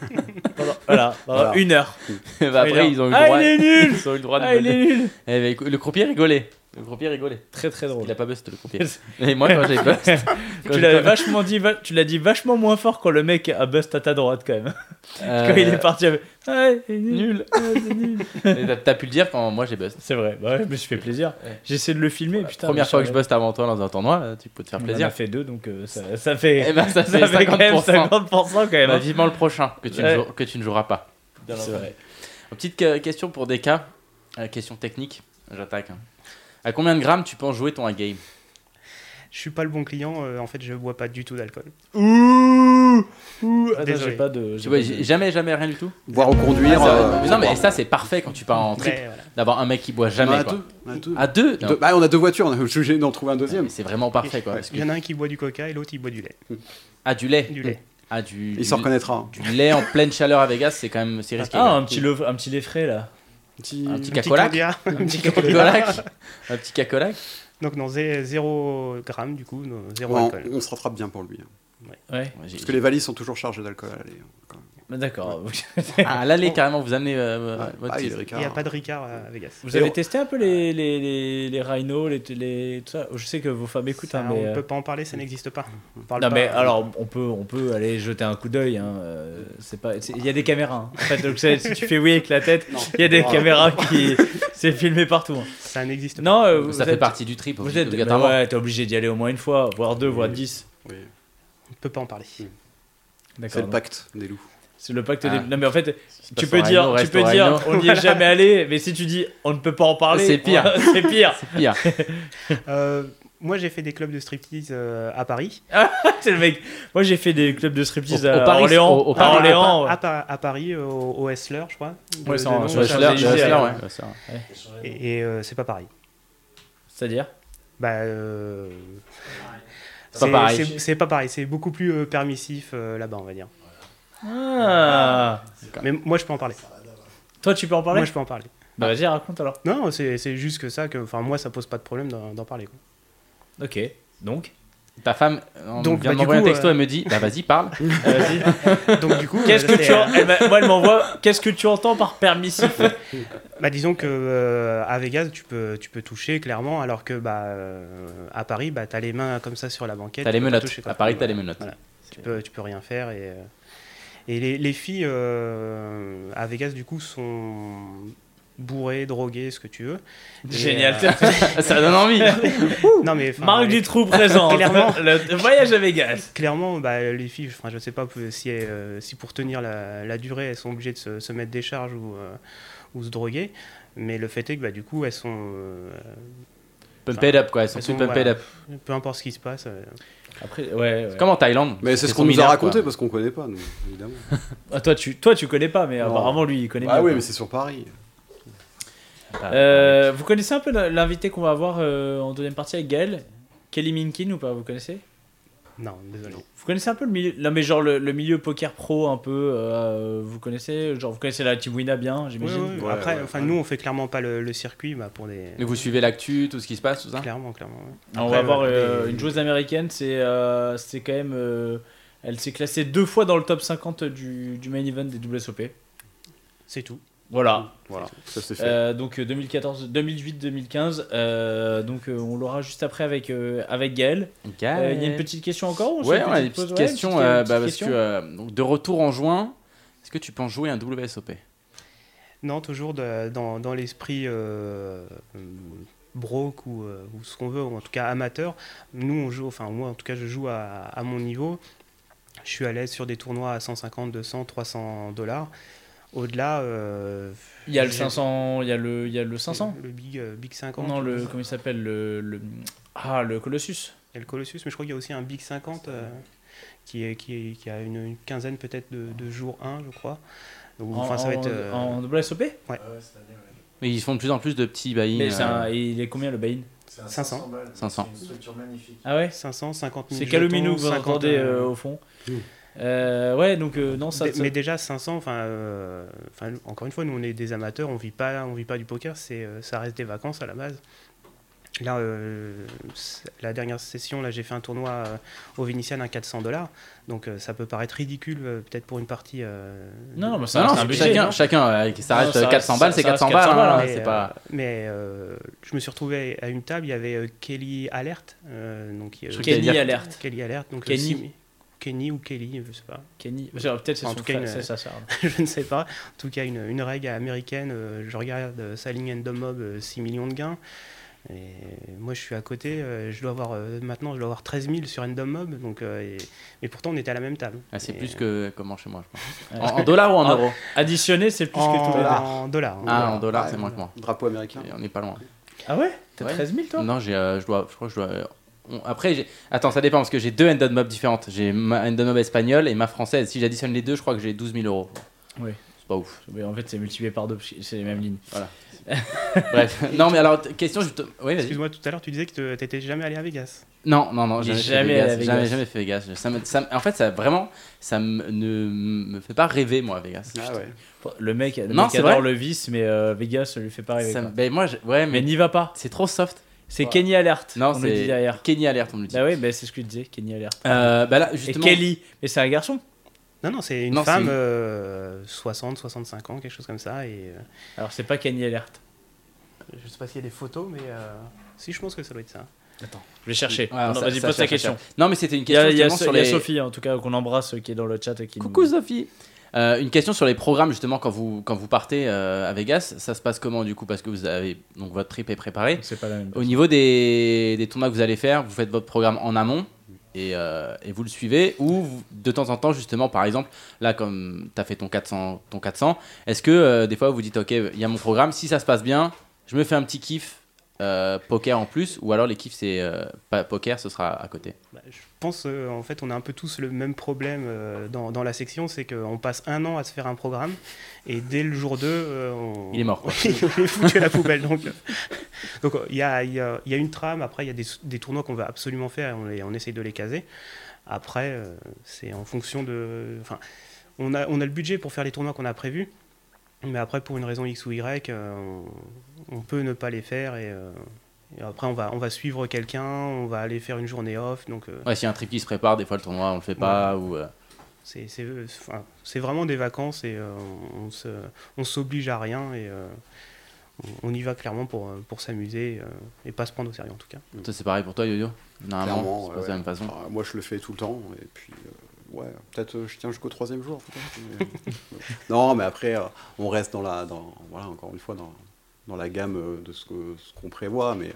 S3: Pendant- Voilà, pendant
S6: Voilà.
S3: une heure.
S4: Bah, Après,
S3: Une
S4: ils ont eu le
S3: heure.
S4: droit.
S3: Ah il est nul
S4: Ils ont eu le droit de.
S3: Ah il est nul
S4: Eh, mais écoute, le croupier rigolait. Le croupier rigolait.
S3: Très très drôle.
S4: Il a pas bust le croupier. Et moi, quand j'ai bust.
S3: Tu
S4: quand j'ai
S3: l'as
S4: pas-
S3: vachement dit, va- tu l'as dit vachement moins fort quand le mec a bust à ta droite quand même.
S4: Euh,
S3: Quand il est parti, avec, ah il est nul.
S4: Nul.
S3: Ah, il est nul.
S4: Et t'as- T'as pu le dire quand moi j'ai bust.
S3: C'est vrai, bah ouais, je me suis fait plaisir.
S4: Ouais.
S3: J'ai essayé de le filmer. putain,
S4: Première
S3: mais
S4: fois que je
S3: savais-
S4: buste avant toi dans un tournoi, euh, tu peux te faire
S3: On en
S4: plaisir.
S3: a fait deux, donc euh, ça, ça
S4: Eh
S3: fait,
S4: ben ça
S3: ça
S4: c'est
S3: fait quand même
S4: 50%.
S3: 50% quand même.
S4: Bah,
S3: hein.
S4: vivement le prochain que tu, ne
S3: Ouais.
S4: joueras- que tu ne joueras pas.
S3: C'est vrai.
S4: Une petite que- question pour des cas, euh, question technique, j'attaque. hein. À combien de grammes tu penses jouer ton game
S5: Je suis pas le bon client. euh, en fait, je bois pas du tout d'alcool.
S3: Ouh Ouh Attends,
S5: Désolé.
S3: j'ai pas de.
S4: Ah, Tu
S3: j'ai
S4: vois,
S3: pas de-
S4: j'ai- jamais, jamais rien du tout.
S6: Boire ou conduire.
S4: Ah, ça-
S6: euh,
S4: mais non, mais ça c'est parfait quand tu pars en trip
S5: Mais, voilà.
S4: d'avoir un mec qui boit
S6: on a
S4: jamais. quoi.
S6: Bah, deux. on a deux.
S4: À deux, Non. Ah,
S6: Deux- bah, on a deux voitures, on a obligé d'en trouver un deuxième.
S4: Mais C'est vraiment parfait quoi. parce que-
S5: Il y en a un qui boit du coca et l'autre, il boit du lait.
S4: Ah du lait,
S5: Du lait.
S4: ah du,
S6: Il s'en
S4: du-
S6: reconnaîtra. hein.
S4: du lait en pleine chaleur à Vegas, c'est quand même c'est risqué.
S3: Ah,
S4: quoi.
S3: un petit, le- un petit lait frais là.
S6: Petit-
S4: un petit
S5: Un petit
S4: cacolac,
S5: Candia.
S4: un petit cacolac, un petit cacolac.
S5: Donc, non, zé- zéro gramme, du coup, non, zéro
S6: on,
S5: alcool.
S6: on se rattrape bien pour lui. hein.
S3: Ouais.
S4: Ouais, j'ai-
S6: Parce que les valises sont toujours chargées d'alcool. allez, hein, quand même.
S3: Bah, D'accord.
S4: Ah, là, les carrément, vous amenez euh,
S6: Ouais.
S4: votre
S6: Ah, il
S4: tease.
S6: est
S5: Il
S6: Ricard.
S5: n'y a pas de Ricard à Vegas.
S3: Vous avez testé un peu les, les, les, les rhinos, les, les, tout ça Je sais que vos femmes écoutent,
S5: Ça,
S3: hein,
S5: on
S3: mais.
S5: ne
S3: euh,
S5: peut pas en parler, ça n'existe pas. On parle
S3: Non
S5: pas-
S3: mais alors on peut on peut aller jeter un coup d'œil hein, euh, c'est pas c'est- il y a des caméras hein. en fait donc c'est- si tu fais oui avec la tête il y a des caméras qui c'est filmé partout hein.
S5: Ça n'existe pas.
S3: non euh, vous
S4: Ça fait
S3: êtes-
S4: partie du trip.
S3: vous êtes bah
S4: obligatoirement.
S3: ouais t'es obligé d'y aller au moins une fois voire deux voire dix
S6: Oui.
S5: On ne peut pas en parler.
S3: d'accord
S6: C'est le
S3: donc.
S6: pacte des loups.
S3: c'est le pacte
S4: Ah.
S3: des... non mais en fait
S4: C'est
S3: tu
S4: pas
S3: peux
S4: son
S3: dire
S4: rhino,
S3: tu
S4: reste
S3: peux
S4: au
S3: dire
S4: rhino.
S3: on n'y est jamais allé mais si tu dis on ne peut pas en parler
S4: C'est pire.
S3: c'est pire
S4: C'est pire.
S5: Euh, moi, j'ai fait des clubs de striptease euh, à Paris.
S3: c'est le mec moi j'ai fait des clubs de striptease
S4: Au- au
S3: à
S4: Paris-
S3: Orléans
S4: au- au
S3: à
S4: Paris- Ah,
S3: Orléans
S5: à,
S3: Ah, ouais.
S5: à Pa- à Paris, au, au Hessler, je crois. de-
S3: Ouais,
S5: de
S3: c'est
S5: nom.
S3: en-
S4: Le Hustler, le
S3: Champs-Élysées,
S4: Hustler,
S3: ouais.
S4: ouais. Ça,
S5: Et, et, euh, c'est pas pareil.
S3: c'est-à-dire
S5: Bah, euh,
S4: C'est pas pareil.
S5: c'est- C'est pas pareil. C'est beaucoup plus euh, permissif euh, là-bas, on va dire.
S3: ah.
S5: Mais moi, je peux en parler.
S3: Toi, tu peux en parler
S5: Moi, je peux en parler.
S3: Bah vas-y, raconte alors.
S5: Non, c'est c'est juste que ça, que, enfin, moi, ça pose pas de problème d'en d'en parler. quoi.
S3: Ok. Donc,
S4: Ta femme on
S5: Donc,
S4: vient de
S5: bah, du
S4: m'envoyer un
S5: coup,
S4: texto,
S5: euh,
S4: elle me dit Bah vas-y, parle.
S3: Ah, vas-y.
S5: Donc, du coup,
S3: Ah, Qu'est-ce
S5: euh,
S3: que
S5: c'est,
S3: tu
S5: euh,
S3: en-
S4: hein.
S3: elle m'a- moi elle m'envoie. Qu'est-ce que tu entends par permissif
S5: Bah disons que euh, à Vegas tu peux tu peux toucher clairement alors que bah euh, à Paris bah t'as les mains comme ça sur la banquette.
S4: T'as les
S5: tu peux pas
S4: menottes.
S5: toucher, quoi.
S4: À Paris, t'as les menottes.
S5: Voilà. Tu peux tu peux rien faire et euh, et les, les filles euh, à Vegas du coup sont bourrées, droguées, ce que tu veux. Et,
S3: Génial.
S5: euh,
S4: Ça donne envie.
S5: non mais enfin,
S3: Marc
S5: les-
S3: Dutroux présent.
S5: Clairement.
S3: Le voyage à Vegas.
S5: clairement bah, les filles, enfin je sais pas si elles, euh, si pour tenir la, la durée elles sont obligées de se, se mettre des charges ou euh, ou se droguer. Mais le fait est que bah, du coup elles sont euh,
S4: Pump it up, quoi. Elles sont
S5: Elles
S4: plus
S5: sont-
S4: pump it
S5: voilà.
S4: up.
S5: peu importe ce qui se passe. euh,
S3: Après, ouais.
S4: Comme en Thaïlande.
S6: Mais c'est
S4: Elles
S6: ce
S4: sont
S6: qu'on nous a
S4: mineurs, quoi.
S6: raconté parce qu'on connaît pas, nous, évidemment.
S3: Ah, toi, tu, toi, tu connais pas, mais
S6: Non.
S3: apparemment lui, il connaît.
S6: Ah
S3: bien,
S6: oui,
S3: quoi.
S6: mais c'est sur Paris.
S3: Euh, vous connaissez un peu l'invité qu'on va avoir euh, en deuxième partie avec Gaël, Kelly Minkin ou pas Vous connaissez
S5: Non, désolé.
S3: Vous connaissez un peu le milieu, non mais genre le, le milieu poker pro un peu, euh, vous connaissez, genre vous connaissez la Team Wina bien,
S5: Ouais,
S3: j'imagine.
S5: ouais,
S6: Ouais,
S5: Après,
S6: ouais,
S5: enfin,
S6: ouais.
S5: nous, on fait clairement pas le, le circuit bah, pour des.
S4: Mais vous suivez l'actu, tout ce qui se passe, tout ça
S5: Clairement, clairement. ouais.
S3: Alors,
S5: Après,
S3: on va avoir
S5: euh,
S3: euh,
S5: les-
S3: une joueuse américaine, c'est euh, c'est quand même. euh, elle s'est classée deux fois dans le top 50 du, du main event des WSOP.
S5: C'est tout.
S3: Ah, Voilà.
S6: Voilà, ça c'est fait.
S3: Euh, donc euh, 2014, 2008, 2015. euh, donc euh, on l'aura juste après avec euh, avec Gaël.
S4: Ok.
S3: Euh, Il y a une petite question encore. ou on se
S4: Ah Ouais,
S3: fait une
S4: on a des
S3: petite pause
S4: petites
S3: Ouais,
S4: questions.
S3: une petite-
S4: euh,
S3: une
S4: bah,
S3: petite
S4: parce que,
S3: question
S4: euh, donc, de retour en juin, est-ce que tu penses jouer un WSOP
S5: Non, toujours de- dans, dans l'esprit euh, euh, broke ou, euh, ou ce qu'on veut, ou en tout cas amateur. Nous, on joue, enfin, moi, en tout cas, je joue à, à mon niveau. Je suis à l'aise sur des tournois à 150, 200, 300 dollars. Au-delà, euh,
S3: Il y a le 500, il y a le il y a le 500.
S5: le Big, euh, Big 50.
S3: Non, le
S5: je
S3: comment il s'appelle le, le- ah le Colossus.
S5: Il y a le Colossus, mais je crois qu'il y a aussi un Big 50 euh, qui, est, qui, est- qui a une, une quinzaine peut-être de, de jours 1, je crois. Donc, enfin, ça va être. euh,
S3: en WSOP.
S4: Mais ils font de plus en plus de petits buy-in.
S3: Mais c'est
S4: euh,
S3: un- il est combien le buy-in
S5: 500.
S4: 500.
S3: Ah ouais.
S5: 500, 50 000.
S3: C'est
S5: jetons,
S3: Calomino que vous
S5: 50,
S3: entendez
S5: euh,
S3: euh, au fond. Euh, ouais, donc euh, non, ça.
S5: mais,
S3: ça-
S5: mais déjà 500, enfin, euh, enfin, encore une fois, nous on est des amateurs, on vit pas, on vit pas du poker, c'est, euh, ça reste des vacances à la base. Là, euh, c'est- la dernière session, là, j'ai fait un tournoi euh, au Vénitian à 400 dollars, donc euh, ça peut paraître ridicule euh, peut-être pour une partie. euh,
S3: Non, non, mais ça
S4: Non, Ah non,
S3: reste un
S4: c'est
S3: budget.
S4: chacun,
S3: non
S4: chacun euh, ça
S3: Non,
S4: reste
S3: ça
S4: euh,
S3: reste-
S4: 400
S3: ça-
S4: balles, c'est
S3: ça reste
S4: 400 balles.
S3: 400
S4: hein,
S3: balles,
S5: mais,
S4: c'est
S5: euh,
S4: pas...
S5: mais, euh, je me suis retrouvé à une table, il y avait euh, Kelly Alert. euh, donc,
S4: Je
S5: euh,
S4: crois que
S3: Kenny
S4: t'allais dire-
S3: alerte.
S5: Kelly Alert. Donc, euh,
S3: Kenny.
S5: Simi- Kenny ou Kelly, je sais pas.
S3: Kenny. Genre, Peut-être c'est
S5: En
S3: son
S5: tout cas, euh,
S3: frère, c'est
S5: une-
S3: ça, hein. ça.
S5: je ne sais pas. En tout cas, une, une règle américaine. euh, je regarde euh, Saling and the Mob, euh, 6 millions de gains. Et moi, je suis à côté. euh, je dois avoir, euh, maintenant, je dois avoir 13 000 sur Endom Mob. Donc, euh, et- mais pourtant, on était à la même table.
S3: euh,
S4: Ah, c'est
S5: Et-
S4: plus que comment chez moi, je pense.
S3: Ouais.
S4: En, en dollars ou en
S3: Ah,
S4: euros
S3: Additionné, c'est plus que
S5: en,
S3: tout.
S6: dollars.
S5: en dollars. hein. en
S4: Ah,
S5: dollars.
S4: en dollars, c'est
S5: Ouais,
S4: moins que moi.
S6: Drapeau américain.
S4: Et On n'est pas loin.
S3: Ah ouais T'as
S4: Ouais.
S3: 13 000 toi
S4: Non, j'ai, euh, je dois, je crois que je dois. euh, on- Après, j'ai- attends, ça dépend parce que j'ai deux ended mob différentes. J'ai ma ended mob espagnole et ma française. Si j'additionne les deux, je crois que j'ai 12 000 euros.
S3: Oui.
S4: C'est pas ouf.
S3: Mais en fait, c'est multiplié par deux, parce que c'est les mêmes lignes.
S4: Bref. non, mais alors, t- question. Je te... Oui, vas-y.
S5: Excuse-moi, tout à l'heure, tu disais que tu n'étais jamais allé à Vegas.
S4: Non, non, non,
S3: J'ai
S4: jamais, fait
S3: jamais allé
S4: Vegas,
S3: à
S4: Jamais,
S3: Vegas.
S4: jamais fait Vegas. Ça me- ça me- en fait, ça vraiment, ça me- ne me fait pas rêver moi, Vegas.
S6: Ah ouais.
S3: Le mec, le
S4: Non,
S3: mec
S4: c'est
S3: adore
S4: vrai.
S3: le vice, mais euh, Vegas, ça lui fait pas rêver.
S4: Ça me-
S3: quoi.
S4: ben, moi, je- ouais,
S3: Mais
S4: mais
S3: n'y va pas.
S4: c'est trop soft.
S3: C'est
S4: Voilà.
S3: Kenny alerte.
S4: Non,
S3: on le dit
S4: c'est
S3: derrière.
S4: Kenny alerte, on me le dit.
S3: Bah oui, bah, c'est ce que je disais, Kenny alerte.
S4: Euh, bah là,
S3: Et
S4: justement.
S3: Kelly, mais c'est un garçon.
S5: Non, non, c'est une
S4: Non, c'est
S5: femme
S4: une-
S5: euh, 60, 65 ans, quelque chose comme ça. Et, euh,
S3: Alors, c'est pas Kenny Alert.
S5: je sais pas s'il y a des photos, mais. euh, Si, je pense que ça doit être ça.
S3: Je vais chercher.
S4: Ouais,
S3: Non,
S4: ça-
S3: Vas-y,
S4: ça
S3: pose ta
S4: cherche,
S3: question.
S4: ça cherche. Non, mais c'était une
S3: Il y a,
S4: question
S3: il y a-
S4: justement sur
S3: il y a
S4: les-
S3: Sophie, en tout cas, qu'on embrasse, euh, qui est dans le chat. et Qui nous-
S4: Coucou Sophie. Euh, une question sur les programmes justement quand vous quand vous partez euh, à Vegas, ça se passe comment du coup parce que vous avez donc votre trip est préparé.
S3: C'est pas la même.
S4: Au niveau des, des tournois que vous allez faire, vous faites votre programme en amont et, euh, et vous le suivez ou vous- de temps en temps justement par exemple là comme tu as fait ton 400 ton 400, est-ce que euh, des fois vous dites OK, il y a mon programme, si ça se passe bien, je me fais un petit kiff euh, poker en plus ou alors les kiffs c'est euh, pas poker, ce sera à côté.
S5: Bah, je pense, euh, en fait, on a un peu tous le même problème euh, dans, dans la section, c'est qu'on passe un an à se faire un programme, et dès le jour 2, on...
S4: Il est mort, quoi.
S5: on est foutu à la poubelle. Donc, euh, donc, euh, il y a, il y a- il y a une trame, après, il y a des, des tournois qu'on va absolument faire, et on, les- on essaye de les caser. Après, euh, c'est en fonction de... Enfin, on a, on a le budget pour faire les tournois qu'on a prévus, mais après, pour une raison X ou Y, euh, on, on peut ne pas les faire, et... euh, et après, on va, on va suivre quelqu'un, on va aller faire une journée off. Donc, euh,
S4: Ouais, s'il y a un trip qui se prépare, des fois le tournoi on le fait pas ou euh,
S5: C'est c'est- euh, enfin, c'est vraiment des vacances et euh, on se- on s'oblige à rien et euh, on, on y va clairement pour, euh, pour s'amuser euh, et pas se prendre au sérieux en tout cas.
S4: Toi, c'est pareil pour toi, Yo-Yo Normalement,
S6: Clairement,
S4: c'est
S6: ouais,
S4: pas de la
S6: ouais.
S4: même façon.
S6: Enfin, moi, je le fais tout le temps. Et puis, euh, ouais, peut-être euh, je tiens jusqu'au troisième jour. peut-être, mais- non, mais après, euh, on reste dans la, dans, voilà, encore une fois, dans, dans la gamme euh, de ce que- ce qu'on prévoit. Mais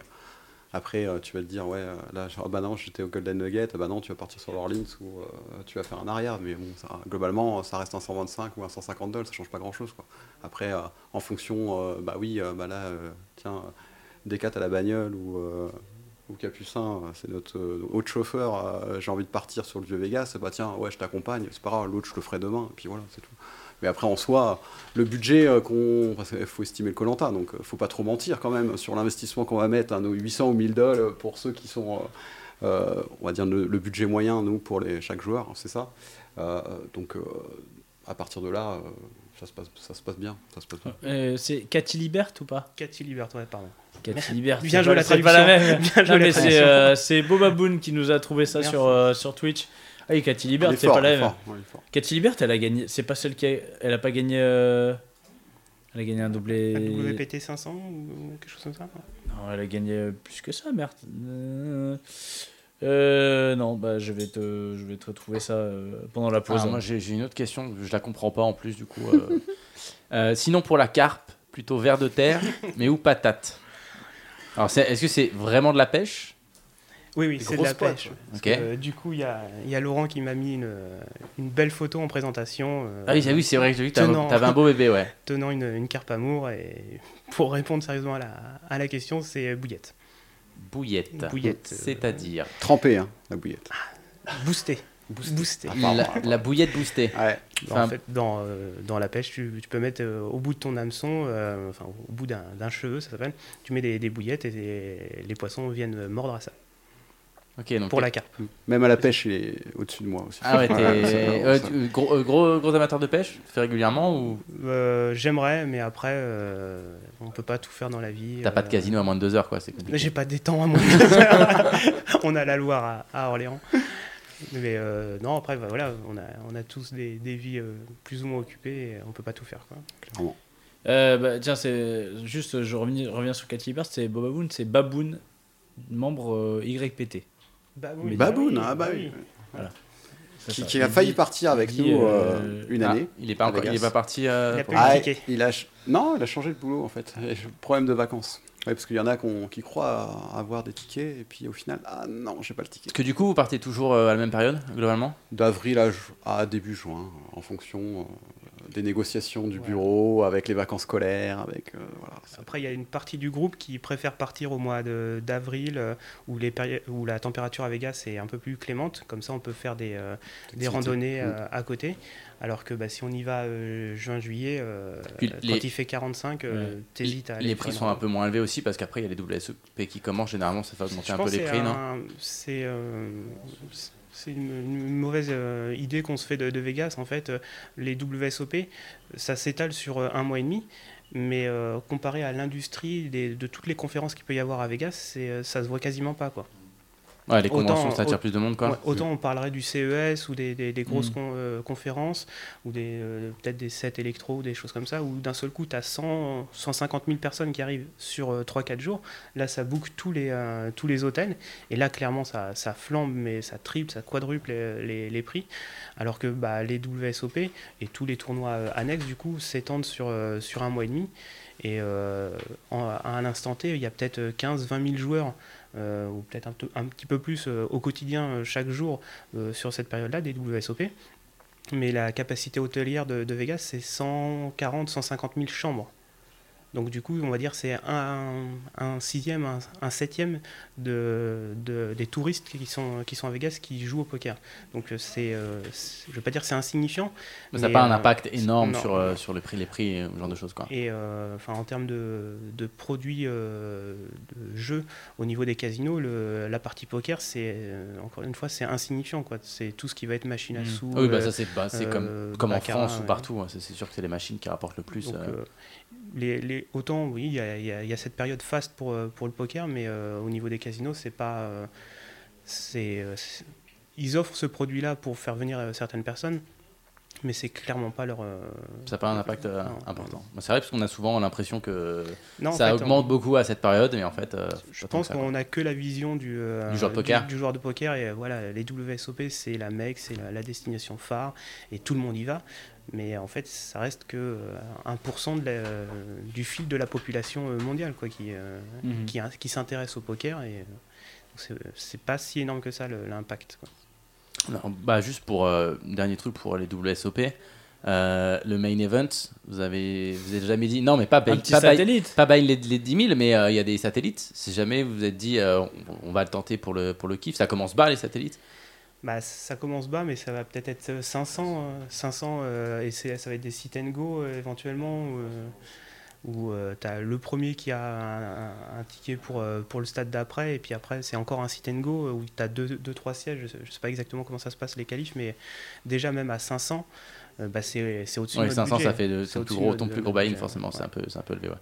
S6: après, euh, tu vas te dire, ouais, euh, là, genre, ah bah non, j'étais au Golden Nugget, ah bah non, tu vas partir sur l'Orleans ou euh, tu vas faire un arrière. Mais bon, ça- globalement, ça reste un 125 ou un 150 dollars, ça change pas grand-chose. quoi. Après, euh, en fonction, euh, bah oui, euh, bah là, euh, tiens, des à la bagnole ou. euh, ou Capucin, euh, c'est notre euh, autre chauffeur, euh, j'ai envie de partir sur le vieux Vegas, bah tiens, ouais, je t'accompagne, c'est pas grave, l'autre, je le ferai demain, et puis voilà, c'est tout. Mais après, en soi, le budget euh, qu'on. Parce qu'il faut estimer le Colanta, donc euh, faut pas trop mentir quand même sur l'investissement qu'on va mettre, hein, nos 800 ou 1000 dollars pour ceux qui sont. euh, euh, on va dire le, le budget moyen, nous, pour les, chaque joueur, hein, c'est ça. Euh, donc, euh, à partir de là, euh, ça, se passe, ça se passe bien. Ça se passe bien.
S3: Euh, c'est Cathy Libert ou pas
S5: Cathy Libert, ouais, pardon.
S3: Cathy Libert.
S5: Bien
S3: c'est
S5: joué
S3: pas-
S5: la
S3: c'est pas la
S5: traduction.
S3: même.
S5: Bien joué
S3: Non,
S5: la
S3: mais c'est
S5: traduction.
S3: euh, c'est Boba Boone qui nous a trouvé ça
S5: Merci.
S3: sur, euh, sur Twitch. Ah, et Cathy Libert,
S6: Il est
S3: c'est
S6: fort,
S3: pas
S6: il
S3: la
S6: est
S3: même.
S6: fort, ouais, il est fort.
S3: Cathy Libert, elle a gagné. C'est pas celle qui a. Elle a pas gagné. euh, Elle a gagné un doublé.
S5: WPT 500 ou ou quelque chose comme ça ouais.
S3: Non, elle a gagné euh, plus que ça, merde. Euh, euh, non, bah je vais te, je vais te retrouver ça euh, pendant la pause.
S4: Ah, moi, j'ai j'ai une autre question, je la comprends pas en plus, du coup. euh. Euh, sinon, pour la carpe, plutôt verre de terre, mais ou patate Alors, c'est- est-ce que c'est vraiment de la pêche
S5: Oui, oui,
S6: Des
S5: c'est de la
S6: grosses
S5: pêche.
S6: potes, ouais.
S4: Ok.
S5: Euh, du coup, il y a, il y a Laurent qui m'a mis une, euh, une belle photo en présentation euh,
S4: Ah oui, c'est- oui, c'est vrai que j'ai vu que t'avais
S5: Tenant.
S4: t'avais un beau bébé, ouais.
S5: tenant une, une carpe amour. Et pour répondre sérieusement à la, à la question, c'est bouillette.
S4: Bouillette.
S5: Bouillette, euh.
S4: C'est-à-dire
S6: Trempé, hein, la bouillette.
S5: Boostée. Boostée.
S4: la, la bouillette boostée.
S6: Ouais.
S5: Bah,
S4: Enfin,
S5: en fait, dans, euh, dans la pêche, tu, tu peux mettre euh, au bout de ton hameçon, euh, enfin au bout d'un d'un cheveu, ça s'appelle, tu mets des, des bouillettes et des- les poissons viennent mordre à ça.
S4: Ok, donc.
S5: Pour la carpe.
S6: Même à la pêche, il est au-dessus de moi aussi.
S4: Ah ouais, t'es
S6: c'est vraiment
S4: euh,
S6: ça.
S4: tu- gros, euh, gros, gros amateur de pêche, tu fais régulièrement ou
S5: Euh, J'aimerais, mais après, euh, on peut pas tout faire dans la vie.
S4: t'as pas
S5: euh,
S4: de casino à moins de deux heures quoi, c'est compliqué.
S5: J'ai pas des temps à mon On a la Loire à, à Orléans. Mais euh, non, après, bah, voilà, on a, on a tous des, des vies euh, plus ou moins occupées et on peut pas tout faire. Quoi.
S3: Euh, bah, tiens, c'est juste, je reviens, reviens sur Cathy Libert, c'est Boba Boone, c'est Baboon, membre euh, YPT. oui.
S6: Baboon, ah bah oui.
S3: C'est
S6: Qui,
S3: ça.
S6: qui a
S3: Il
S6: failli
S3: dit-
S6: partir avec
S3: dit,
S6: nous
S3: euh,
S6: euh, une
S4: Ah,
S6: année.
S4: il est pas
S6: à
S4: encore, il est
S6: Vegas.
S4: pas parti. euh,
S5: Il a
S4: pour-
S5: plus-
S6: Ah,
S5: Compliqué.
S6: il a ch- Non, il a changé de boulot en fait. Et je- Problème de vacances. Ouais, parce qu'il y en a qu'on- qui croient à- avoir des tickets et puis au final, ah non, j'ai pas le ticket.
S4: Parce que du coup, vous partez toujours euh, à la même période, globalement
S6: D'avril à, ju- à début juin, en fonction euh, des négociations du bureau, avec les vacances scolaires, avec. euh, voilà.
S5: Après, il y a une partie du groupe qui préfère partir au mois de- d'avril euh, où, les péri- où la température à Vegas est un peu plus clémente. Comme ça, on peut faire des, euh, des
S6: Activité.
S5: randonnées euh, à côté. Alors que bah, si on y va euh, juin-juillet, euh,
S4: Puis
S5: quand
S4: les-
S5: il fait 45, euh, t'hésites à aller
S4: Les
S5: faire
S4: prix
S5: une
S4: sont un
S5: rando.
S4: peu moins élevés aussi parce qu'après il y a les WSOP qui commencent généralement, ça fait augmenter
S5: Je
S4: un peu
S5: pense
S4: les
S5: que
S4: prix,
S5: c'est
S4: non
S5: un- C'est euh, c'est une, une mauvaise euh, idée qu'on se fait de, de Vegas. En fait, euh, les WSOP, ça s'étale sur euh, un mois et demi. Mais euh, comparé à l'industrie des- de toutes les conférences qu'il peut y avoir à Vegas, c'est, euh, ça se voit quasiment pas. Quoi.
S4: Ouais, les
S5: Autant-
S4: conventions, ça attire plus de monde, quoi.
S5: Ouais, autant on parlerait du CES ou des, des- des grosses con- euh, conférences ou des euh, peut-être des sets électro ou des choses comme ça où d'un seul coup tu as 100 150 000 personnes qui arrivent sur 3-4 jours là ça book tous les euh, tous les hôtels et là clairement ça, ça flambe mais ça triple ça quadruple les, les- les prix alors que bah, les WSOP et tous les tournois euh, annexes du coup s'étendent sur, euh, sur un mois et demi et euh, en- à un instant T il y a peut-être euh, 15-20 000 joueurs euh, ou peut-être un, peu- un petit peu plus euh, au quotidien, euh, chaque jour, euh, sur cette période-là, des WSOP. Mais la capacité hôtelière de, de Vegas, c'est 140 150 000 chambres. Donc du coup, on va dire c'est un, un sixième, un, un septième de, de- des touristes qui sont, qui sont à Vegas qui jouent au poker. Donc euh, c'est, euh, c'est- je ne vais pas dire c'est insignifiant.
S4: Mais ça n'a
S5: mais,
S4: pas un
S5: euh,
S4: impact énorme
S5: non.
S4: sur, euh, sur le prix, les prix, euh, ce genre de choses, quoi.
S5: Et euh, enfin, en termes de, de produits euh, de jeux au niveau des casinos, le- la partie poker, c'est euh, encore une fois, c'est insignifiant. quoi. C'est tout ce qui va être machine à
S3: Mm.
S5: sous.
S4: Ah oui, bah
S5: euh,
S4: ça c'est bah, c'est
S5: euh,
S4: comme, comme en
S5: baccarat,
S4: France
S5: ouais.
S4: ou partout, hein. c'est c'est sûr que c'est les machines qui rapportent le plus.
S5: donc,
S4: euh.
S5: euh, les, les- autant, oui, il y a, il y a- il y a cette période faste pour, euh, pour le poker, mais euh, au niveau des casinos, c'est pas. euh, c'est, euh, c'est- ils offrent ce produit-là pour faire venir euh, certaines personnes, mais c'est clairement pas leur. euh,
S4: Ça n'a pas un impact euh,
S5: Non, non,
S4: important. Bah, C'est vrai, parce qu'on a souvent l'impression que
S5: Non, en
S4: ça
S5: fait, en-
S4: augmente beaucoup à cette période, mais en fait, euh,
S5: Je
S4: pas tant
S5: pense
S4: que ça, quoi.
S5: qu'on n'a que la vision du, euh,
S4: Du joueur de poker.
S5: du joueur de poker et euh, voilà, les WSOP c'est la mec, c'est la, la destination phare et tout le monde y va. Mais en fait, ça reste que euh, 1% de la- euh, du fil de la population euh, mondiale quoi, qui, euh,
S3: Mhm.
S5: qui, qui s'intéresse au poker et euh, c'est- c'est pas si énorme que ça le- l'impact. quoi.
S4: Alors, bah, juste pour euh, dernier truc pour les WSOP, euh, le main event, vous avez vous êtes jamais dit non mais pas
S3: Un
S4: bail,
S3: petit
S4: pas, bail-
S3: satellite.
S4: pas bail les, les 10 000 mais euh, il y a des satellites. Si jamais vous vous êtes dit euh, on, on va le tenter pour le pour le kiff, ça commence bas les satellites.
S5: Bah, ça commence bas, mais ça va peut-être être euh, 500, euh, 500 euh, et c'est- ça va être des sit and go euh, éventuellement, où, euh, où tu as le premier qui a un, un- un ticket pour, euh, pour le stade d'après, et puis après c'est encore un sit and go euh, où tu as 2 deux, deux, trois sièges, je sais- je sais pas exactement comment ça se passe les qualifs, mais déjà même à 500, euh, bah, c'est c'est au-dessus
S4: Ouais,
S5: de notre
S4: 500
S5: budget.
S4: ça fait le-
S5: C'est
S4: ton plus
S5: au-dessus
S4: gros
S5: de-
S4: ton
S5: de
S4: plus gros
S5: notre
S4: buy-in
S5: budget,
S4: forcément, c'est
S5: ouais.
S4: un peu c'est un peu élevé ouais.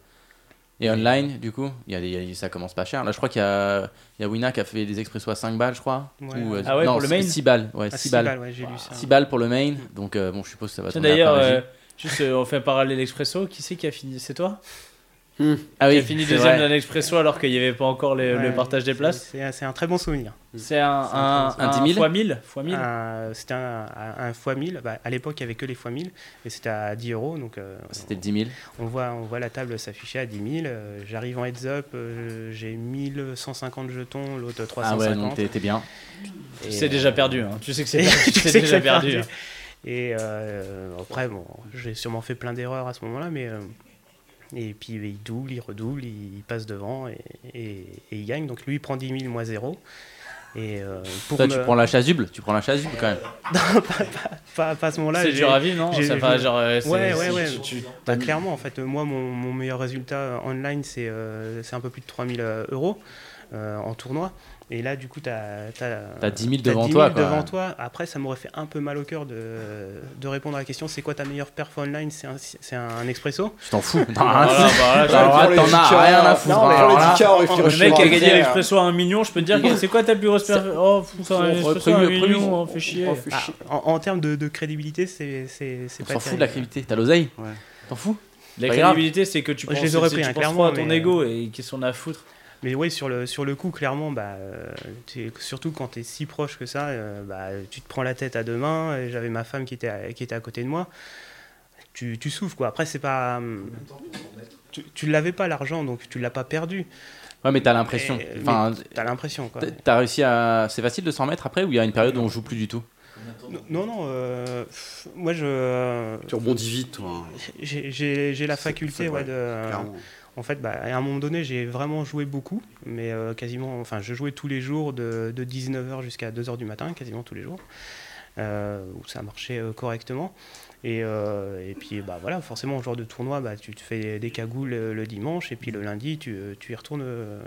S4: Et online du coup, il y a des- ça commence pas cher. Là je crois qu'il y a il y a Wina qui a fait des expressos à 5 balles je crois
S5: Ouais.
S4: Ou, euh,
S3: Ah ouais,
S4: non,
S3: pour le main
S4: 6 balles, ouais,
S5: Ah,
S4: 6
S5: six
S4: balles.
S5: ouais, j'ai lu ça.
S4: 6 balles pour le
S5: Mm.
S4: main. Donc euh, bon, je suppose que ça va
S3: Tiens,
S4: tourner à
S3: D'ailleurs,
S4: la
S3: euh, juste euh, on fait un parallèle expresso. Qui c'est qui a fini C'est toi
S4: Ah
S3: Qui
S4: oui,
S3: a euh, fini
S4: c'est
S3: deuxième
S4: vrai.
S3: d'un expresso alors qu'il n'y avait pas encore
S4: euh,
S3: les-
S5: Ouais,
S3: le partage des
S5: c'est-
S3: places
S5: C'est un- c'est un très bon souvenir.
S3: C'est un, un,
S4: un- Ah. un 10 000?
S3: fois 1000 fois 1000
S5: Un- C'était un, un x 1000. Bah, à l'époque, il n'y avait que les x 1000 et c'était à 10 euros. Donc, euh,
S4: C'était le 10 000.
S5: on, voit, on voit la table s'afficher à 10 000. euh, J'arrive en heads up, euh, j'ai 1150 jetons, l'autre
S4: Ah
S5: 350.
S4: ouais, donc t'es t'es bien.
S5: et,
S3: C'est déjà perdu. hein. Tu sais que c'est
S5: et-
S3: perdu,
S5: tu
S3: c'est
S5: sais que
S3: déjà
S5: c'est perdu.
S3: perdu. hein.
S5: Et euh, après, bon, j'ai sûrement fait plein d'erreurs à ce moment-là, mais. euh, et puis il double, il redouble, il passe devant et, et- et il gagne. Donc lui, il prend 10 000, moi 0. Et euh, pour
S4: Toi,
S5: me-
S4: tu prends la chasuble, tu prends la chasuble quand même.
S5: pas, pas à ce moment-là.
S3: C'est
S5: j'ai-
S3: dur à vivre, non
S5: j'ai-
S3: Ça, enfin,
S5: j'ai-
S3: genre, euh, c'est-
S5: Ouais,
S3: c'est-
S5: ouais, ouais.
S3: tu- tu-
S5: Bah, clairement, en fait, euh, moi, mon, mon meilleur résultat euh, online, c'est euh, c'est un peu plus de 3000 euros euh, en tournoi. Et là, du coup, tu as,
S4: T'as 10 000 devant toi, quoi.
S5: devant toi. Après, ça m'aurait fait un peu mal au cœur de, de répondre à la question c'est quoi ta meilleure perf online C'est un, c'est un expresso
S4: Tu t'en fous. T'en as
S3: Voilà,
S4: rien à
S3: bah, voilà,
S4: foutre. Alors là,
S6: Pour
S4: t'en
S6: les
S4: as
S6: dicas,
S4: rien à
S6: non,
S4: foutre.
S6: mais
S4: Alors
S6: pour les
S4: là,
S6: dicas, on réfléchit
S3: Le mec qui a
S6: en
S3: gagné
S6: arrière.
S3: l'expresso à 1 million, je peux te dire, que c'est quoi ta plus grosse perf- Oh, pff, un
S4: On
S3: expresso à
S4: aurait
S3: 1
S4: prévu-
S3: million, on fait chier.
S6: Oh, fait
S5: Ah,
S6: chier.
S5: en, en termes de, de crédibilité, c'est c'est- c'est
S4: On
S5: pas
S4: s'en fout de
S5: terrible.
S4: la crédibilité. T'as l'oseille
S6: Ouais.
S4: T'en fous
S3: La
S4: Pas grave.
S3: crédibilité, c'est que tu
S5: Je
S3: penses,
S5: les aurais
S3: c'est-
S5: pris,
S3: tu
S5: hein,
S3: penses trop à
S5: clairement,
S3: ton
S5: mais-
S3: ego et qu'est-ce qu'on a à foutre
S5: Mais oui, sur le, sur le coup, clairement, bah, euh, t'es- surtout quand tu es si proche que ça, euh, bah, tu te prends la tête à deux mains. et J'avais ma femme qui était à, qui était à côté de moi. Tu, tu souffres, quoi. Après, c'est pas. hum, Tu, tu l'avais pas l'argent, donc tu l'as pas perdu.
S4: Ouais, mais t'as l'impression.
S5: Et-
S4: Enfin,
S5: T'as l'impression, quoi.
S4: t'as- t'as réussi à. C'est facile de s'en mettre après ou il y a une période où on joue plus du tout
S5: Non, non, euh, pff, moi, je.
S6: Tu rebondis vite, toi. hein,
S5: J'ai- J'ai j'ai la
S6: C'est-
S5: faculté
S6: c'est
S5: ouais,
S6: vrai,
S5: de.
S6: clairement.
S5: En fait, bah, à un moment donné, j'ai vraiment joué beaucoup, mais euh, quasiment, enfin, je jouais tous les jours de, 19h jusqu'à 2h du matin, quasiment tous les jours, euh, où ça marchait euh, correctement. Et, euh, et puis, bah, voilà, forcément, en joueur de tournoi, bah, tu te fais des cagoules euh, le dimanche, et puis le lundi, tu, euh, tu y, retournes, euh,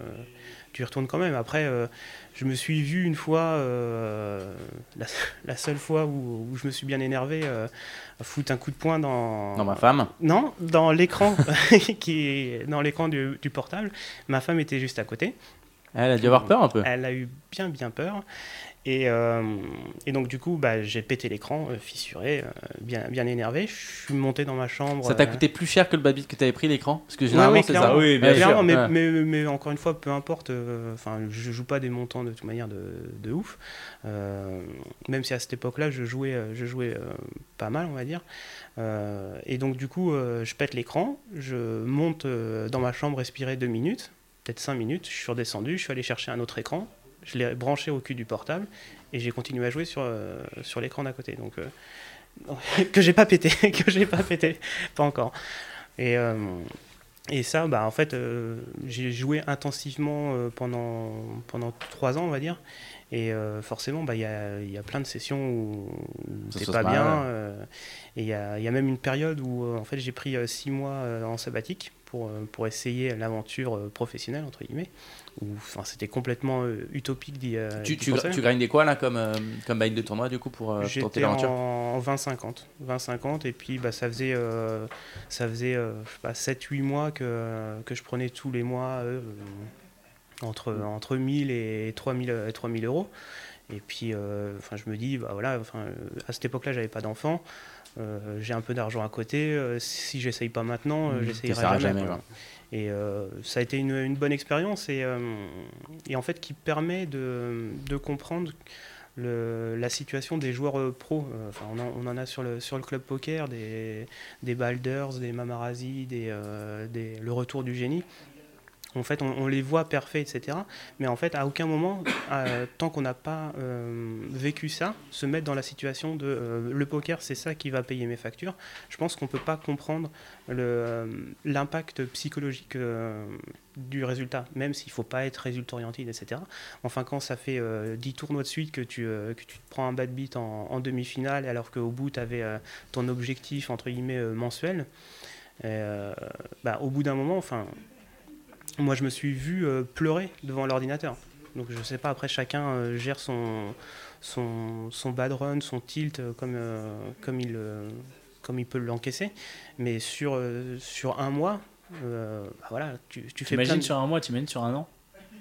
S5: tu y retournes quand même. Après, euh, je me suis vu une fois, euh, la, la seule fois où, où je me suis bien énervé, euh, foutre un coup de poing dans,
S4: Dans ma femme
S5: non, dans l'écran qui est dans l'écran du, du portable, ma femme était juste à côté.
S4: Eh, Elle a dû avoir peur un peu.
S5: Elle a eu bien bien peur. Et, euh, et donc du coup, bah, j'ai pété l'écran, euh, fissuré, euh, bien, bien énervé. Je suis monté dans ma chambre.
S4: Ça t'a
S5: euh,
S4: coûté plus cher que le Babil que t'avais pris l'écran Parce que
S5: Ouais,
S4: généralement
S5: ouais,
S4: c'est
S5: clairement.
S4: ça.
S3: Oui, bien
S4: Ouais,
S5: Clairement,
S4: sûr.
S5: mais,
S4: Ouais.
S5: mais- mais encore une fois, peu importe. euh, Enfin, je joue pas des montants de toute manière de, de ouf. Euh, même si à cette époque-là, je jouais, euh, je jouais euh, pas mal, on va dire. Euh, et donc, du coup, euh, je pète l'écran, je monte euh, dans ma chambre respirer deux minutes, peut-être cinq minutes. Je suis redescendu, je suis allé chercher un autre écran. Je l'ai branché au cul du portable et j'ai continué à jouer sur, euh, sur l'écran d'à côté. Donc, euh, que j'ai pas pété, que j'ai pas pété, pas encore. Et. euh, et ça, bah, en fait, euh, j'ai joué intensivement euh, pendant, pendant trois ans, on va dire. Et euh, forcément, bah, il y, a, il y a plein de sessions où où
S4: Ça
S5: t'es
S4: se
S5: pas
S4: passe
S5: bien.
S4: mal.
S5: euh, et il y a, il y a même une période où, euh, en fait, j'ai pris euh, six mois euh, en sabbatique pour, euh, pour essayer l'aventure euh, professionnelle, entre guillemets. Où, enfin, c'était complètement euh, utopique d'y euh,
S4: Tu,
S5: d'y
S4: tu,
S5: penser.
S4: tu grindais quoi là comme, euh, comme bail de tournoi du coup pour euh, tenter
S5: J'étais
S4: l'aventure
S5: en 20-50. 20-50, et puis bah, ça faisait, euh, ça faisait euh, je sais pas, 7-8 mois que, que je prenais tous les mois euh, entre, entre 1000 et 3000, euh, 3000 euros. Et puis, euh, enfin, je me dis, bah, voilà, enfin, euh, à cette époque-là, j'avais pas d'enfant. euh, j'ai un peu d'argent à côté. euh, si j'essaye pas maintenant, euh,
S4: Mhm.
S5: j'essayerai
S4: T'essaieras
S5: jamais.
S4: jamais,
S5: quoi.
S4: ouais.
S5: Et euh, ça a été une, une bonne expérience et, euh, et en fait qui permet de, de comprendre le- la situation des joueurs euh, pros. Euh, Enfin, on, en, on en a sur le, sur le club poker, des, des Balders, des Mamarazzi, des, euh, des- le retour du génie. En fait, on, on les voit parfaits, etc. Mais en fait, à aucun moment, euh, tant qu'on n'a pas euh, vécu ça, se mettre dans la situation de euh, le poker, c'est ça qui va payer mes factures. Je pense qu'on ne peut pas comprendre le, euh, l'impact psychologique euh, du résultat, même s'il ne faut pas être résultat orienté, etc. Enfin, quand ça fait euh, 10 tournois de suite que tu, euh, que tu te prends un bad beat en, en demi-finale, alors qu'au bout, tu avais ton objectif, entre guillemets, euh, mensuel, euh, bah, au bout d'un moment, enfin, moi, je me suis vu euh, pleurer devant l'ordinateur. Donc, je sais pas, après, chacun euh, gère son, son, son bad run, son tilt, euh, comme, euh, comme, il, euh, comme il peut l'encaisser. Mais sur, euh, sur un mois, euh, bah voilà, tu, tu fais plein
S3: T'imagines
S5: de...
S3: sur un mois, t'imagines sur un an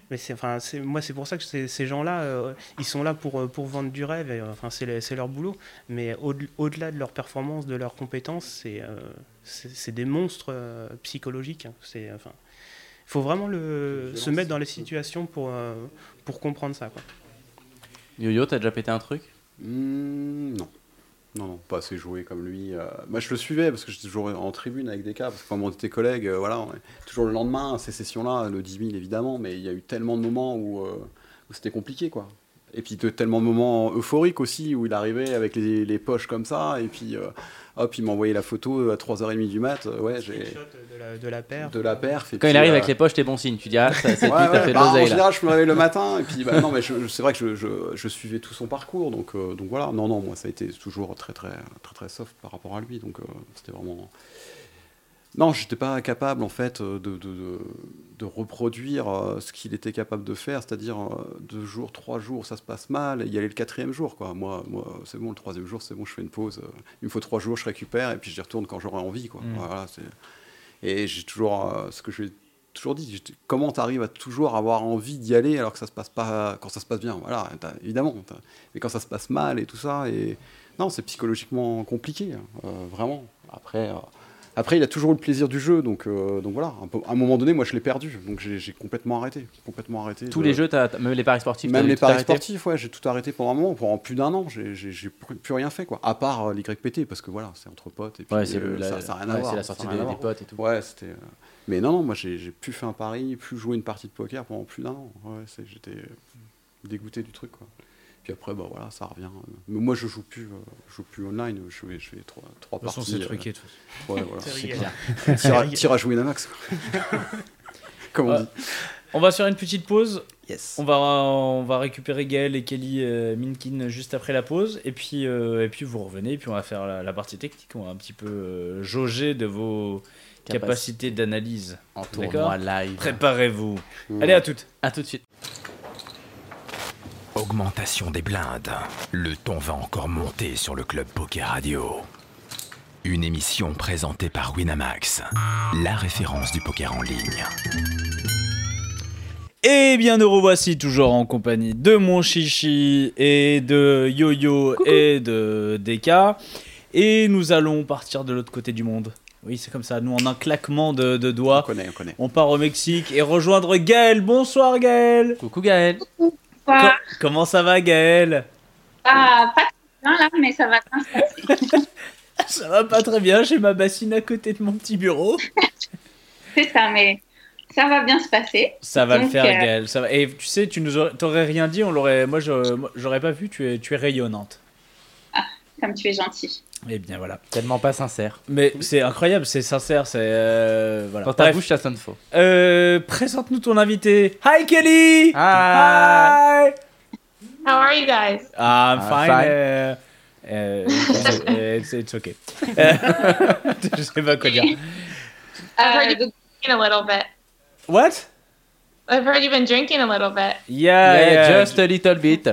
S5: Mais c'est, enfin, c'est, moi, c'est pour ça que ces, ces gens-là, euh, ils sont là pour, euh, pour vendre du rêve, et, euh, enfin, c'est, le- c'est leur boulot. Mais au, delà de leur performance, de leurs compétences, c'est, euh, c'est, c'est des monstres euh, psychologiques. hein. C'est, enfin, il faut vraiment le,
S6: Violence.
S5: se mettre dans les situations pour, euh, pour comprendre ça. Quoi.
S4: Yo-Yo, t'as déjà pété un truc
S6: Hmm, non. Non, non, pas assez joué comme lui. euh. moi, je le suivais parce que j'étais toujours en tribune avec des cas, parce que comme on était collègues, euh, voilà, on est toujours le lendemain, à ces sessions-là, le 10 000 évidemment, mais il y a eu tellement de moments où, euh, où c'était compliqué, quoi. Et puis de tellement de moments euphoriques aussi, où il arrivait avec les, les poches comme ça, et puis euh, hop, il m'envoyait la photo à 3h30 du mat, euh, ouais, j'ai
S5: de la, de la paire.
S6: de la perf. et
S4: Quand il
S6: puis,
S4: arrive
S6: euh,
S4: avec les poches, t'es bon signe. Tu dis ah, ça- cette
S6: Ouais,
S4: nuit, t'as
S6: ouais,
S4: fait de
S6: bah, en
S4: l'oseille là.
S6: général, je me réveille le matin et puis bah, non, mais je- je- c'est vrai que je, je- je suivais tout son parcours, donc euh, donc voilà. Non, non, moi ça a été toujours très très très très soft par rapport à lui, donc euh, c'était vraiment. Non, j'étais pas capable en fait euh, de, de- de- de reproduire euh, ce qu'il était capable de faire, c'est-à-dire euh, deux jours, trois jours, ça se passe mal, et y aller le quatrième jour quoi. Moi, moi c'est bon, le troisième jour, c'est bon, je fais une pause. euh, il me faut trois jours, je récupère et puis j'y retourne quand j'aurai envie quoi.
S3: Mm.
S6: Voilà, c'est- et j'ai toujours euh, ce que j'ai toujours dit, j'ai- comment tu arrives à toujours avoir envie d'y aller alors que ça se passe pas quand ça se passe bien, voilà, t'as- évidemment, t'as- mais quand ça se passe mal et tout ça et non, c'est psychologiquement compliqué, hein, euh, vraiment. Après euh, après il a toujours eu le plaisir du jeu donc euh, donc voilà, un peu- à un moment donné moi je l'ai perdu donc j'ai j'ai complètement arrêté, complètement arrêté
S4: Tous
S6: de-
S4: les jeux, t'as- t'as- même les paris sportifs. t'as
S6: même
S4: dû
S6: les
S4: tout
S6: paris
S4: arrêter.
S6: sportifs, ouais, j'ai tout arrêté pendant un moment, pendant plus d'un an, j'ai- j'ai j'ai plus plus rien fait quoi, à part euh, l'YPT parce que voilà, c'est entre potes et puis
S4: Ouais, c'est
S6: euh,
S4: le- la-
S6: ça, ça a rien à
S4: ouais,
S6: voir,
S4: c'est la
S6: ça a
S4: sortie
S6: rien
S4: des,
S6: à
S4: des
S6: voir.
S4: potes et tout.
S6: Ouais, c'était. euh, Mais non, non, moi j'ai j'ai plus fait un pari, plus joué une partie de poker pendant plus d'un an. Ouais, c'est- j'étais euh, dégoûté du truc, quoi. Puis après, bah voilà, ça revient. Mais moi, je joue plus, euh, je joue plus online. Je fais, je fais trois, trois parties. euh,
S3: tout.
S6: ouais, voilà.
S4: C'est clair.
S6: Tira- Tirage Winamax. quoi. Comme on
S3: Ouais.
S6: dit.
S3: On va faire une petite pause.
S6: Yes.
S3: On va, on va récupérer Gaël et Kelly euh, Minkin juste après la pause. Et puis, euh, et puis vous revenez. Et puis on va faire la, la partie technique. On va un petit peu euh, jauger de vos
S4: Capac-
S3: capacités d'analyse.
S4: En
S3: D'accord.
S4: tournoi live.
S3: Préparez-vous. Allez, à toutes.
S4: À tout de suite.
S7: Augmentation des blindes. Le ton va encore monter sur le Club Poker Radio. Une émission présentée par Winamax, la référence du poker en ligne.
S3: Eh bien, nous revoici toujours en compagnie de mon chichi et de Yo-Yo et de Deka. Et nous allons partir de l'autre côté du monde. Oui, c'est comme ça. Nous, en un claquement de, de
S6: On
S3: doigts,
S6: connaît, on connaît.
S3: on part au Mexique et rejoindre Gaël. Bonsoir, Gaël.
S4: Coucou Gaël.
S3: Co-
S8: Pas,
S3: comment ça va, Gaël
S8: pas, pas très bien là, mais ça va bien se passer.
S3: Ça va pas très bien. J'ai ma bassine à côté de mon petit bureau.
S8: C'est ça, mais ça va bien se passer.
S3: Ça va le
S8: Donc,
S3: faire,
S8: euh,
S3: Gaël. Ça va. Et tu sais, tu nous aurais- t'aurais rien dit. On l'aurait. Moi, je- moi, j'aurais pas vu. Tu es, tu es rayonnante.
S8: Comme tu es gentil.
S3: Eh bien, voilà.
S4: Tellement pas sincère.
S3: Mais c'est incroyable, c'est sincère, c'est. euh, voilà.
S4: Dans ta
S3: Bref.
S4: bouche, ça sonne faux.
S3: Euh, Présente-nous ton invité. Hi Kelly
S4: Ah,
S3: Hi
S9: How are you guys?
S3: I'm
S4: Ah,
S3: fine.
S4: fine.
S3: euh, euh, it's, it's okay. Euh, Je sais pas quoi dire.
S9: I've
S8: Euh,
S9: heard you've been
S8: donc,
S9: drinking a little bit.
S3: What
S9: I've heard you've been drinking a little bit.
S3: Yeah,
S4: yeah,
S3: yeah.
S4: just a little bit.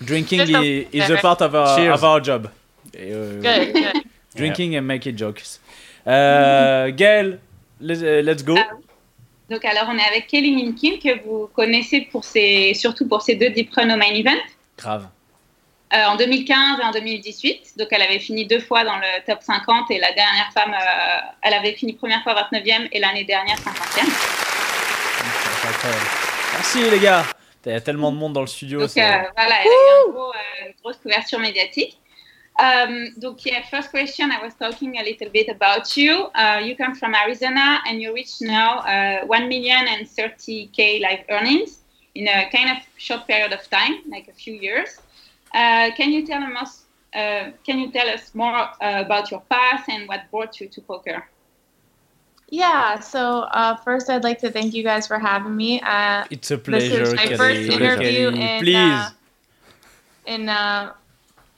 S3: drinking
S9: Just
S3: i- is, a part of our,
S4: Cheers.
S3: of our job. Et, euh,
S9: Good, good.
S3: Drinking and making jokes. Euh, Gaël, let's, euh, let's go.
S8: Ah, donc, alors, on est avec Kelly Minkin, que vous connaissez pour ses, surtout pour ses deux Deep Run au Main Event.
S3: Grave.
S8: Euh, en 2015 et en 2018. Donc, elle avait fini deux fois dans le top 50 et la dernière femme, euh, elle avait fini première fois 29e et l'année dernière 50e.
S3: C'est incroyable. Merci les gars. Il y a tellement de monde dans le studio.
S8: Donc,
S3: c'est-
S8: euh, voilà, elle a eu un gros, euh, une grosse couverture médiatique. Um, donc, yeah, first question, I was talking a little bit about you. Uh, you come from Arizona and you reach now uh, 1 million and 30k live earnings in a kind of short period of time, like a few years. Uh, can you tell us, uh, can you tell us more uh, about your past and what brought you to poker?
S9: Yeah, so uh, first, I'd like to thank you guys for having me. Uh,
S3: It's a
S9: this
S3: pleasure,
S9: is my first
S3: Kelly.
S9: interview
S3: Kelly,
S9: in,
S3: please.
S9: uh, in, uh,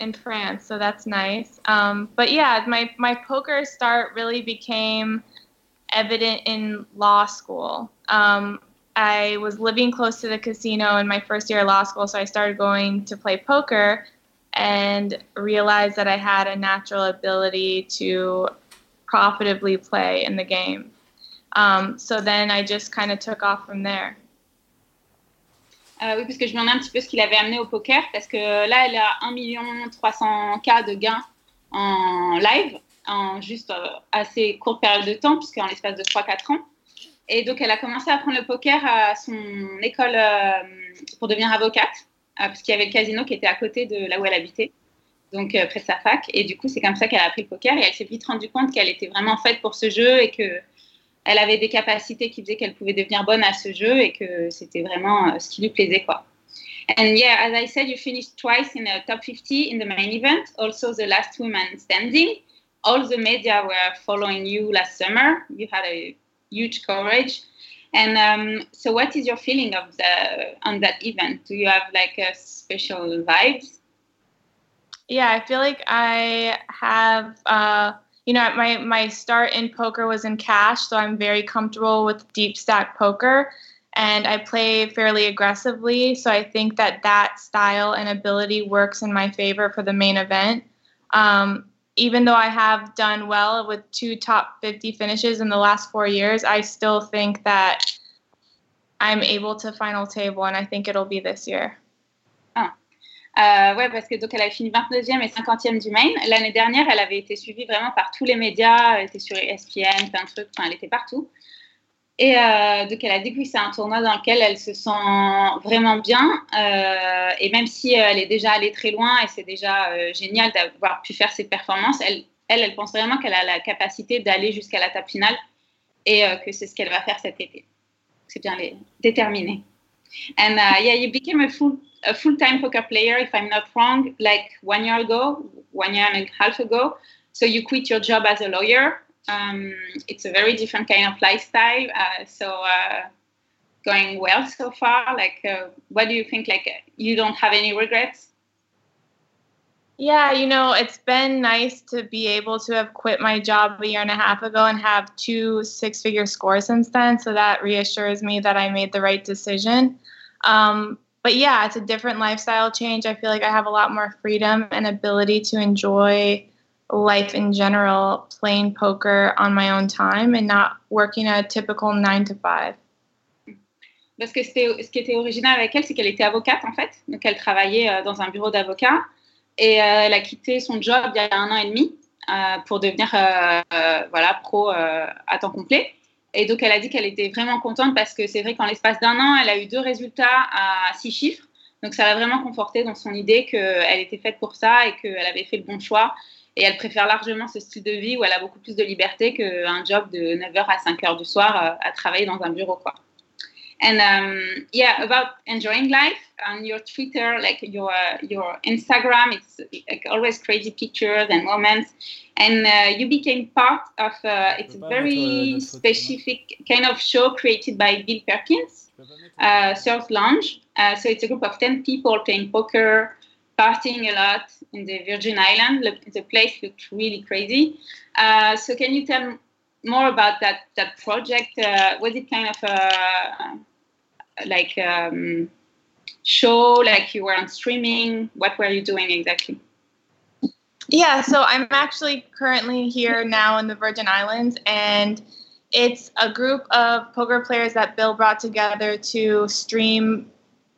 S9: in France, so that's nice. Um, but yeah, my, my poker start really became evident in law school. Um, I was living close to the casino in my first year of law school, so I started going to play poker and realized that I had a natural ability to profitably play in the game. Um, so then I just kind of took off from there.
S8: Euh, oui, parce que je me demandais un petit peu ce qui l'avait amené au poker, parce que là, elle a 1 300 k de gains en live, en juste euh, assez courte période de temps, puisqu'en l'espace de 3-4 ans. Et donc, elle a commencé à apprendre le poker à son école euh, pour devenir avocate, euh, parce qu'il y avait le casino qui était à côté de là où elle habitait, donc euh, près de sa fac. Et du coup, c'est comme ça qu'elle a appris le poker, et elle s'est vite rendue compte qu'elle était vraiment faite pour ce jeu, et que elle avait des capacités qui faisaient qu'elle pouvait devenir bonne à ce jeu et que c'était vraiment euh, ce qui lui plaisait quoi. And yeah, as I said, you finished twice in the top 50 in the main event, also the last woman standing. All the media were following you last summer. You had a huge coverage. And um, so, what is your feeling of the on that event? Do you have like a special vibes?
S9: Yeah, I feel like I have, uh, you know, my, my start in poker was in cash, so I'm very comfortable with deep stack poker and I play fairly aggressively. So I think that that style and ability works in my favor for the main event. Um, even though I have done well with two top 50 finishes in the last four years, I still think that I'm able to final table, and I think it'll be this year.
S8: Euh, ouais, parce que donc elle avait fini 22e et 50e du Maine. L'année dernière, elle avait été suivie vraiment par tous les médias. Elle était sur E ESPN, plein de trucs. Enfin, elle était partout. Et euh, donc elle a dit que oui, c'est un tournoi dans lequel elle se sent vraiment bien. Euh, et même si euh, elle est déjà allée très loin et c'est déjà euh, génial d'avoir pu faire ses performances, elle, elle, elle pense vraiment qu'elle a la capacité d'aller jusqu'à la table finale et euh, que c'est ce qu'elle va faire cet été. C'est bien les déterminer. And uh, yeah, you became a full a full-time poker player, if I'm not wrong, like one year ago, one year and a half ago. So you quit your job as a lawyer. Um, it's a very different kind of lifestyle. Uh, so uh, going well so far. Like, uh, what do you think? Like, uh, you don't have any regrets?
S9: Yeah, you know, it's been nice to be able to have quit my job a year and a half ago and have two six figure scores since then. So that reassures me that I made the right decision. Um, but yeah, it's a different lifestyle change. I feel like I have a lot more freedom and ability to enjoy life in general, playing poker on my own time and not working a typical nine to five.
S8: Parce que c'était- ce qui était original avec elle, c'est qu'elle était avocate en fait. Donc elle travaillait euh, dans un bureau d'avocat et euh, elle a quitté son job il y a un an et demi euh, pour devenir euh, euh, voilà, pro euh, à temps complet. Et donc elle a dit qu'elle était vraiment contente parce que c'est vrai qu'en l'espace d'un an, elle a eu deux résultats à six chiffres. Donc ça l'a vraiment confortée dans son idée qu'elle était faite pour ça et qu'elle avait fait le bon choix. Et elle préfère largement ce style de vie où elle a beaucoup plus de liberté qu'un job de 9h à 5h du soir euh, à travailler dans un bureau. Quoi. And um, yeah, about enjoying life on your Twitter, like your your Instagram, it's like always crazy pictures and moments. And uh, you became part of uh, it's a
S3: Bah, notre-
S8: very
S3: notre-
S8: specific kind of show created by Bill Perkins uh, Surf Lounge. Uh, so it's a group of 10 people playing poker, partying a lot in the Virgin Island. Look, the place looked really crazy. Uh, so can you tell more about that, that project? Uh, was it kind of uh, a, like um, show, like you were on streaming? What were you doing exactly?
S9: Yeah, so I'm actually currently here now in the Virgin Islands, and it's a group of poker players that Bill brought together to stream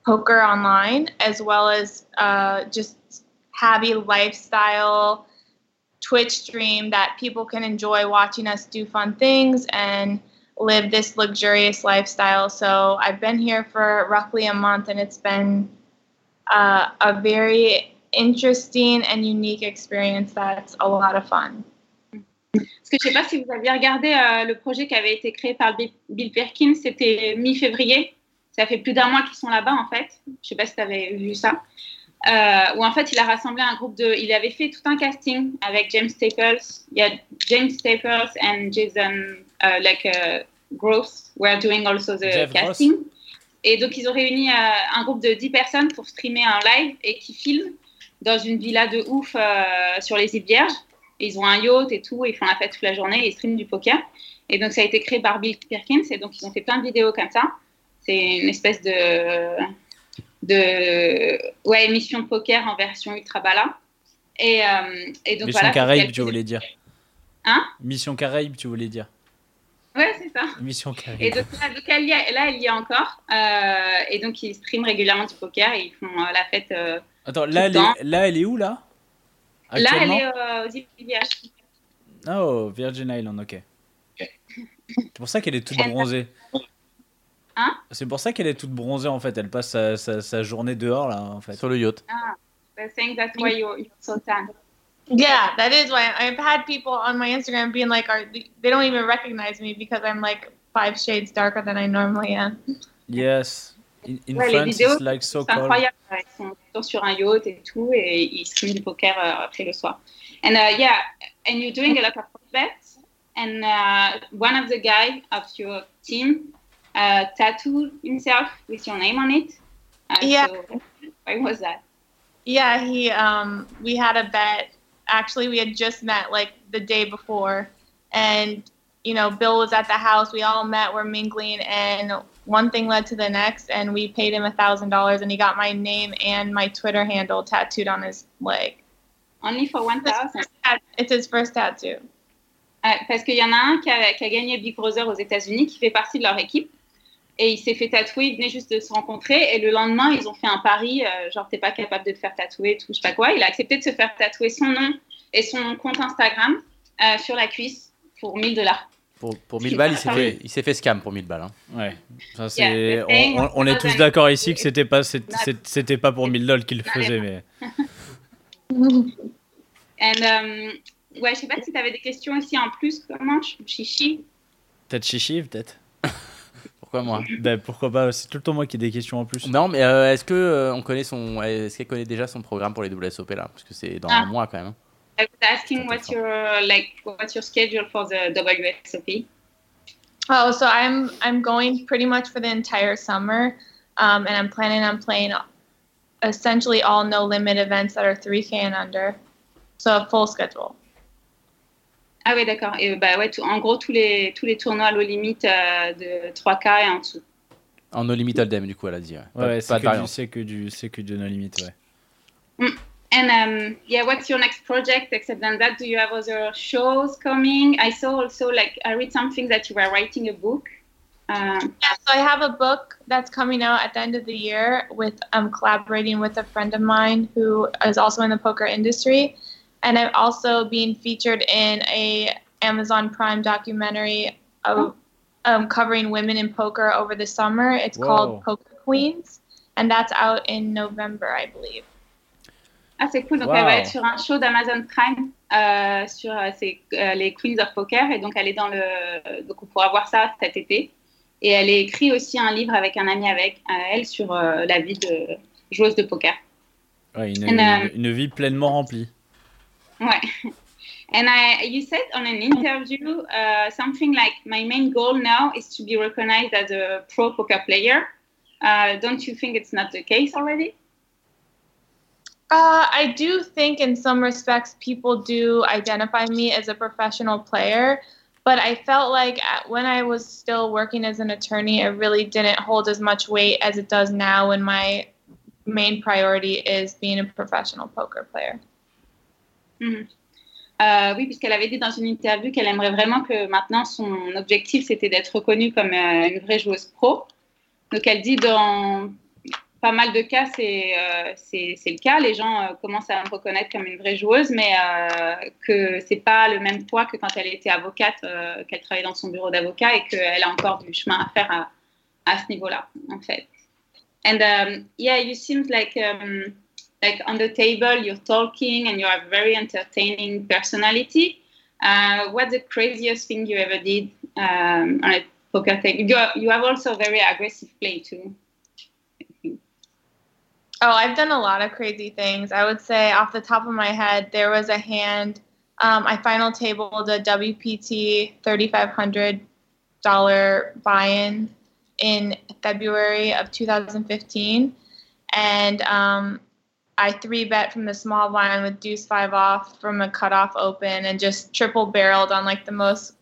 S9: poker online, as well as uh, just hobby lifestyle Twitch stream that people can enjoy watching us do fun things and live this luxurious lifestyle. So I've been here for roughly a month, and it's been uh, a very interesting and unique experience that's a lot of fun.
S8: Parce que je ne sais pas si vous aviez regardé euh, le projet qui avait été créé par Bill- Bill Perkins, c'était mi-février. Ça fait plus d'un mois qu'ils sont là-bas, en fait. Je ne sais pas si tu avais vu ça. Euh, où en fait, il a rassemblé un groupe de. Il avait fait tout un casting avec James Staples. Il y a James Staples and Jason euh, like, euh, Gross were doing also the
S3: Jeff Gross.
S8: casting. Et donc, ils ont réuni euh, un groupe de 10 personnes pour streamer un live et qui filment dans une villa de ouf euh, sur les îles Vierges. Et Ils ont un yacht et tout, et ils font la fête toute la journée, et ils streament du poker. Et donc, ça a été créé par Bill Perkins, et donc ils ont fait plein de vidéos comme ça. C'est une espèce de, de ouais, émission poker en version ultra bala. Et, euh, et donc
S3: Mission
S8: voilà.
S3: Caraïbe,
S8: c'est-
S3: tu voulais dire.
S8: Hein
S3: Mission Caraïbe, tu voulais dire.
S8: Ouais, c'est ça.
S3: Mission
S8: Et
S3: Caraïbe.
S8: donc là, donc, elle y est- là, elle y est encore. Euh, et donc, ils streament régulièrement du poker et ils font euh, la fête. euh.
S3: Attends, là elle,
S8: tout le temps.
S3: est, là, elle est où, là
S8: Là, elle
S3: Actuellement
S8: est euh, aux îles Vierges.
S3: Oh, Virgin Island, ok. C'est pour ça qu'elle est toute
S8: Elle-
S3: bronzée.
S8: Hein
S3: C'est pour ça qu'elle est toute bronzée en fait. Elle passe sa, sa- sa journée dehors là en fait.
S4: Sur le yacht.
S8: They're saying that's why you're, you're so tan.
S9: Yeah, that is why I've had people on my Instagram being like, "Are they don't even recognize me because I'm like five shades darker than I normally am."
S3: Yes. In, in
S8: Ouais, les
S3: France,
S8: vidéos,
S3: it's like so
S8: C'est
S3: cold.
S8: incroyable. Ils sont toujours sur un yacht et tout, et ils streament du poker euh, après le soir. And uh, yeah, and you're doing a lot of bets. And uh, one of the guys of your team uh, tattooed himself with your name on it. Uh,
S9: Yeah.
S8: So, why was that?
S9: Yeah, he um we had a bet. Actually, we had just met like the day before and you know, Bill was at the house. We all met, we're mingling and one thing led to the next and we paid him a $1000 and he got my name and my Twitter handle tattooed on his leg.
S8: Only for 1000
S9: It's his first tattoo.
S8: Ouais, Euh, parce qu'il y en a un qui a, qui a gagné Big Brother aux États-Unis, qui fait partie de leur équipe. Et il s'est fait tatouer, il venait juste de se rencontrer. Et le lendemain, ils ont fait un pari, euh, genre, t'es pas capable de te faire tatouer, tout, je sais pas quoi. Il a accepté de se faire tatouer son nom et son compte Instagram euh, sur la cuisse pour 1000 dollars.
S4: Pour, pour 1000 balles, il s'est fait, il s'est fait scam pour 1000 balles. hein.
S3: Ouais. Ça, c'est-
S8: Yeah, the thing
S3: on, on- on est tous d'accord ici que c'était pas c'est-
S8: Not-
S3: c'est- c'était pas pour 1000 dollars qu'il le faisait mais
S8: And, euh, ouais, je sais pas si t'avais des questions aussi en plus, comment je- Chichi
S3: peut-être chichi peut-être.
S4: Pourquoi moi
S3: Bah, pourquoi pas C'est tout le temps moi qui ai des questions en plus.
S4: Non, mais euh, est-ce que euh, on connaît son, est-ce qu'elle connaît déjà son programme pour les WSOP là Parce que c'est dans
S8: Ah.
S4: un mois quand même. hein.
S8: I was asking what's your, uh, like, what's your schedule for the WSOP.
S9: Oh, so I'm I'm going pretty much for the entire summer, um, and I'm planning on playing essentially all no limit events that are 3K and under, so a full schedule.
S8: Ah oui, d'accord. Et bah ouais, tout- en gros, tous les, tous les tournois à l'eau limite euh, de 3K et en dessous.
S4: En no limit all dem du coup elle a dit. Ouais,
S3: Ouais, ouais,
S4: pas,
S3: c'est
S4: pas de
S3: que du
S4: variance.
S3: c'est que du c'est que du no limit ouais.
S8: And um, yeah, what's your next project except than that? Do you have other shows coming? I saw also, like, I read something that you were writing a book. Um,
S9: Yeah, so I have a book that's coming out at the end of the year with um, collaborating with a friend of mine who is also in the poker industry, and I'm also being featured in a Amazon Prime documentary of, um, covering women in poker over the summer. It's
S3: Whoa.
S9: called Poker Queens, and that's out in November, I believe.
S8: ah, c'est cool. Donc,
S3: Wow.
S8: elle va être sur un show d'Amazon Prime euh, sur euh, c'est, euh, les Queens of Poker. Et donc, elle est dans le. Donc, on pourra voir ça cet été. Et elle a écrit aussi un livre avec un ami avec euh, elle sur euh, la vie de joueuse de poker.
S3: Ouais, une,
S8: And, um,
S3: une- une vie pleinement remplie.
S8: Ouais. And I, you said on an interview uh, something like, "My main goal now is to be recognized as a pro poker player." Uh, don't you think it's not the case already?
S9: Uh, I do think, in some respects, people do identify me as a professional player, but I felt like at, when I was still working as an attorney, it really didn't hold as much weight as it does now when my main priority is being a professional poker player.
S8: Euh, oui, puisqu'elle avait dit dans une interview qu'elle aimerait vraiment que maintenant son objectif c'était d'être reconnue comme euh, une vraie joueuse pro. Donc elle dit dans pas mal de cas c'est euh, c'est c'est le cas, les gens euh, commencent à me reconnaître comme une vraie joueuse, mais euh, que c'est pas le même poids que quand elle était avocate, euh, qu'elle travaillait dans son bureau d'avocat et qu'elle a encore du chemin à faire à, à ce niveau-là en fait. And um, yeah, you seemed like um, like on the table you're talking and you're a very entertaining personality uh, what's the craziest thing you ever did um, on a poker table you, are- you have also very aggressive play too
S9: Oh, I've done a lot of crazy things. I would say, off the top of my head, there was a hand. Um, I final tabled a WPT $3,500 buy in in February of 2015. And um, I three bet from the small blind with deuce five off from a cutoff open and just triple barreled on like the most,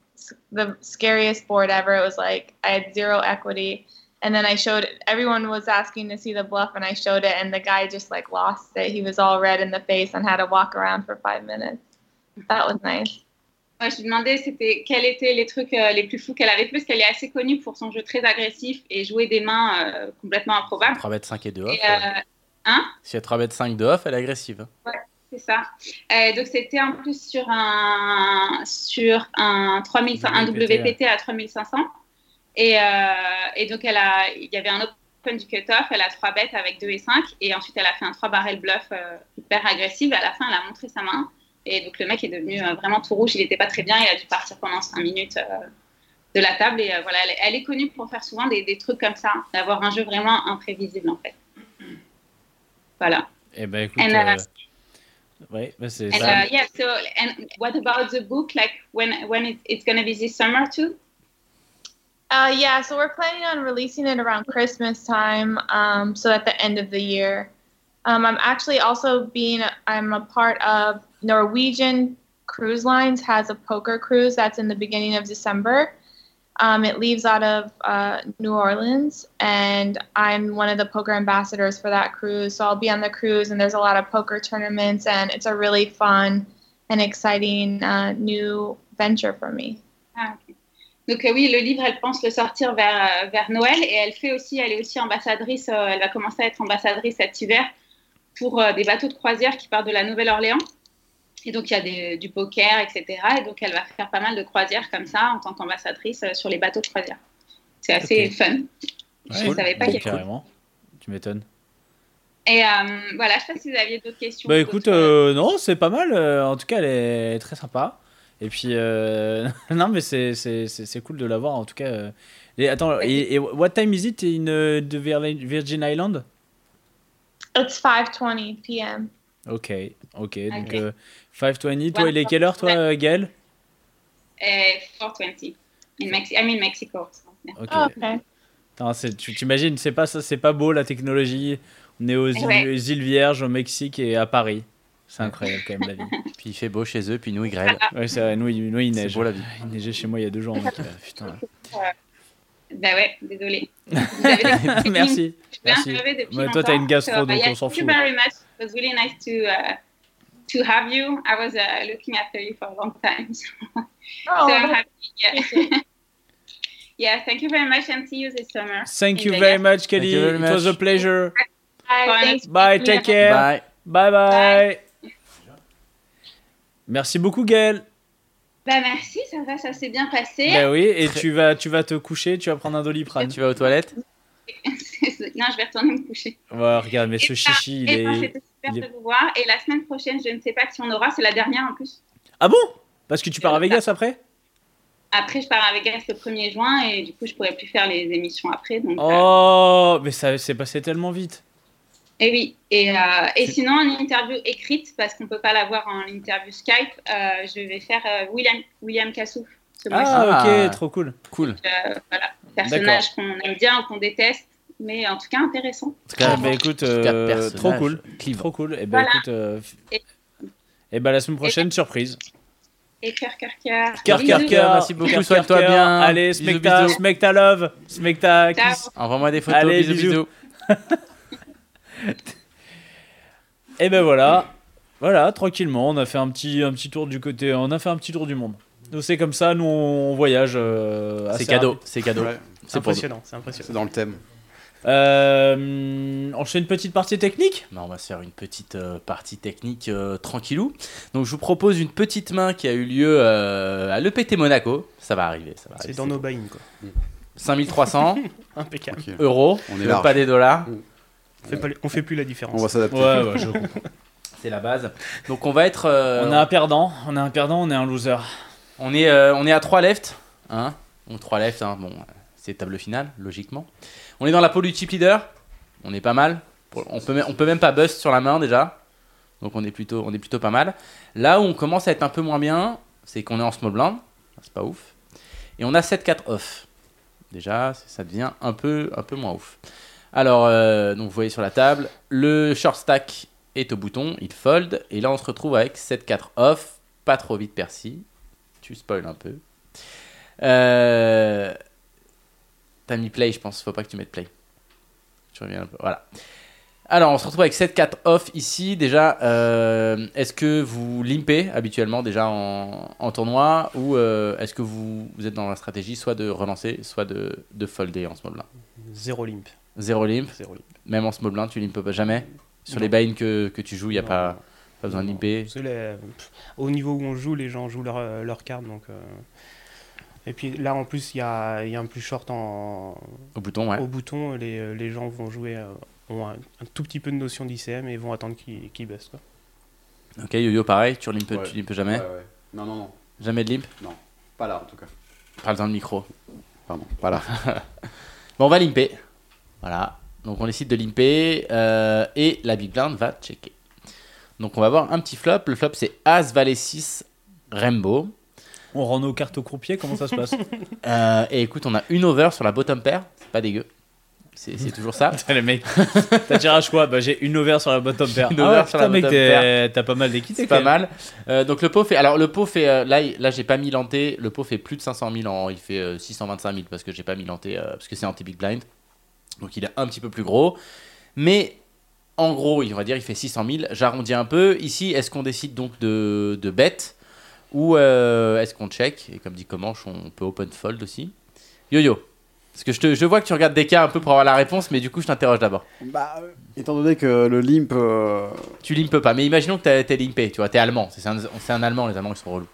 S9: the scariest board ever. It was like I had zero equity and then I showed everyone was asking to see the bluff, and I showed it, and the guy just like lost it. He was all red in the face and had to walk around for five minutes. That was nice.
S8: Ouais, je lui demandais c'était, quels étaient les trucs euh, les plus fous qu'elle avait fait, parce qu'elle est assez connue pour son jeu très agressif et jouer des mains euh, complètement improbables.
S4: 3 bêtes 5 et 2 off.
S8: Et, euh, hein
S4: Si elle 3 bêtes 5 de off, elle est agressive. hein.
S8: C'est ça. Euh, donc c'était en plus sur un sur un 3500 un
S3: WPT,
S8: WPT à 3500 et, euh, et donc elle a il y avait un open du cutoff, elle a trois bêtes avec 2 et 5 et ensuite elle a fait un 3 barrel bluff euh, hyper agressive. À la fin elle a montré sa main et donc le mec est devenu euh, vraiment tout rouge, il n'était pas très bien, il a dû partir pendant 5 minutes euh, de la table et euh, voilà elle, est- elle est connue pour faire souvent des, des trucs comme ça, d'avoir un jeu vraiment imprévisible en fait. Voilà.
S3: Eh ben écoute,
S8: And,
S3: euh,
S8: uh,
S3: ouais, bah, c'est
S8: And
S3: ça.
S8: uh, yeah, so and what about the book? Like when when it, it's gonna be this summer too?
S9: Uh, yeah, so we're planning on releasing it around Christmas time, um, so at the end of the year. Um, I'm actually also being I'm a part of Norwegian Cruise Lines has a poker cruise that's in the beginning of December. Um, it leaves out of uh, New Orleans, and I'm one of the poker ambassadors for that cruise. So I'll be on the cruise, and there's a lot of poker tournaments, and it's a really fun and exciting uh, new venture for me.
S8: Ah, ok. Donc euh, oui, le livre, elle pense le sortir vers, euh, vers Noël et elle fait aussi, elle est aussi ambassadrice, euh, elle va commencer à être ambassadrice cet hiver pour euh, des bateaux de croisière qui partent de la Nouvelle-Orléans. Et donc il y a des- du poker, etc. Et donc elle va faire pas mal de croisières comme ça en tant qu'ambassadrice euh, sur les bateaux de croisière. C'est assez
S4: Ok.
S8: fun.
S3: Ouais,
S8: je savais
S3: bon,
S8: pas qu'il y avait-
S3: carrément. Tu m'étonnes.
S8: Et euh, voilà, je sais pas si vous aviez d'autres questions.
S3: Bah
S8: d'autres-
S3: écoute, euh, non, c'est pas mal. euh, en tout cas, elle est très sympa. Et puis, euh, non, mais c'est- c'est c'est- c'est cool de l'avoir en tout cas. euh. Et attends, et, et what time is it in euh, the Vir- Virgin Island
S9: It's 5:20 p.m.
S3: Ok, ok. Donc
S8: Ok.
S3: euh, 520, toi, il est quelle heure, toi, euh, Gaël
S8: Euh, 420. In Mexi I'm in Mexico.
S3: Ok.
S9: okay.
S3: Putain, c'est- tu t'imagines, c'est pas ça, c'est pas beau la technologie. On est aux, îles-
S8: Ouais.
S3: aux îles Vierges, au Mexique et à Paris. C'est incroyable quand même la vie.
S4: Puis il fait beau chez eux, puis nous, ils grêlent.
S3: Ouais, c'est vrai, nous, il, nous, il
S4: C'est
S3: neige.
S4: beau la vie.
S3: Il neigeait chez moi Ah, il y a deux jours. mec. Euh, putain.
S8: Bah ouais, désolé. Vous avez des questions
S3: Merci.
S8: Je viens
S3: Merci.
S8: d'arriver depuis
S3: Mais toi, t'as
S8: longtemps. euh, ben,
S3: une gastro,
S8: So,
S3: donc
S8: yeah,
S3: on s'en
S8: thank you
S3: fout.
S8: very much. It was really nice to, uh, to have you. I was uh, looking after you for a long time. So,
S9: Oh,
S8: I'm happy. Yeah. Yeah, thank you very much and see you this summer.
S3: Thank
S8: in
S3: you
S8: Vegas.
S3: very much, Kelly.
S4: you very
S3: It was a
S4: much.
S3: pleasure.
S9: Bye.
S8: Bye.
S9: Thanks.
S3: Bye,
S9: Yeah.
S3: take care.
S4: Bye.
S3: Bye bye.
S8: Bye.
S3: Merci beaucoup Gaël.
S8: Bah merci, ça va, ça s'est bien passé.
S3: Bah oui, et tu vas, tu vas te coucher, tu vas prendre un doliprane.
S4: Tu vas aux toilettes
S8: non, je vais retourner me coucher.
S3: Ouais, regarde, mais ce
S8: Et
S3: chichi, il
S8: Eh ben,
S3: est.
S8: c'était super
S3: il est-
S8: de vous voir. Et la semaine prochaine, je ne sais pas si on aura, c'est la dernière en plus.
S3: Ah bon Parce que tu pars à Vegas après
S8: Après, je pars à Vegas le 1er juin et du coup, je pourrais plus faire les émissions après. Donc, euh,
S3: Oh, mais ça s'est passé tellement vite.
S8: et oui. Et, euh, et sinon, en interview écrite, parce qu'on peut pas l'avoir en interview Skype, euh, je vais faire euh, William, William Kassouf. ce mois-ci.
S3: Ah,
S4: Ah.
S3: ok, trop cool.
S4: Cool.
S8: Euh, voilà, personnage qu'on aime bien ou qu'on déteste, mais en tout cas intéressant.
S4: En
S3: Ah,
S4: tout cas,
S3: bah écoute,
S4: en tout cas,
S3: euh,
S4: personnage
S3: trop cool.
S4: clivant.
S3: Trop cool. Et bah
S8: Voilà.
S3: écoute. euh, f-
S8: Et-
S3: Eh ben la semaine prochaine, surprise.
S8: Et cœur, cœur, cœur.
S3: Cœur, cœur,
S8: Bisous.
S3: cœur.
S4: merci beaucoup,
S3: Cœur,
S4: soigne-toi
S3: cœur, cœur.
S4: bien.
S3: Allez,
S4: Bisous,
S3: smecta,
S4: bisous.
S3: smecta love, smecta
S8: Ciao.
S3: kiss.
S4: Envoie-moi des photos.
S3: Allez,
S4: bisous,
S3: bisous.
S4: bisous.
S3: Et ben voilà, voilà, tranquillement, on a fait un petit, un petit tour du côté, on a fait un petit tour du monde. Nous c'est comme ça, nous on voyage. euh, assez
S4: C'est cadeau.
S3: rapide.
S4: C'est cadeau.
S6: Ouais,
S5: C'est
S4: C'est pour nous.
S5: impressionnant, c'est
S6: c'est
S5: impressionnant.
S6: dans le thème.
S3: Euh, on se fait une petite partie technique.
S4: Non, on va se faire une petite euh, partie technique euh, tranquillou. Donc, je vous propose une petite main qui a eu lieu euh, à l'EPT Monaco. Ça va arriver. Ça va
S5: C'est
S4: arriver.
S5: dans nos buy quoi.
S4: 5300
S5: Impeccable.
S6: Ok.
S4: euros.
S6: On est
S4: même
S6: large.
S4: pas des dollars.
S5: On fait, pas les- on fait plus la
S6: On
S5: différence.
S6: va s'adapter.
S3: Ouais, ouais, je comprends.
S4: C'est la base. Donc, on va être. euh,
S3: on a un perdant, on a un perdant, on est un loser.
S4: On est, euh, on est à 3 left. Hein bon, 3 left, hein, bon, c'est table finale, logiquement. On est dans la peau du chip leader. On est pas mal. On peut, même- on peut même pas bust sur la main déjà. Donc on est, plutôt, on est plutôt pas mal. Là où on commence à être un peu moins bien, c'est qu'on est en small blind. Ah, C'est pas ouf. Et on a 7-4 off. Déjà, c- ça devient un peu, un peu moins ouf. Alors, euh, donc vous voyez sur la table, le short stack est au bouton, il fold. Et là, on se retrouve avec 7-4 off. Pas trop vite Percy tu spoil un peu. Euh, T'as mis play, je pense. Faut pas que tu mettes play. Tu reviens un peu. Voilà. Alors, on se retrouve avec 7-4 off ici. Déjà, euh, est-ce que vous limpez habituellement déjà en, en tournoi ou euh, est-ce que vous, vous êtes dans la stratégie soit de relancer, soit de, de folder en ce moment-là
S5: Zéro limp.
S4: Zéro limp,
S5: Zéro limp.
S4: même en small blind, tu limpes pas jamais. Sur
S5: Non.
S4: les buy que, que tu joues, il n'y a
S5: Non,
S4: pas,
S5: non.
S4: pas besoin de
S5: Non,
S4: limper.
S5: c'est la- pff, Au niveau où on joue, les gens jouent leur, euh, leur carte. Donc, euh, Et puis là, en plus, il y a, il y a un plus short en...
S4: Au bouton, ouais.
S5: au bouton. Les, les gens vont jouer, euh, ont un, un tout petit peu de notion d'ICM et vont attendre qu'ils qu'ils buzzent, quoi.
S4: Ok, yo-yo, pareil, tu limpes,
S6: Ouais.
S4: tu limpes jamais.
S6: Ouais, ouais. Non, non, non.
S4: Jamais de limp.
S6: Pas là, en tout cas.
S4: Parle dans le micro.
S6: Pardon. Pas là.
S4: Bon, on va limper. Voilà. Donc, on décide de limper euh, et la big blind va checker. Donc, on va avoir un petit flop. Le flop, c'est As, Valet 6, Rainbow.
S3: On rend nos cartes au croupier, comment ça se passe
S4: Euh, et écoute, on a une over sur la bottom pair. C'est pas dégueu. C'est c'est toujours ça.
S3: Putain, les mecs, t'as tirage quoi Bah j'ai une over sur la bottom pair.
S4: Une
S3: Ah
S4: over
S3: ouais, putain,
S4: sur la
S3: mec,
S4: bottom
S3: t'es-
S4: pair.
S3: t'as pas mal d'équité.
S4: C'est pas
S3: quand même.
S4: mal. Euh, donc, le pot fait. Alors, le pot fait. euh, là, il- là j'ai pas mis l'anté. Le pot fait plus de 500 000. En, il fait euh, 625 000 parce que j'ai pas mis l'anté. euh, parce que c'est anti-big blind. Donc, il est un petit peu plus gros. Mais en gros, il- on va dire, il fait 600 000. J'arrondis un peu. Ici, est-ce qu'on décide donc de, de bet ou euh, est-ce qu'on check Et comme dit Comanche, on peut open fold aussi. Yo-yo, parce que je, te- je vois que tu regardes des cas un peu pour avoir la réponse, mais du coup, je t'interroge d'abord.
S6: Bah, euh, étant donné que le limp. euh,
S4: Tu limpes pas, mais imaginons que t'as- t'es limpé, tu vois, t'es allemand. C'est un, c'est un allemand, les allemands, ils sont relous.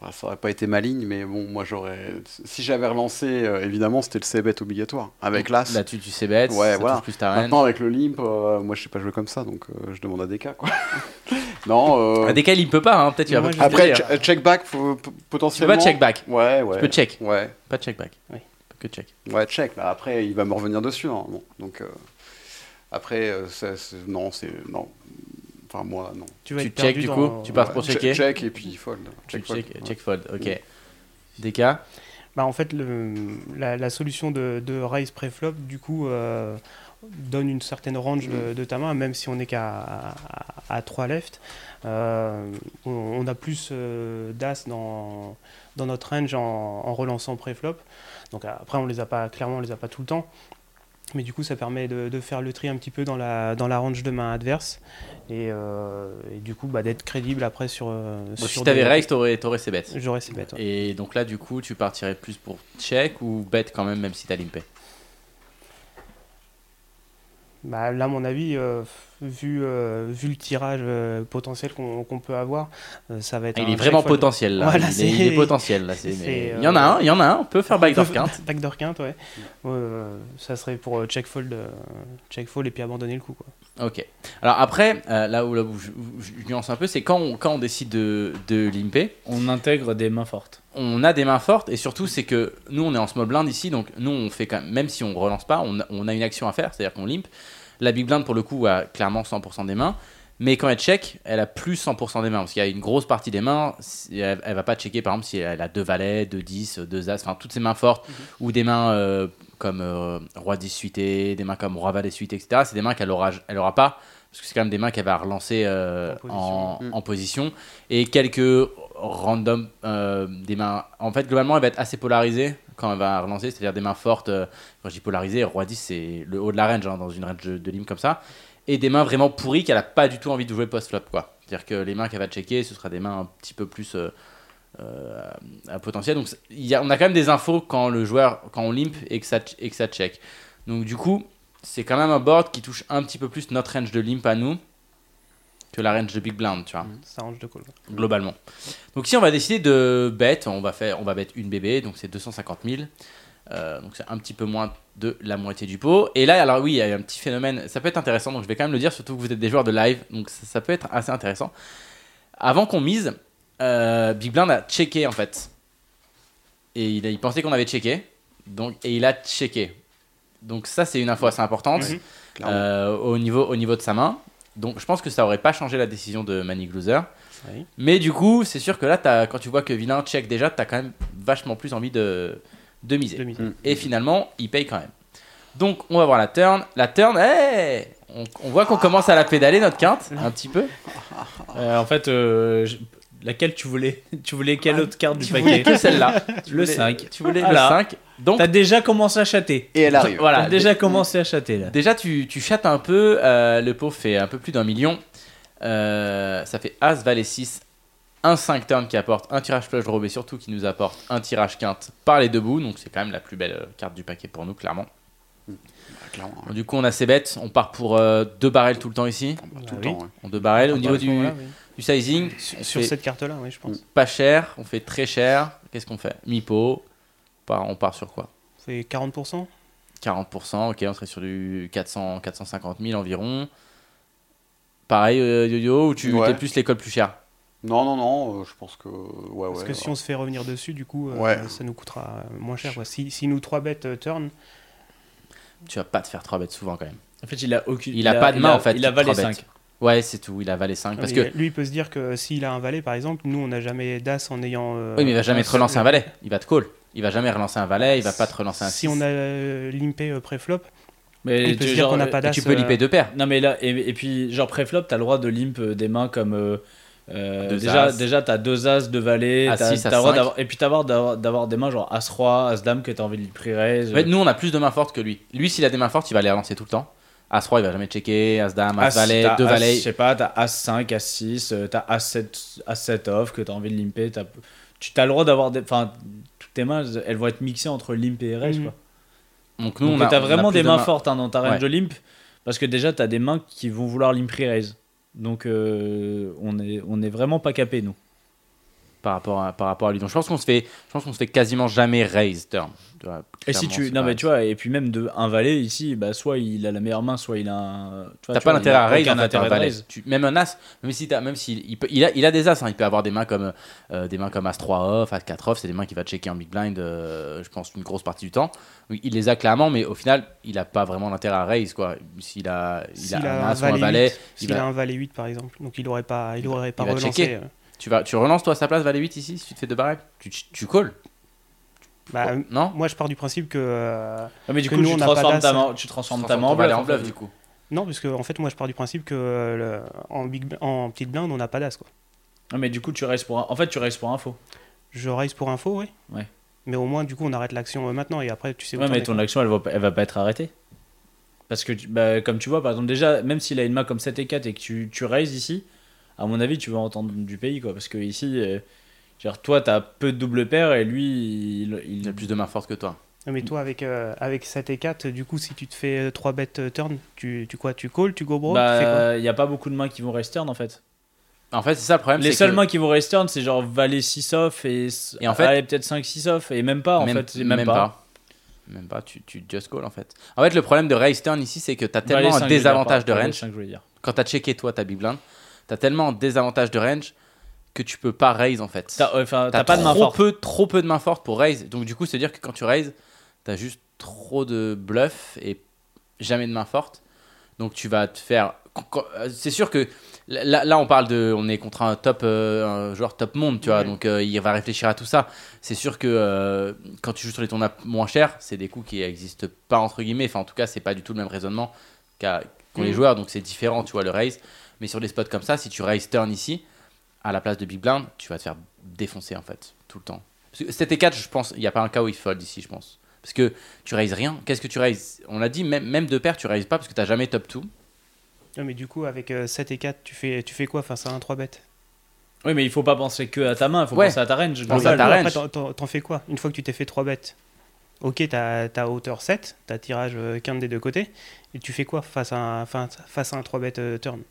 S6: bah, ça aurait pas été maligne, mais bon, moi j'aurais. Si j'avais relancé, euh, évidemment, c'était le C-bet obligatoire. Avec l'As.
S4: Là, tu, tu sais bête,
S6: Ah, Ouais,
S4: ça
S6: voilà.
S4: touche plus ta reine.
S6: Maintenant, avec le limp, euh, moi je sais pas jouer comme ça, donc euh, je demande à DK, quoi. non, euh,
S4: Ah, Des cas, il limpe pas, hein, peut-être tu vas
S5: Moi,
S4: pas-
S5: je-
S6: après,
S4: tu
S6: che- check back faut- p-
S4: peux
S6: potentiellement.
S4: pas check back,
S6: Ouais, ouais.
S4: tu peux check,
S6: Ouais,
S4: pas check back.
S5: Oui.
S4: Que check.
S6: ouais, check. Bah, après, il va me revenir dessus, hein. Bon, donc. euh, Après, euh, ça, c'est- non, c'est. Non. Enfin, moi, non.
S5: Tu vas
S4: Tu
S5: être
S4: check,
S5: perdu
S4: du
S5: dans-
S4: coup, tu pars
S6: Ouais,
S4: pour
S6: che-
S4: checker.
S6: Check et puis fold.
S4: Tu
S6: fold.
S4: check,
S6: Ouais.
S4: check fold, ok. Des cas,
S5: Bah, en fait, le- la, la solution de, de raise pré-flop, du coup, euh, donne une certaine range de, de ta main, même si on n'est qu'à à- à 3 left. Euh, on, on a plus euh, d'as dans, dans notre range en, en relançant pré-flop. Donc après, on les a pas, clairement, on les a pas tout le temps. Mais du coup, ça permet de, de faire le tri un petit peu dans la, dans la range de main adverse et, euh, et du coup bah, d'être crédible après sur. euh,
S4: Donc,
S5: sur
S4: si
S5: des-
S4: t'avais raise, t'aurais t'aurais ses bêtes.
S5: J'aurais ses bêtes. ouais.
S4: Et donc là, du coup, tu partirais plus pour check ou bet quand même, même si t'as Ah, limpé.
S5: Bah, là, à mon avis, euh, vu, euh, vu le tirage euh, potentiel qu'on qu'on peut avoir, euh, ça va être.
S4: Ah, il
S5: un
S4: est
S5: chaque
S4: vraiment
S5: fois le-
S4: potentiel là.
S5: Voilà,
S4: il,
S5: c'est-
S4: est, il est potentiel là. c'est-
S5: c'est,
S4: mais
S5: euh,
S4: Il y en a un, il y en a un. On peut faire backdoor count.
S5: Backdoor quinte, ouais.
S4: Mm.
S5: Euh, ça serait pour euh, check fold, euh, check fold et puis abandonner le coup. Quoi.
S4: Ok. Alors après, euh, là où, là où je, où je nuance un peu, c'est quand on, quand on décide de, de limper,
S3: On intègre des mains fortes.
S4: on a des mains fortes et surtout c'est que nous on est en small blind ici, donc nous on fait quand même, même si on relance pas, on a, on a une action à faire, c'est-à-dire qu'on limp. La big blind pour le coup a clairement 100% des mains, mais quand elle check, elle a plus 100% des mains parce qu'il y a une grosse partie des mains, si- elle, elle va pas checker par exemple si elle a deux valets, deux 10, deux as, enfin toutes ces mains fortes
S5: Mhm.
S4: ou des mains euh, comme euh, roi 10 suité, des mains comme roi valet suité, etc. C'est des mains qu'elle aura, elle aura pas parce que c'est quand même des mains qu'elle va relancer euh,
S5: En position.
S4: en-
S6: Mm.
S4: en position et quelques random euh, des mains. En fait, globalement, elle va être assez polarisée quand elle va relancer, c'est-à-dire des mains fortes. euh, quand je dis polarisée, roi 10, c'est le haut de la range, hein, dans une range de, de limbe comme ça. Et des mains vraiment pourries qu'elle a pas du tout envie de jouer post-flop, quoi. C'est-à-dire que les mains qu'elle va checker, ce sera des mains un petit peu plus euh, euh, à potentiel. Donc, c'est- il y a, on a quand même des infos quand le joueur, quand on limp et que ça, et que ça check. Donc, du coup, c'est quand même un board qui touche un petit peu plus notre range de limp à nous que la range de big blind, tu vois
S5: Ça range de call.
S4: globalement. Donc si on va décider de bet, on va faire, on va bet une bébé, donc c'est 250 000. Euh, donc c'est un petit peu moins de la moitié du pot. Et là, alors oui, il y a un petit phénomène, ça peut être intéressant, donc je vais quand même le dire, surtout que vous êtes des joueurs de live, donc ça, ça peut être assez intéressant. Avant qu'on mise, euh, Big Blind a checké en fait. Et il, a- il pensait qu'on avait checké, donc, et il a checké. Donc ça, c'est une info assez importante
S5: Mhm.
S6: Clairement.
S4: euh, au, niveau, au niveau de sa main. Donc je pense que ça aurait pas changé la décision de Manic Loser.
S5: Oui.
S4: Mais du coup, c'est sûr que là, t'as- quand tu vois que Vilain check déjà, t'as quand même vachement plus envie de, de miser.
S5: De mise.
S4: Et finalement, il paye quand même. Donc, on va voir la turn. La turn, hey on, on voit qu'on commence à la pédaler notre quinte, un petit peu.
S3: Euh, en fait, euh, je- laquelle tu voulais Tu voulais
S5: Ah,
S3: quelle autre carte du
S4: Tu voulais
S3: paquet
S4: que celle-là. Tu
S3: Le
S4: voulais-
S3: 5.
S4: Tu voulais
S3: Voilà.
S4: le 5. Donc,
S3: T'as déjà commencé à chater.
S10: Et elle arrive.
S4: Voilà,
S3: T'as déjà commencé à chater là.
S4: Déjà, tu, tu chattes un peu. euh, le pot fait un peu plus d'un million. Euh, ça fait As, Valet 6, un 5 turn qui apporte un tirage flush draw, mais surtout qui nous apporte un tirage quinte par les deux bouts. Donc, c'est quand même la plus belle euh, carte du paquet pour nous, clairement.
S10: Clairement,
S6: hein.
S4: Bon, du coup, on a ses bêtes. On part pour euh, deux barrels tout le temps ici.
S10: on va
S5: Bah
S10: tout le
S5: oui.
S6: hein.
S10: temps. ouais.
S4: On deux barrels. Au
S5: Enfin,
S4: niveau
S5: à ce
S4: du, Mm.
S5: moment-là, oui.
S4: du sizing, on
S5: Sur
S4: fait
S5: cette carte-là, oui, je pense.
S4: pas cher, on fait très cher. Qu'est-ce qu'on fait Mi-pot. On part- on part sur quoi
S5: C'est 40%
S4: 40%, ok, on serait sur du 400, 450 000 environ. Pareil, euh, Yo-Yo, ou tu
S10: Ouais.
S4: t'es plus l'école plus chère
S10: Non, non, non, euh, je pense que. Ouais,
S5: Parce
S10: ouais.
S5: que si on se fait revenir dessus, du coup, euh,
S10: Ouais.
S5: ça nous coûtera euh, moins cher. quoi. Si, si nous 3 bêtes euh, turn,
S4: Tu vas pas te faire 3 bêtes souvent quand même.
S3: En fait, il a aucune.
S4: Il, a, pas de main
S3: a-
S4: en fait.
S3: Il a
S4: trois
S3: valet
S4: bêtes.
S3: 5.
S4: Ouais, c'est tout, il a valet 5. Parce que.
S5: lui, il peut se dire que s'il a un valet, par exemple, nous, on n'a jamais d'as en ayant. euh,
S4: Oui, mais il va jamais te
S5: seul-
S4: relancer un valet. Il va te call. Il va jamais relancer un valet, il va pas te relancer un
S5: Si
S4: six.
S5: on a euh, limpé euh, pré-flop,
S3: Mais
S5: il peut
S3: tu-
S5: se dire
S3: genre,
S5: qu'on n'a pas
S4: Et
S5: d'as.
S4: tu peux
S5: euh,
S4: l'IP deux paires.
S3: Non mais là, et, et puis genre préflop, t'as le droit de limp euh, des mains comme... euh, euh,
S4: Deux
S3: déjà,
S4: as.
S3: déjà t'as deux as, Ah, deux valets,
S4: As
S3: t'as-
S4: six, as
S3: t'as le droit
S4: cinq.
S3: d'avoir- et puis t'as le droit d'avoir- d'avoir des mains genre as roi, as dame que t'as envie de pre-raise.
S4: En fait, nous on a plus de mains fortes que lui. Lui, s'il a des mains fortes, il va les relancer tout le temps. As 3, il va jamais checker. As dame, As, valet,
S3: t'as
S4: deux
S3: as,
S4: valets.
S3: Je sais pas, t'as as 5, as 6, t'as as 7, as 7 off que t'as envie de limper. t'as- Tu t'as le droit d'avoir des... Enfin, toutes tes mains, elles vont être mixées entre limp et raise
S5: Mhm.
S3: quoi.
S4: Donc nous
S3: Nous,
S4: on a.
S3: t'as
S4: on a
S3: vraiment
S4: plus
S3: des
S4: de
S3: mains fortes hein, dans ta range
S4: Ouais.
S3: de limp, parce que déjà t'as des mains qui vont vouloir limp raise. Donc euh, on est on est vraiment pas capé nous.
S4: par rapport à, par rapport à lui. Donc je pense qu'on se fait, je pense qu'on se fait quasiment jamais raise turn. Tu vois,
S3: Et si
S4: clairement,
S3: tu
S4: c'est
S3: non
S4: pas-
S3: mais tu vois et puis même de un valet ici, bah soit il a la meilleure main, soit il a un. tu vois,
S4: T'as
S3: tu
S4: pas
S3: vois,
S4: l'intérêt
S3: il a
S4: à raise
S3: aucun
S4: en fait,
S3: intérêt
S4: un
S3: de
S4: valet.
S3: raise.
S4: Tu- même un as, même si t'as- même s'il- il, peut- il a, il a des as, hein, il peut avoir des mains comme euh, des mains comme as 3 off, as 4 off, c'est des mains qu'il va checker en big blind, euh, je pense une grosse partie du temps. Oui, Il les a clairement, mais au final, il a pas vraiment l'intérêt à raise quoi. S'il a, il
S5: S'il
S4: a,
S5: a
S4: un as ou un valet,
S5: huit,
S4: il
S5: s'il
S4: va-
S5: a un valet 8 par exemple, donc il aurait pas, il aurait pas
S4: il va
S5: relancé.
S4: checker.
S5: euh.
S4: tu vas, tu relances toi à sa place valet 8 ici, si tu te fais deux barrels, tu, tu, tu calls,
S5: Bah,
S3: Ah,
S5: euh,
S4: non
S5: Moi, je pars du principe que euh,
S3: Ouais, mais du
S5: Que
S3: coup
S5: nous, on
S3: tu
S5: n'a pas
S3: transformes ta
S5: d'as. hein.
S3: main, tu transformes ta
S4: Transforme
S3: main
S4: ton
S3: en
S4: valet
S3: bluff.
S4: en
S3: en fait.
S4: bluff du coup.
S5: non, parce que en fait, moi, je pars du principe que euh, le- en big, bl- en petite blinde, on n'a pas d'as quoi.
S3: Ouais, mais du coup tu restes pour un... en fait tu restes pour info.
S5: Je raise pour info, oui.
S3: Ouais.
S5: Mais au moins, du coup, on arrête l'action euh, maintenant et après, tu sais. où
S3: Ouais
S5: t'en
S3: mais
S5: es,
S3: ton
S5: quoi.
S3: action elle va pas, elle va pas être arrêtée. Parce que, tu- bah, comme tu vois, par exemple, déjà, même s'il a une main comme 7 et 4 et que tu, tu raises ici, à mon avis, tu vas entendre du pays, quoi. Parce que ici, euh, genre, toi, t'as peu de double paire et lui, il.
S4: Il a plus de main forte que toi.
S5: Non, mais toi, avec, euh, avec 7 et 4, du coup, si tu te fais 3 bêtes euh, turn, tu, tu quoi Tu call, tu go bro tu fais
S4: euh,
S5: quoi
S3: Bah, il n'y a pas beaucoup de mains qui vont raise turn en fait.
S4: En fait, c'est ça le problème.
S3: Les
S4: c'est
S3: seules
S4: que-
S3: mains qui vont raise turn, c'est genre valet 6 off et,
S4: Et en fait-
S3: valet peut-être 5 6 off et même pas en fait, c'est même, pas.
S4: Même pas, tu, tu just call en fait. En fait, le problème de raise turn ici, c'est que t'as
S3: Valet
S4: tellement
S3: Bah, cinq,
S4: un
S3: je veux dire,
S4: désavantage de
S3: pardon, valet
S4: range.
S3: cinq, je voulais dire.
S4: Quand t'as checké toi ta big blind, t'as tellement un désavantage de range que tu peux pas raise en fait.
S3: T'as, ouais, enfin,
S4: T'as
S3: t'as pas de main
S4: trop
S3: forte.
S4: peu, trop peu de main forte pour raise. Donc du coup, c'est à dire que quand tu raise, t'as juste trop de bluff et jamais de main forte. Donc tu vas te faire. euh, C'est sûr que là, là, on parle de, on est contre un top, euh, un joueur top monde, tu vois. Donc euh, il va réfléchir à tout ça. C'est sûr que euh, quand tu joues sur les tournois moins chers, c'est des coups qui n'existent pas entre guillemets. Enfin, en tout cas, c'est pas du tout le même raisonnement qu'à- qu'ont les joueurs. Donc c'est différent, tu vois, le raise. Mais sur des spots comme ça, si tu raise turn ici, à la place de Big Blind, tu vas te faire défoncer en fait, tout le temps. Parce que C'était 4, je pense, il n'y a pas un cas où il fold ici, je pense. Parce que tu raises rien. Qu'est-ce que tu raises On l'a dit, même, même de paire, tu raises pas parce que tu jamais top 2.
S5: Non, mais du coup, avec euh, 7 et 4, tu fais, tu fais quoi face à un 3 bêtes
S3: Oui, mais il faut pas penser que à ta main, il faut
S4: Ouais.
S3: penser à ta range.
S4: Pense
S3: global.
S4: à ta
S5: Après,
S4: range.
S5: t'en- t'en- t'en fais quoi Une fois que tu t'es fait 3 bêtes, ok, t'as as hauteur 7, t'as tirage euh, quinte des deux côtés, et tu fais quoi face à un, face, face à un 3 bêtes euh, turn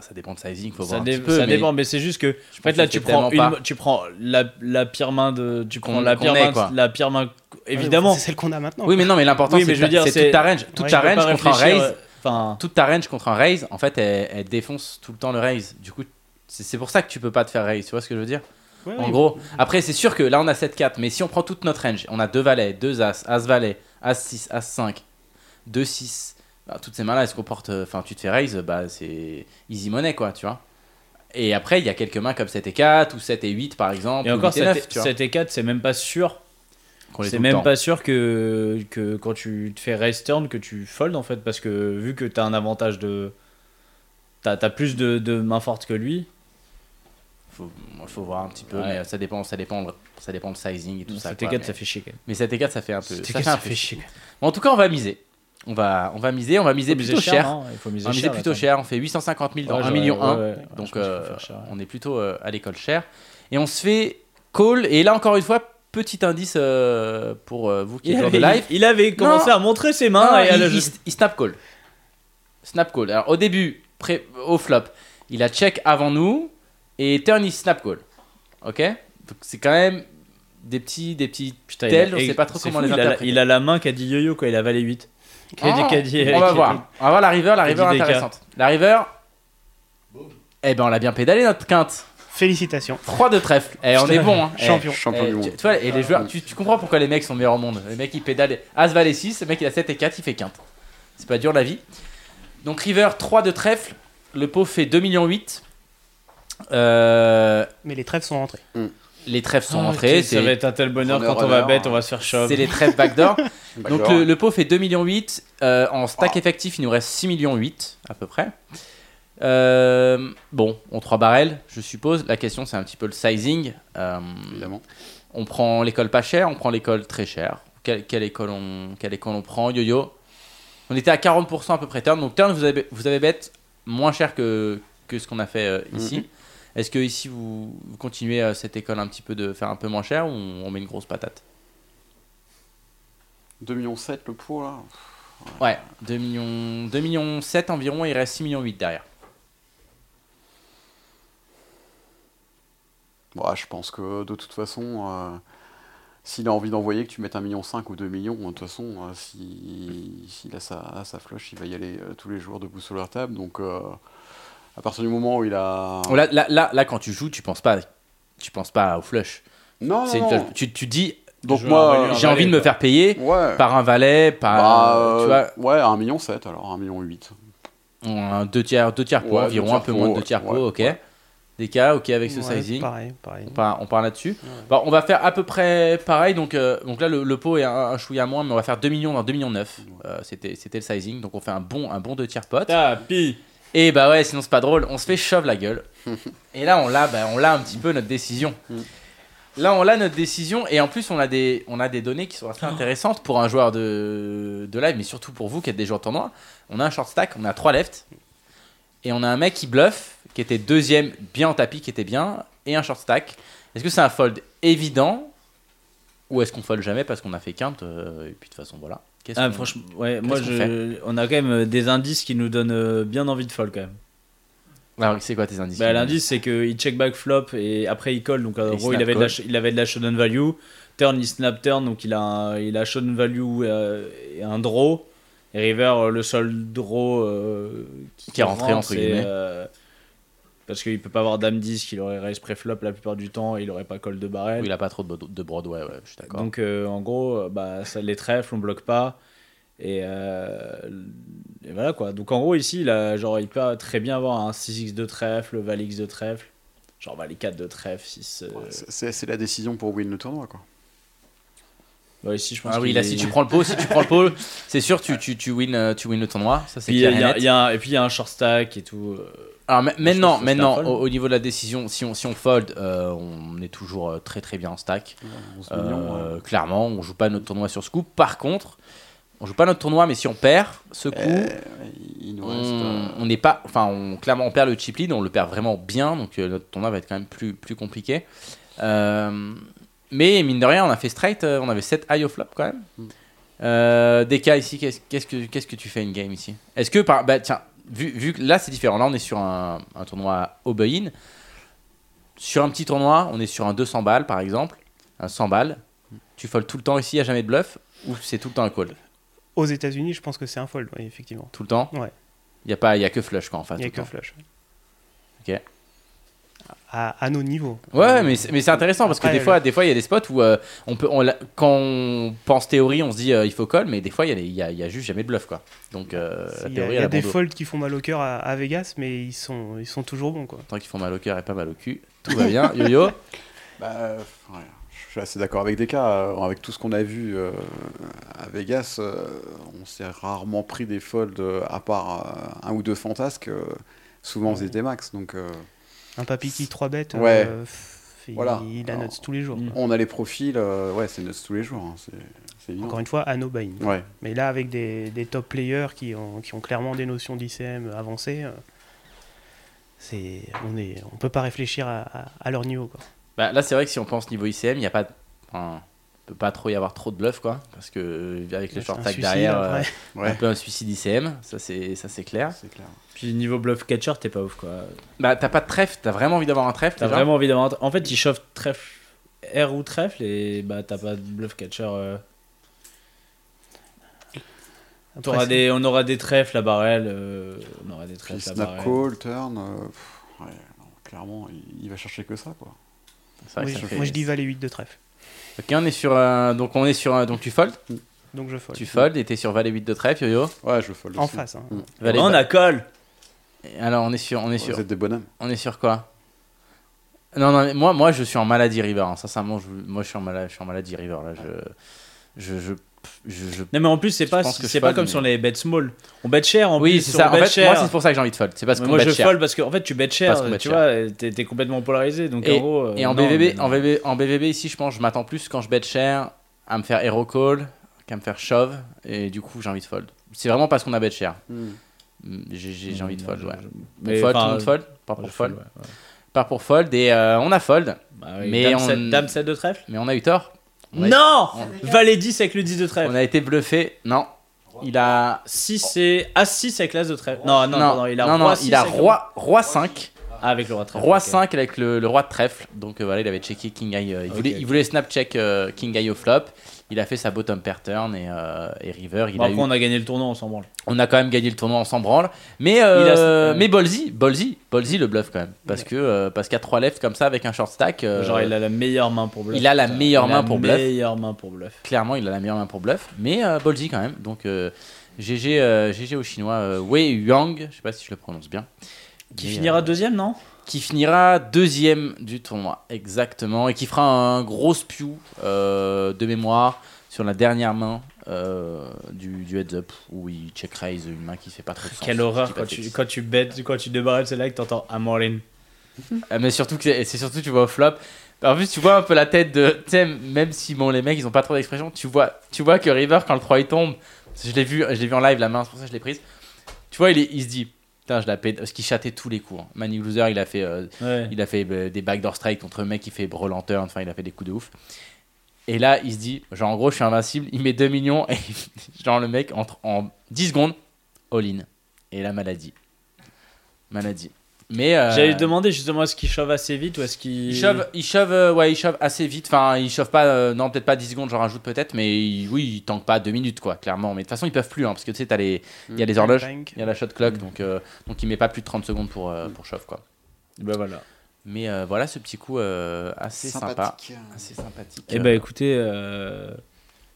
S4: Ça dépend de sizing, faut
S3: ça,
S4: voir un
S3: dé-
S4: petit peu.
S3: ça
S4: mais
S3: dépend, mais c'est juste que
S4: je
S3: en fait
S4: pense
S3: là
S4: que
S3: tu
S4: c'est
S3: prends,
S4: tellement
S3: une-
S4: pas-
S3: tu prends la, la pire main de, tu prends
S4: Qu'on-
S3: la
S4: qu'on
S3: pire
S4: ait,
S3: main,
S4: quoi.
S3: la pire main évidemment.
S5: C'est celle qu'on a maintenant.
S4: Oui, mais non, mais l'important,
S3: Oui,
S4: c'est
S3: mais
S4: que
S3: je veux
S4: ta-
S3: dire,
S4: c'est
S3: c'est-
S4: toute ta range. Toute
S5: Ouais,
S4: ta
S5: je peux
S4: range
S3: Pas
S4: contre un
S3: réfléchir,
S4: raise,
S3: euh, Enfin,
S4: toute ta range contre un raise, en fait, elle, elle défonce tout le temps le raise. Du coup, c'est c'est pour ça que tu peux pas te faire raise. Tu vois ce que je veux dire
S3: Ah
S5: Ouais,
S4: En
S5: oui.
S4: gros, après, c'est sûr que là, on a 7-4, mais si on prend toute notre range, on a 2 valets, 2 as, as valet, as 6, as 5, 2 6. Bah, toutes ces mains-là, elles se comportent. euh, Enfin, tu te fais raise, bah, c'est easy money, quoi, tu vois. Et après, il y a quelques mains comme 7 et 4 ou 7 et 8, par exemple.
S3: et
S4: ou
S3: encore
S4: 8 et 9,
S3: 7
S4: tu vois.
S3: et 4, c'est même pas sûr
S4: qu'on les
S3: C'est
S4: joue tout
S3: même
S4: le temps.
S3: pas sûr que, que quand tu te fais raise turn que tu fold en fait parce que vu que t'as un avantage de t'as as plus de, de main forte que lui
S4: Faut, faut voir un petit peu,
S3: Ouais.
S4: mais euh, ça dépend, ça dépend, ça dépend le sizing et tout ça.
S3: ça
S4: quoi,
S3: T4
S4: mais-
S3: ça fait chier quand même.
S4: Mais 7 et 4, ça fait un peu.
S3: Cet
S4: Ça
S3: écart,
S4: fait un
S3: ça
S4: peu
S3: fait
S4: chier. Bon, en tout cas, on va miser. On va, on va miser, on va miser
S3: Faut
S4: plutôt
S3: miser
S4: cher.
S3: non Il faut miser
S4: on va miser
S3: cher, là,
S4: plutôt
S3: quand même.
S4: cher. On fait 850 000 dans
S3: Ouais,
S4: 1
S3: j'aurais-
S4: million 1.
S3: ouais, ouais.
S4: Donc,
S3: Je pense qu'il faut
S4: euh,
S3: faire cher, ouais.
S4: on est plutôt euh, à l'école chère. Et on se fait call. Et là, encore une fois, petit indice euh, pour euh, vous qui
S3: Il
S4: êtes joueurs de
S3: avait,
S4: live.
S3: il avait commencé
S4: Non.
S3: à montrer ses
S4: Non,
S3: mains et à
S4: il,
S3: la-
S4: il s- il snap call. Snap call. Alors, au début, pré- au flop, il a check avant nous et turn, il snap call. Ok Donc, c'est quand même des petits, des petits
S3: Putain, il a-
S4: tels. On
S3: et-
S4: sait pas trop
S3: c'est
S4: comment
S3: fou,
S4: les
S3: il a, la-
S4: interpréter.
S3: il a la main qui a dit yo-yo quoi, il a valet 8. Qui a dit-
S4: Ah,
S3: qui a dit-
S4: on
S3: qui
S4: va
S3: a
S4: voir.
S3: dit-
S4: On va voir la river, la river
S3: dit des
S4: intéressante. La river. Eh ben on l'a bien pédalé notre quinte.
S5: Félicitations.
S4: 3 de trèfle. Eh on est bon. hein. Eh,
S5: Champion.
S4: eh,
S10: Champion du
S4: tu,
S10: monde. Ah,
S4: tu vois, et les joueurs, tu, tu comprends pourquoi les mecs sont meilleurs au monde. Le mec il pédale As valet 6, le mec il a 7 et 4, il fait quinte. C'est pas dur la vie. Donc river 3 de trèfle, le pot fait 2 millions 8. Euh,
S5: Mais les trèfles sont rentrés.
S4: les trèfles sont
S3: Ah,
S4: rentrés,
S3: ok, ça va
S4: c'est
S3: être un tel bonheur
S10: Honneur,
S3: quand on va
S10: honneur.
S3: bête, on va se faire shove.
S4: c'est les trèfles backdoor. Donc
S10: D'accord.
S4: le, le pot fait 2,8 millions Euh, en
S10: Ah.
S4: stack effectif, il nous reste 6,8 millions à peu près. Euh, bon, on 3 barrels, je suppose. La question, c'est un petit peu le sizing. Euh,
S10: Évidemment.
S4: on prend l'école pas chère, on prend l'école très chère. Quelle, quelle école, on, quelle école on prend Yo-yo On était à 40% à peu près turn. Donc turn, vous avez, vous avez bête moins cher que, que ce qu'on a fait euh, ici.
S10: Mm-hmm.
S4: Est-ce que ici, vous, vous continuez euh, cette école un petit peu de faire un peu moins cher ou on, on met une grosse patate
S10: 2,7 millions le pot là.
S4: Ouais, 2 millions, 2 millions 7 environ et il reste 6 millions 8 derrière.
S10: Bah, je pense que de toute façon, euh, s'il a envie d'envoyer, que tu mettes 1,5 million ou 2 millions, de toute façon, euh, si- s'il a sa, sa flush, il va y aller euh, tous les jours debout sur leur table. Donc, euh, à partir du moment où il a.
S4: Oh, Là, là, là, là, quand tu joues, tu penses pas, tu penses pas au flush.
S10: Non,
S4: C'est
S10: non,
S4: une
S10: non.
S4: flush. Tu, tu dis,
S10: Donc,
S3: Je veux
S10: moi,
S3: un valet,
S10: euh,
S3: un
S4: j'ai envie de me faire payer
S10: Ouais.
S4: par un valet,
S10: Bah,
S4: par euh, tu
S10: euh,
S4: vois,
S10: Ouais, 1,7 million alors, 1,8 million.
S4: un deux tiers, deux tiers pot,
S10: Ouais, deux
S4: environ
S10: tiers
S4: un peu
S10: pot,
S4: moins de
S10: ouais,
S4: deux tiers pot,
S10: ouais,
S4: ok.
S10: ouais.
S4: Des cas, ok, avec ce
S5: Ouais,
S4: sizing.
S5: Pareil, pareil.
S4: On part, on part là-dessus. Bon, on va faire à peu près pareil. Donc, euh, donc là, le, le pot est un, un chouïa moins, mais on va faire 2 millions dans 2 millions 9. C'était c'était le sizing. Donc, on fait un bon, un bon deux tiers pot.
S3: Tapis.
S4: Et bah ouais, sinon c'est pas drôle, on se fait shove la gueule. Et là, on l'a bah, on l'a un petit peu notre décision. Là, on a notre décision et en plus, on a des, on a des données qui sont assez intéressantes pour un joueur de, de live, mais surtout pour vous qui êtes des joueurs de tournoi. On a un short stack, on a trois left et on a un mec qui bluffe, qui était deuxième, bien en tapis, qui était bien, et un short stack. Est-ce que c'est un fold évident ou est-ce qu'on fold jamais parce qu'on a fait quinte euh, Et puis de toute façon, voilà. Qu'est-ce
S3: Ah,
S4: qu'on-
S3: franchement, ouais, moi,
S4: qu'on
S3: je- on a quand même euh, des indices qui nous donnent euh, bien envie de fold quand même.
S4: Alors, Ah, c'est quoi tes indices
S3: Bah, L'indice, c'est qu'il check back flop et après il call. Donc, en
S4: Et il
S3: gros,
S4: snap
S3: il avait, de la,
S4: call.
S3: sh- il avait de la showdown value. Turn, il snap turn. Donc, il a, un- il a showdown value euh, et un draw. Et river, euh, le seul draw euh,
S4: Qui est rentré,
S3: rentre,
S4: entre
S3: c'est,
S4: guillemets.
S3: euh, parce qu'il peut pas avoir dame 10, qu'il aurait raise pré-flop la plupart du temps et il aurait pas call de barrel.
S4: Oui, il a pas trop de, de Broadway, ouais, je suis d'accord.
S3: Donc euh, en gros, euh, bah, ça, les trèfles, on bloque pas. Et, euh, et voilà quoi. Donc en gros, ici, il, a- genre, il peut très bien avoir un 6x de trèfle, Val X de trèfle, genre Val 4 de trèfle, 6. euh,
S10: C'est- C'est c'est la décision pour win le tournoi, quoi.
S3: ouais, ici, je pense
S4: Ah oui,
S3: qu'il
S4: là,
S3: est-
S4: si tu prends le pot, si tu prends le pot, c'est sûr, tu, tu, tu, win, euh, tu win le tournoi. Ça, c'est
S3: Puis, il y a-
S4: clair et
S3: il y a-
S4: net.
S3: il y a un- et puis il y a un short stack et tout. euh,
S4: Alors ma-
S3: pense
S4: maintenant,
S3: que c'est un
S4: maintenant
S3: fold.
S4: au, au niveau de la décision, si on, si on fold, euh, on est toujours euh, très très bien en stack.
S10: 11
S4: Euh,
S10: millions. euh,
S4: Clairement, on joue pas notre tournoi sur ce coup. Par contre, on joue pas notre tournoi, mais si on perd ce coup,
S10: euh, il nous reste.
S4: on
S5: Mmh.
S10: euh,
S4: on n'est pas, enfin, on, clairement, on perd le chip lead, on le perd vraiment bien, donc euh, notre tournoi va être quand même plus, plus compliqué. Euh, mais mine de rien, on a fait straight, euh, on avait 7 high au flop quand même.
S10: Mm.
S4: Euh, DK ici, qu'est-ce qu'est-ce que qu'est-ce que tu fais une game ici Est-ce que par, bah tiens, vu, vu que là c'est différent, là on est sur un, un tournoi au buy-in, sur un petit tournoi, on est sur un 200 balles par exemple, un 100 balles. Tu folles tout le temps ici, il n'y a jamais de bluff, ou c'est tout le temps un call
S5: Aux États-Unis, je pense que c'est un fold, oui, effectivement.
S4: Tout le temps
S5: Ouais.
S4: Il n'y a, pas- il y a que flush quoi en face.
S5: Il n'y
S4: tout
S5: a
S4: le temps.
S5: que flush.
S4: Ok.
S5: À, à nos niveaux.
S4: Ouais, mais c'est mais c'est intéressant parce que
S5: Après,
S4: des fois, des fois, il y a des spots où euh, on peut, on la- quand on pense théorie, on se dit euh, il faut call, mais des fois, il y a des- il y, a- il y a juste jamais de bluff quoi. Donc euh, la
S5: Il y a,
S4: théorie,
S5: il y a
S4: elle a
S5: des
S4: bon dos.
S5: folds qui font mal au cœur à, à Vegas, mais ils sont, ils sont toujours bons. Quoi.
S4: Tant qu'ils font mal au cœur et pas mal au cul, tout va bien. Yo-yo,
S10: Bah, euh, ouais, je suis assez d'accord avec Deka. euh, Avec tout ce qu'on a vu euh, à Vegas, euh, on s'est rarement pris des folds euh, à part euh, un ou deux fantasques. euh, souvent, on faisait des max. Donc, euh,
S5: Un papy qui 3 bêtes,
S10: Ouais.
S5: euh, pff, il,
S10: Voilà.
S5: il la
S10: Alors-
S5: note tous les jours.
S10: on a les profils. euh, ouais, c'est nuts tous les jours. hein, c'est- c'est
S3: mm.
S10: évident.
S5: Encore une fois, à nos buy
S10: Ouais.
S5: Mais là, avec des, des top players qui ont, qui ont clairement des notions d'ICM avancées, euh, c'est, on ne on peut pas réfléchir à, à- à leur niveau. Quoi.
S4: Bah, là, c'est vrai que si on pense niveau ICM, il n'y a pas, enfin, peut pas trop y avoir trop de bluff quoi, parce que euh, avec les
S5: C'est un
S4: short tag
S5: suicide, hein,
S4: derrière, euh,
S5: après.
S4: un peu un suicide ICM, ça c'est, ça c'est clair.
S10: C'est clair.
S3: Puis niveau bluff catcher, t'es pas ouf quoi.
S4: Bah, t'as pas de trèfle, t'as vraiment envie d'avoir un trèfle.
S3: T'as
S4: déjà
S3: vraiment envie d'avoir. un tr- En fait, il chauffe trèfle, R ou trèfle et bah t'as pas de bluff catcher. euh.
S5: Après,
S3: T'auras
S5: c'est-
S3: des, on aura des trèfles à barrel. euh, on aura des
S10: Puis
S3: trèfles à
S10: snap
S3: barrel.
S10: call, turn. euh, pff, ouais, non, clairement, il, il va chercher que ça, quoi.
S4: C'est vrai que
S5: oui,
S4: ça fait-
S5: moi, je dis valet 8 de trèfle.
S4: Ok, on est sur, un- donc on est sur, un- donc tu fold,
S5: Donc je fold.
S4: tu fold, et t'es sur valet 8 de trèfle, yo-yo.
S10: Ouais, je fold
S5: En
S10: aussi.
S5: face. hein.
S4: Valet-
S3: on a call
S4: Alors on est sur, on est sur,
S10: Vous êtes des bonhommes.
S4: on est sur quoi Non non, mais moi moi je suis en maladie river. hein. Sincèrement, je, moi je suis en maladie, je suis en maladie river là. Je, je, je, je, je-
S3: Non mais en plus c'est pas
S4: pense que je
S3: c'est pas
S4: fold,
S3: comme
S4: mais-
S3: sur les bets small. On bet cher en
S4: Oui
S3: plus.
S4: c'est
S3: on
S4: ça. En
S3: bet
S4: fait,
S3: cher.
S4: moi c'est pour ça que j'ai envie de fold. C'est parce
S3: Mais
S4: qu'on
S3: moi
S4: bet
S3: je
S4: cher.
S3: fold parce que en fait tu bets cher,
S4: Parce qu'on bet
S3: tu
S4: cher.
S3: vois, t'es t'es complètement polarisé donc en gros. euh,
S4: Et en
S3: non,
S4: BVB,
S3: mais non.
S4: en BVB, en BVB ici je pense je m'attends plus quand je bet cher à me faire hero call qu'à me faire shove et du coup j'ai envie de fold. C'est vraiment parce qu'on a bet cher.
S10: Hmm.
S4: Mm, J'ai j'ai- j'ai envie de
S3: Hmm, Non,
S4: fold
S3: je-
S4: ouais.
S3: je-
S4: On
S3: mais
S4: fold, tout
S3: enfin,
S4: le monde fold, part
S3: je
S4: pour
S3: fold,
S4: fold,
S3: ouais, ouais.
S4: part pour fold et euh, on a fold
S3: Bah oui,
S4: Mais
S3: dame
S4: on-
S3: sept- dame 7 de trèfle
S4: mais on a eu tort. On a-
S3: Non
S4: on-
S3: Valet 10 avec le 10 de
S4: On
S3: trèfle.
S4: a été bluffé. Non. Il a
S3: 6 et A6 ah, avec l'as de trèfle. Non, non, non, il a
S4: non,
S3: roi
S4: non,
S3: 6
S4: il a
S3: avec le-
S4: roi, roi 5,
S3: Ah, avec le roi trèfle.
S4: roi
S3: ok.
S4: 5 avec le, le roi de trèfle. Donc euh, voilà, il avait checké King Eye. euh, il,
S3: Ok,
S4: voulait,
S3: ok.
S4: il voulait snap check euh, King Eye au flop. Il a fait sa bottom pair turn et, euh, et river. Il
S3: Bon,
S4: a
S3: après
S4: eu-
S3: on a gagné le tournoi on s'en branle.
S4: on a quand même gagné le tournoi en s'en branle. Mais, euh,
S3: Il a-
S4: mais Bolzi, Bolzi, Bolzi le bluff quand même. Parce que euh, parce qu'à 3 left comme ça avec un short stack, euh,
S3: Genre il a la meilleure main pour bluff.
S4: il a la
S3: putain.
S4: meilleure main pour bluff.
S3: La meilleure main pour bluff.
S4: clairement il a la meilleure main pour bluff. Mais euh, Bolzi quand même. Donc euh, GG, euh, GG au chinois euh, Wei Yang, je sais pas si je le prononce bien.
S3: Qui
S4: Mais,
S3: finira
S4: euh,
S3: deuxième, non
S4: qui finira deuxième du tournoi, exactement, et qui fera un gros spew euh, de mémoire sur la dernière main euh, du, du heads-up, où il check raise une main qui fait pas trop de sens.
S3: Quelle
S4: Je dis
S3: horreur
S4: pas
S3: quand
S4: de
S3: tu,
S4: bêtises.
S3: quand tu bêtes, quand tu débarrasses c'est là que t'entends I'm all in.
S4: Euh, Mais surtout que c'est c'est surtout tu vois au flop. En plus tu vois un peu la tête de tu sais, même si bon les mecs ils ont pas trop d'expression, tu vois tu vois que River quand le 3 il tombe, parce que je l'ai vu je l'ai vu en live la main, c'est pour ça que je l'ai prise. Tu vois il, est- il se dit putain je la pète parce qu'il chattait tous les coups. hein. Manny Loser il a fait euh,
S3: Ouais.
S4: il a fait euh, des backdoor strikes contre un mec qui fait brawl en turn, enfin il a fait des coups de ouf. Et là, il se dit, genre en gros, je suis invincible, il met 2 millions et genre le mec entre en 10 secondes, all-in. Et la maladie. Maladie. Mais euh,
S3: J'allais demandé justement est-ce qu'il shove assez vite ou est-ce qu'il.
S4: il shove, il shove, euh, ouais, il shove assez vite. Enfin, il shove pas, euh, non, peut-être pas 10 secondes, j'en rajoute peut-être, mais il- oui, il tank pas 2 minutes, quoi, clairement. Mais de toute façon, ils peuvent plus, hein, parce que tu sais, t'as les- il
S5: Mm.
S4: y a les horloges, il y a la shot clock, donc, euh, donc il met pas plus de 30 secondes pour, euh, pour shove, quoi.
S3: Bah voilà.
S4: Mais euh, voilà ce petit coup euh, assez sympa.
S10: Sympathique.
S5: Ah,
S4: Assez sympathique.
S3: Eh ben écoutez, euh,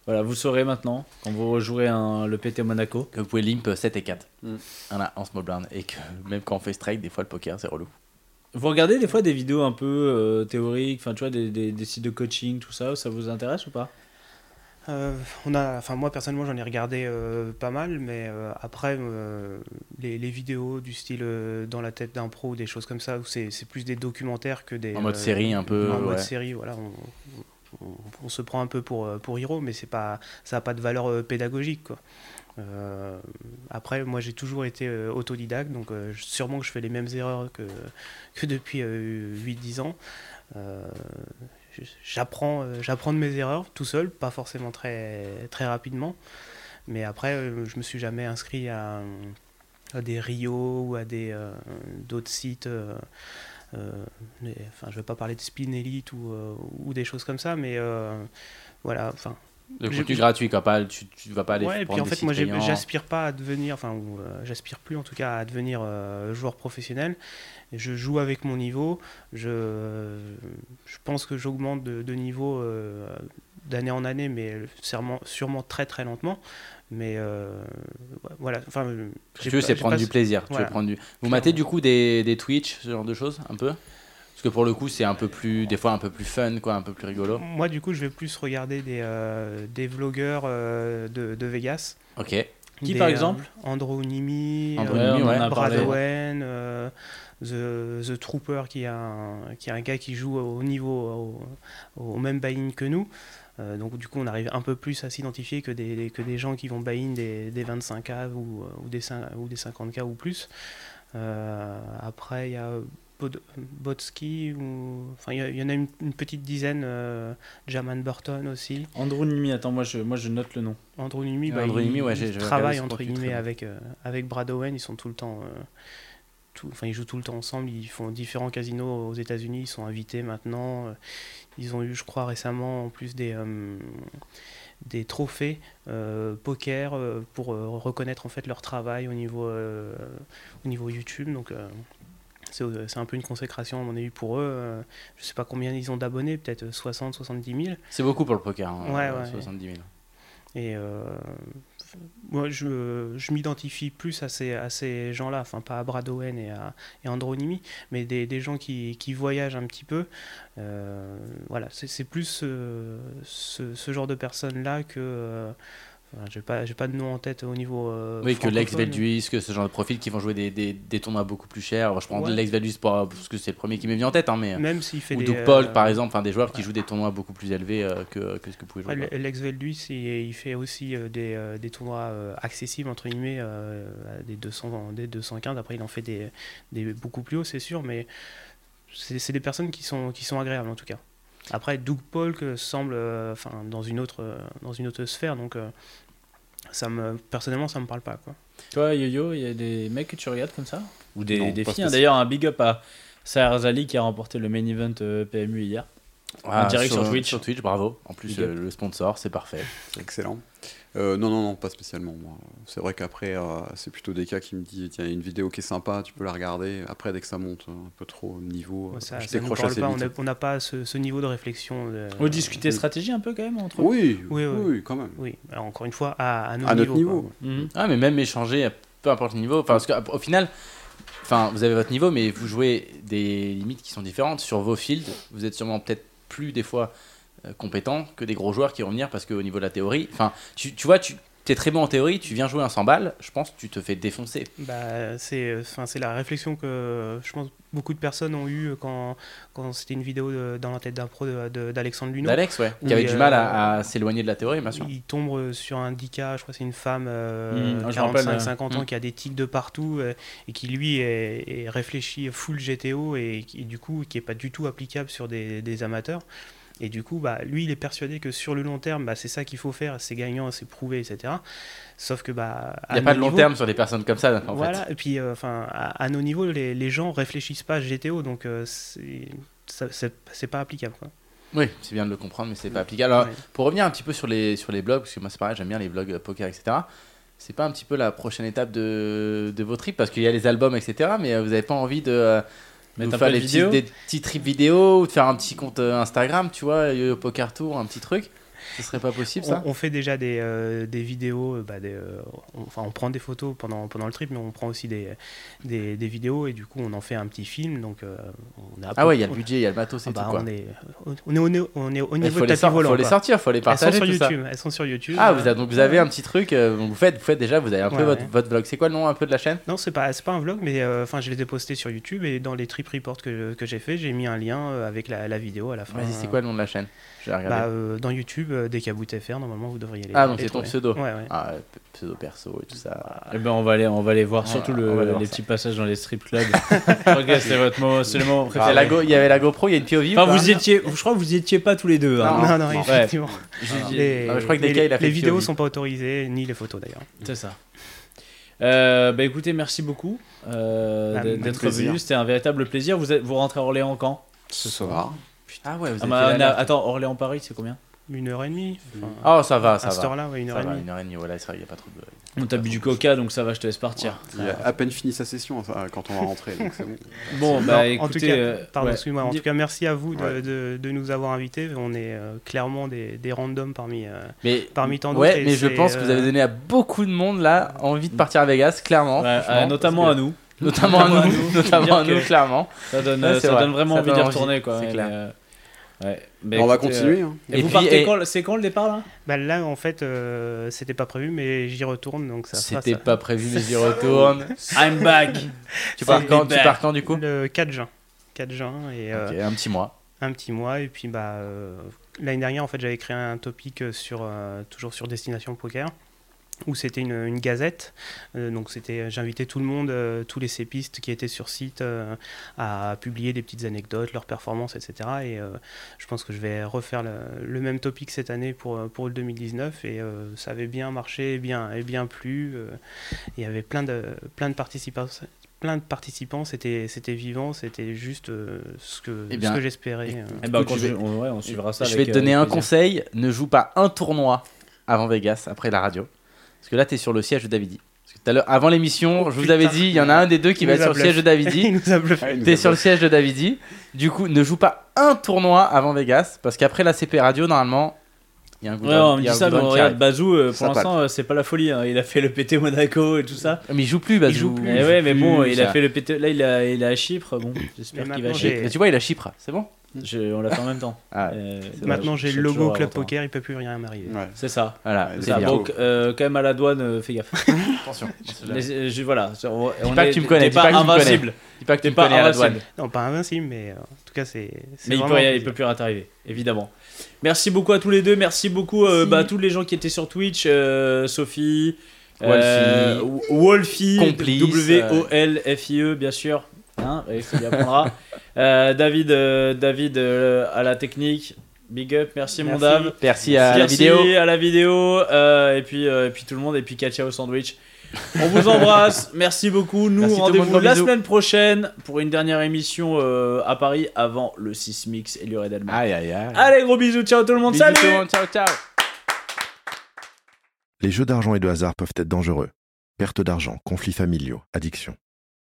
S3: voilà, vous saurez maintenant quand vous rejouerez un, le PT Monaco.
S4: que vous pouvez limp 7 et 4.
S10: Mm.
S4: Voilà, en small blind. Et que même quand on fait strike, des fois le poker c'est relou.
S3: Vous regardez des fois des vidéos un peu euh, théoriques, enfin tu vois, des, des- des sites de coaching, tout ça, ça vous intéresse ou pas
S5: Euh, on a, enfin moi personnellement j'en ai regardé euh, pas mal, mais euh, après euh, les, les vidéos du style euh, dans la tête d'un pro, des choses comme ça, où c'est c'est plus des documentaires que des
S4: En mode
S5: euh,
S4: série, un peu,
S5: En mode
S4: ouais.
S5: série, voilà. On, on- on se prend un peu pour euh, pour Hiro, mais c'est pas, ça a pas de valeur euh, pédagogique quoi. Euh, après, moi j'ai toujours été euh, autodidacte, donc euh, je- sûrement que je fais les mêmes erreurs que, que depuis euh, 8-10 ans. Euh, je- j'apprends euh, j'apprends de mes erreurs tout seul, pas forcément très, très rapidement. Mais après, euh, je me suis jamais inscrit à, à des Rio ou à des euh, d'autres sites. euh, euh, mais, enfin, je vais pas parler de Spin Elite ou, euh, ou des choses comme ça, mais euh, voilà. Enfin,
S4: Le
S5: J'ai-
S4: contenu gratuit, quoi. Pas, tu, tu vas pas aller.
S5: Ouais, et puis
S4: prendre
S5: en
S4: des
S5: fait,
S4: sites
S5: moi, j'ai-
S4: payants.
S5: j'aspire pas à devenir, enfin, ou, euh, j'aspire plus en tout cas à devenir euh, joueur professionnel. Je joue avec mon niveau. Je, je pense que j'augmente de, de niveau euh, d'année en année, mais sûrement, sûrement très très lentement. Mais euh, ouais, voilà, enfin, euh,
S4: Ce que
S5: j'ai
S4: tu veux,
S5: pas-
S4: c'est
S5: j'ai
S4: prendre
S5: pas-
S4: du plaisir. Tu
S5: Voilà.
S4: veux prendre du... Vous matez du coup des, des Twitch, ce genre de choses, un peu Parce que pour le coup, c'est un peu plus. Des fois, un peu plus fun, quoi, un peu plus rigolo.
S5: Moi, du coup, je vais plus regarder des, euh, des vlogueurs euh, de, de Vegas.
S4: Ok.
S3: Qui,
S5: Des,
S3: par
S5: euh,
S3: exemple
S5: Andro Nimi.
S4: Andro
S5: euh,
S4: Nimi, ouais.
S3: a parlé.
S5: Bradowen, euh, The, The Trooper, qui est, un, qui est un gars qui joue au niveau, au, au même buy-in que nous. Euh, donc, du coup, on arrive un peu plus à s'identifier que des, que des gens qui vont buy-in des, des 25K ou, euh, ou, des, cin- ou des 50K ou plus. Euh, après, il y a Bod- Botski, ou... enfin, il y a- il y, en a une, une petite dizaine, euh, Jaman Burton aussi.
S3: Andrew Nimi, attends, moi je, moi je note le nom.
S5: Andrew Numi, bah,
S4: Andrew
S5: il,
S4: Nimi, ouais,
S5: il
S4: j'ai- j'ai regardé
S5: travaille
S4: ce
S5: entre
S4: profil, très
S5: guillemets
S4: bien.
S5: avec, euh, avec Brad Owen, ils sont tout le temps. euh, tout- Enfin, ils jouent tout le temps ensemble, ils font différents casinos aux États-Unis, ils sont invités maintenant. euh, Ils ont eu, je crois, récemment en plus des, euh, des trophées euh, poker euh, pour euh, reconnaître en fait leur travail au niveau, euh, au niveau YouTube. Donc, euh, c'est euh, c'est un peu une consécration, à mon avis, pour eux. Euh, Je sais pas combien ils ont d'abonnés, peut-être euh, 60, 70 000.
S4: C'est beaucoup pour le poker. hein,
S5: Ouais,
S4: euh,
S5: ouais.
S4: 70 000.
S5: Et euh, moi, je, je m'identifie plus à ces, à ces gens-là, enfin pas à Brad Owen et à et Andronimi, mais des, des gens qui, qui voyagent un petit peu. Euh, voilà, c'est c'est plus euh, ce, ce genre de personnes-là que... euh, voilà, j'ai pas, j'ai pas de nom en tête au niveau... euh,
S4: Oui, que
S5: francophone.
S4: l'ex Velduis, que ce genre de profil qui vont jouer des, des, des tournois beaucoup plus chers. Alors, je prends
S5: Ouais.
S4: l'ex Velduis pour- parce que c'est le premier qui m'est venu en tête, hein, mais.
S5: Même s'il fait
S4: Ou
S5: des...
S4: Doug Paul,
S5: euh,
S4: par exemple, enfin, des joueurs qui
S5: ouais.
S4: jouent des tournois beaucoup plus élevés euh, que, que ce que vous pouvez jouer. quoi.
S5: Ouais, Lex Veldus, il, il fait aussi euh, des, euh, des tournois euh, accessibles, entre guillemets, euh, à des, 200, des 215. Après, il en fait des, des beaucoup plus hauts, c'est sûr, mais c'est c'est des personnes qui sont, qui sont agréables, en tout cas. Après, Doug Polk semble euh, enfin dans, une autre, euh, dans une autre sphère, donc euh, ça me, personnellement, ça me parle pas. Quoi.
S3: Toi, Yo-Yo, il y a des mecs que tu regardes comme ça Ou des,
S10: Non,
S3: des
S10: pas
S3: filles. hein.
S10: spécialement.
S3: D'ailleurs, un big up à Sarah Zali qui a remporté le main event euh, PMU hier. En direct sur Twitch.
S4: Ah, Sur Twitch, bravo. En plus,
S3: Big up.
S4: euh, le sponsor, c'est parfait.
S10: Excellent. Euh, non, non, non, pas spécialement. moi. C'est vrai qu'après, euh, c'est plutôt des cas qui me disent tiens, il y a une vidéo qui est sympa, tu peux la regarder. Après, dès que ça monte un peu trop au niveau, euh,
S5: Ça,
S10: je
S5: ça nous
S10: décroche
S5: parle
S10: assez
S5: pas, on
S10: vite.
S5: n'a- on n'a pas ce, ce niveau de réflexion. euh,
S3: Vous discutez stratégie un peu quand même entre
S10: Oui,
S5: Oui, oui,
S10: oui,
S5: oui.
S10: oui, quand même.
S5: Oui, alors encore une fois, à, à, nos
S10: À notre
S5: niveaux, quoi.
S10: niveau.
S3: Mhm.
S4: Ah, mais même échanger, peu importe le niveau. Enfin, parce qu'au final, enfin, vous avez votre niveau, mais vous jouez des limites qui sont différentes. Sur vos fields, vous êtes sûrement peut-être plus des fois euh, compétent que des gros joueurs qui vont venir parce qu'au niveau de la théorie, enfin, tu, tu vois, tu, t'es très bon en théorie, tu viens jouer un 100 balles, je pense que tu te fais défoncer.
S5: Bah, c'est enfin, c'est la réflexion que euh, je pense beaucoup de personnes ont eue quand, quand c'était une vidéo de- dans la tête d'un pro de- de- d'Alexandre Luneau.
S4: D'Alex, ouais, qui
S5: Oui,
S4: avait du
S5: euh,
S4: mal à, à s'éloigner de la théorie, bien sûr.
S5: Il tombe euh, sur un Dika, je crois que c'est une femme
S3: Mm,
S4: Mmh,
S3: je me rappelle, euh,
S5: 45-50 ans
S3: mm.
S5: qui a des tics de partout euh, et qui lui est, est réfléchi full GTO et qui du coup qui est pas du tout applicable sur des, des amateurs. Et du coup, bah, lui, il est persuadé que sur le long terme, bah, c'est ça qu'il faut faire, c'est gagnant, c'est prouvé, etc. Sauf que bah,
S4: Il
S5: à
S4: n'y a pas
S5: nos
S4: de long
S5: niveaux-
S4: terme sur des personnes comme ça, en
S5: voilà,
S4: fait.
S5: et puis euh, enfin, à, à nos niveaux, les, les gens réfléchissent pas à GTO, donc euh, c'est ça- c'est c'est pas applicable. Quoi.
S4: Oui, c'est bien de le comprendre, mais c'est pas applicable. Alors,
S5: Ouais.
S4: pour revenir un petit peu sur les, sur les blogs, parce que moi, c'est pareil, j'aime bien les blogs euh, poker, etc. C'est pas un petit peu la prochaine étape de, de vos trips Parce qu'il y a les albums, etc. Mais euh, vous n'avez pas envie de, euh,
S3: Mettre
S4: nous
S3: un
S4: faire
S3: peu de
S4: les petits-
S3: vidéo
S4: des petits trips vidéo ou de faire un petit compte euh, Instagram, tu vois, yo poker tour, un petit truc Ce serait pas possible, ça
S5: On, on fait déjà des, euh, des vidéos, euh, bah, des, euh, on, enfin on prend des photos pendant, pendant le trip, mais on prend aussi des, des, des vidéos et du coup on en fait un petit film. Donc euh, on a
S4: Ah ouais, il y a le budget, il y a le matos
S5: Ah
S4: et
S5: bah,
S4: tout, quoi.
S5: on, est, on, est, au- on est au
S4: Il
S5: niveau
S4: faut,
S5: de
S4: les,
S5: tapis
S4: sortir,
S5: volant.
S4: faut les
S5: quoi.
S4: sortir, faut les
S5: Elles sont
S4: partager,
S5: sur
S4: tout ça.
S5: YouTube. Elles sont sur YouTube.
S4: Ah,
S5: euh,
S4: vous avez, donc vous avez un petit truc, euh, donc vous faites, vous faites déjà, vous avez un peu
S5: Ouais,
S4: votre,
S5: ouais.
S4: votre vlog. C'est quoi le nom un peu de la chaîne
S5: Non, c'est pas, c'est pas un vlog, mais euh, enfin, je les ai postés sur YouTube et dans les trip reports que, que j'ai fait, j'ai mis un lien euh, avec la, la vidéo à la fin.
S4: Vas-y, c'est quoi le nom de la chaîne Je vais regarder.
S5: Euh, Bah, euh, dans YouTube, euh, dès Kabout FR, normalement vous devriez les
S4: Ah, donc
S5: les
S4: c'est ton
S5: trouver.
S4: pseudo.
S5: Ouais, ouais.
S4: Ah, euh, p- pseudo perso et tout ça.
S5: Bah,
S3: Eh ben on va aller, on va aller voir
S4: Voilà,
S3: surtout
S4: on va aller
S3: le,
S4: voir
S3: les
S4: ça.
S3: petits passages dans les strip clubs. ok, c'est votre mot, c'est le moment
S4: Il y a
S3: préféré.
S4: Ah, la Go- il y avait la GoPro, il y a une POV. ou
S3: Enfin,
S4: pas
S3: Ah, vous y étiez, je crois que vous y étiez pas tous les deux. hein.
S5: Non, non,
S3: Ouais.
S5: effectivement. Les,
S4: Ah, je crois que
S5: les-
S4: Deka, il a fait
S5: les
S4: le
S5: vidéos
S4: POV.
S5: sont pas autorisées, ni les photos d'ailleurs.
S3: C'est ça. Euh, bah écoutez, merci beaucoup euh,
S5: Ah,
S3: d-
S5: mon
S3: d'être
S10: plaisir.
S3: venu. C'était un véritable plaisir. Vous, êtes- vous rentrez à Orléans quand
S10: Ce soir.
S4: Ah ouais, vous
S3: Ah,
S4: avez
S3: bah,
S4: fait
S3: on
S4: la-
S3: a- Attends, Orléans-Paris, c'est combien
S5: Une heure et demie. enfin,
S4: Oh, ça va, ça
S5: à cette
S4: va.
S5: heure-là, ouais, Ah, une
S4: Ça
S5: heure et
S4: va,
S5: demie.
S4: une heure et demie, voilà, c'est vrai, il n'y a pas trop de.
S3: On t'a bu du coca, donc ça va, je te laisse partir.
S10: Il a à peine fini sa session enfin, quand on va rentrer, donc c'est bon.
S3: Bon,
S5: Non,
S3: bah
S5: en tout
S3: écoutez.
S5: cas,
S3: euh,
S5: pardon,
S3: ouais.
S5: excuse-moi. En tout cas, merci à vous de,
S10: Ouais.
S5: de- de nous avoir invités. On est euh, clairement des, des randoms parmi, euh,
S4: Mais.
S5: parmi tant d'autres.
S4: Ouais,
S5: et
S4: mais je
S5: c'est, euh,
S4: pense que vous avez donné à beaucoup de monde là envie de partir à Vegas, clairement.
S3: Ouais,
S4: franchement,
S3: euh, notamment à
S4: parce
S3: nous.
S4: que- notamment à nous, notamment à
S3: Dire
S4: nous,
S3: que-
S4: clairement.
S3: Ça donne,
S4: Ouais,
S3: euh,
S4: c'est
S3: ça
S4: vrai.
S3: donne vraiment
S4: Ça
S3: envie
S4: donne
S3: d'y
S4: envie,
S3: retourner. Quoi,
S4: c'est
S3: mais,
S4: clair.
S3: euh, ouais.
S10: On
S3: Bah,
S10: va
S3: écoutez, euh,
S10: continuer. hein.
S3: Et,
S4: Et
S3: vous
S4: puis-
S3: partez
S4: et-
S3: quand C'est quand le départ là
S5: Bah, là, en fait, euh, c'était pas prévu, mais j'y retourne, donc ça. fera
S4: C'était
S5: ça.
S4: pas prévu, mais j'y retourne.
S3: I'm back.
S4: Tu pars
S3: C'est
S4: quand, tu
S3: hyper.
S4: pars quand du coup
S5: Le 4 juin. 4 juin et euh,
S4: Ok, un petit mois.
S5: un petit mois et puis bah euh, l'année dernière en fait j'avais créé un topic euh, sur euh, toujours sur destination poker où c'était une, une gazette Euh, donc c'était j'invitais tout le monde euh, tous les sépistes qui étaient sur site euh, à publier des petites anecdotes leurs performances etc et euh, je pense que je vais refaire le, le même topic cette année pour euh, pour le 2019 et euh, ça avait bien marché et bien et bien plu euh, il y avait plein de plein de participants plein de participants c'était c'était vivant c'était juste euh, ce que
S4: Eh
S5: ce
S4: bien,
S5: que j'espérais euh.
S3: Eh ben,
S4: Écoute,
S3: quand
S4: je
S3: je-
S4: vais-
S3: on, ouais, on suivra ça.
S4: Je vais
S3: avec,
S4: te
S3: euh,
S4: donner
S3: avec
S4: un
S3: plaisir.
S4: conseil ne joue pas un tournoi avant Vegas, après la radio. Parce que là, t'es sur le siège de Davidi. Parce que tout à l'heure, avant l'émission,
S5: Oh,
S4: je vous
S5: putain.
S4: avais dit, il y en a un des deux qui
S5: Il
S4: va
S5: nous
S4: être
S5: a
S4: sur le siège de
S5: il
S4: Davidi.
S5: nous a bluffé.
S10: Ah, il nous
S4: T'es
S10: a
S4: sur le siège de Davidi. Du coup, ne joue pas un tournoi avant Vegas. Parce qu'après la CP radio, normalement, il y a un
S3: Ouais, on
S4: goudron-
S3: me
S4: il y
S3: dit
S4: a un
S3: ça, mais
S4: goudron
S3: on
S4: qui
S3: regarde
S4: arrive.
S3: Bazou, euh, pour
S10: Ça
S3: l'instant, euh, c'est pas la folie. hein. Il a fait le PT Monaco et tout ça.
S4: Mais il joue plus, bah,
S5: Il joue plus.
S3: Mais ouais, mais bon, il a
S4: ça.
S3: fait le PT. Là, il a, il a à Chypre. Bon, j'espère
S5: Mais
S3: qu'il va à
S5: maintenant,
S3: Chypre.
S4: Mais tu vois, il a Chypre, c'est bon
S3: Je- on l'a fait en même temps.
S4: Ah,
S3: Euh,
S5: Maintenant
S3: ouais,
S5: j'ai
S3: je-
S5: le
S3: je- toujours
S5: logo
S3: à
S5: Club
S3: longtemps.
S5: Poker, il peut plus rien m'arriver.
S10: Ouais.
S3: C'est ça.
S4: Voilà,
S10: Ouais,
S4: c'est
S3: Ça,
S4: bien.
S3: donc, euh, quand même à la douane, euh, fais gaffe.
S4: Attention.
S3: Mais, euh, je- voilà, on, on
S4: pas que
S3: est-
S4: tu me connais,
S3: t'es
S4: dis
S3: pas,
S4: pas que tu me connais.
S3: invincible.
S4: Dis pas que
S3: T'es
S4: tu me
S3: pas
S4: connais à la
S3: invincible.
S4: douane.
S5: Non, pas invincible, mais euh, en tout cas c'est. c'est
S3: Mais il peut,
S5: vraiment
S3: rien, il
S5: plaisir.
S3: peut plus rien t'arriver, évidemment. Merci beaucoup à tous les deux. Merci beaucoup euh,
S4: Merci.
S3: bah, à tous les gens qui étaient sur Twitch. euh, Sophie, euh,
S4: Wolfie.
S3: W- Wolfie,
S4: Complice,
S3: W-O-L-F-I-E, E, bien sûr. Hein, et ça lui apprendra. Euh, David, euh, David euh, à la technique. Big up, merci, mon
S5: Merci.
S3: Dave.
S4: Merci à la
S3: Merci
S4: vidéo.
S3: à la vidéo euh, et puis euh, et puis tout le monde et puis Katia au sandwich. On vous embrasse, merci beaucoup. Nous
S4: Merci tout le
S3: rendez-vous
S4: monde, gros
S3: la
S4: bisous.
S3: semaine prochaine pour une dernière émission euh, à Paris avant le 6 mix et l'urée d'Allemagne.
S4: Aïe, aïe, aïe.
S3: Allez gros bisous, ciao tout le monde,
S4: Bisous
S3: salut.
S4: tout le monde, Ciao, ciao.
S11: Les jeux d'argent et de hasard peuvent être dangereux. Perte d'argent, conflits familiaux, addiction.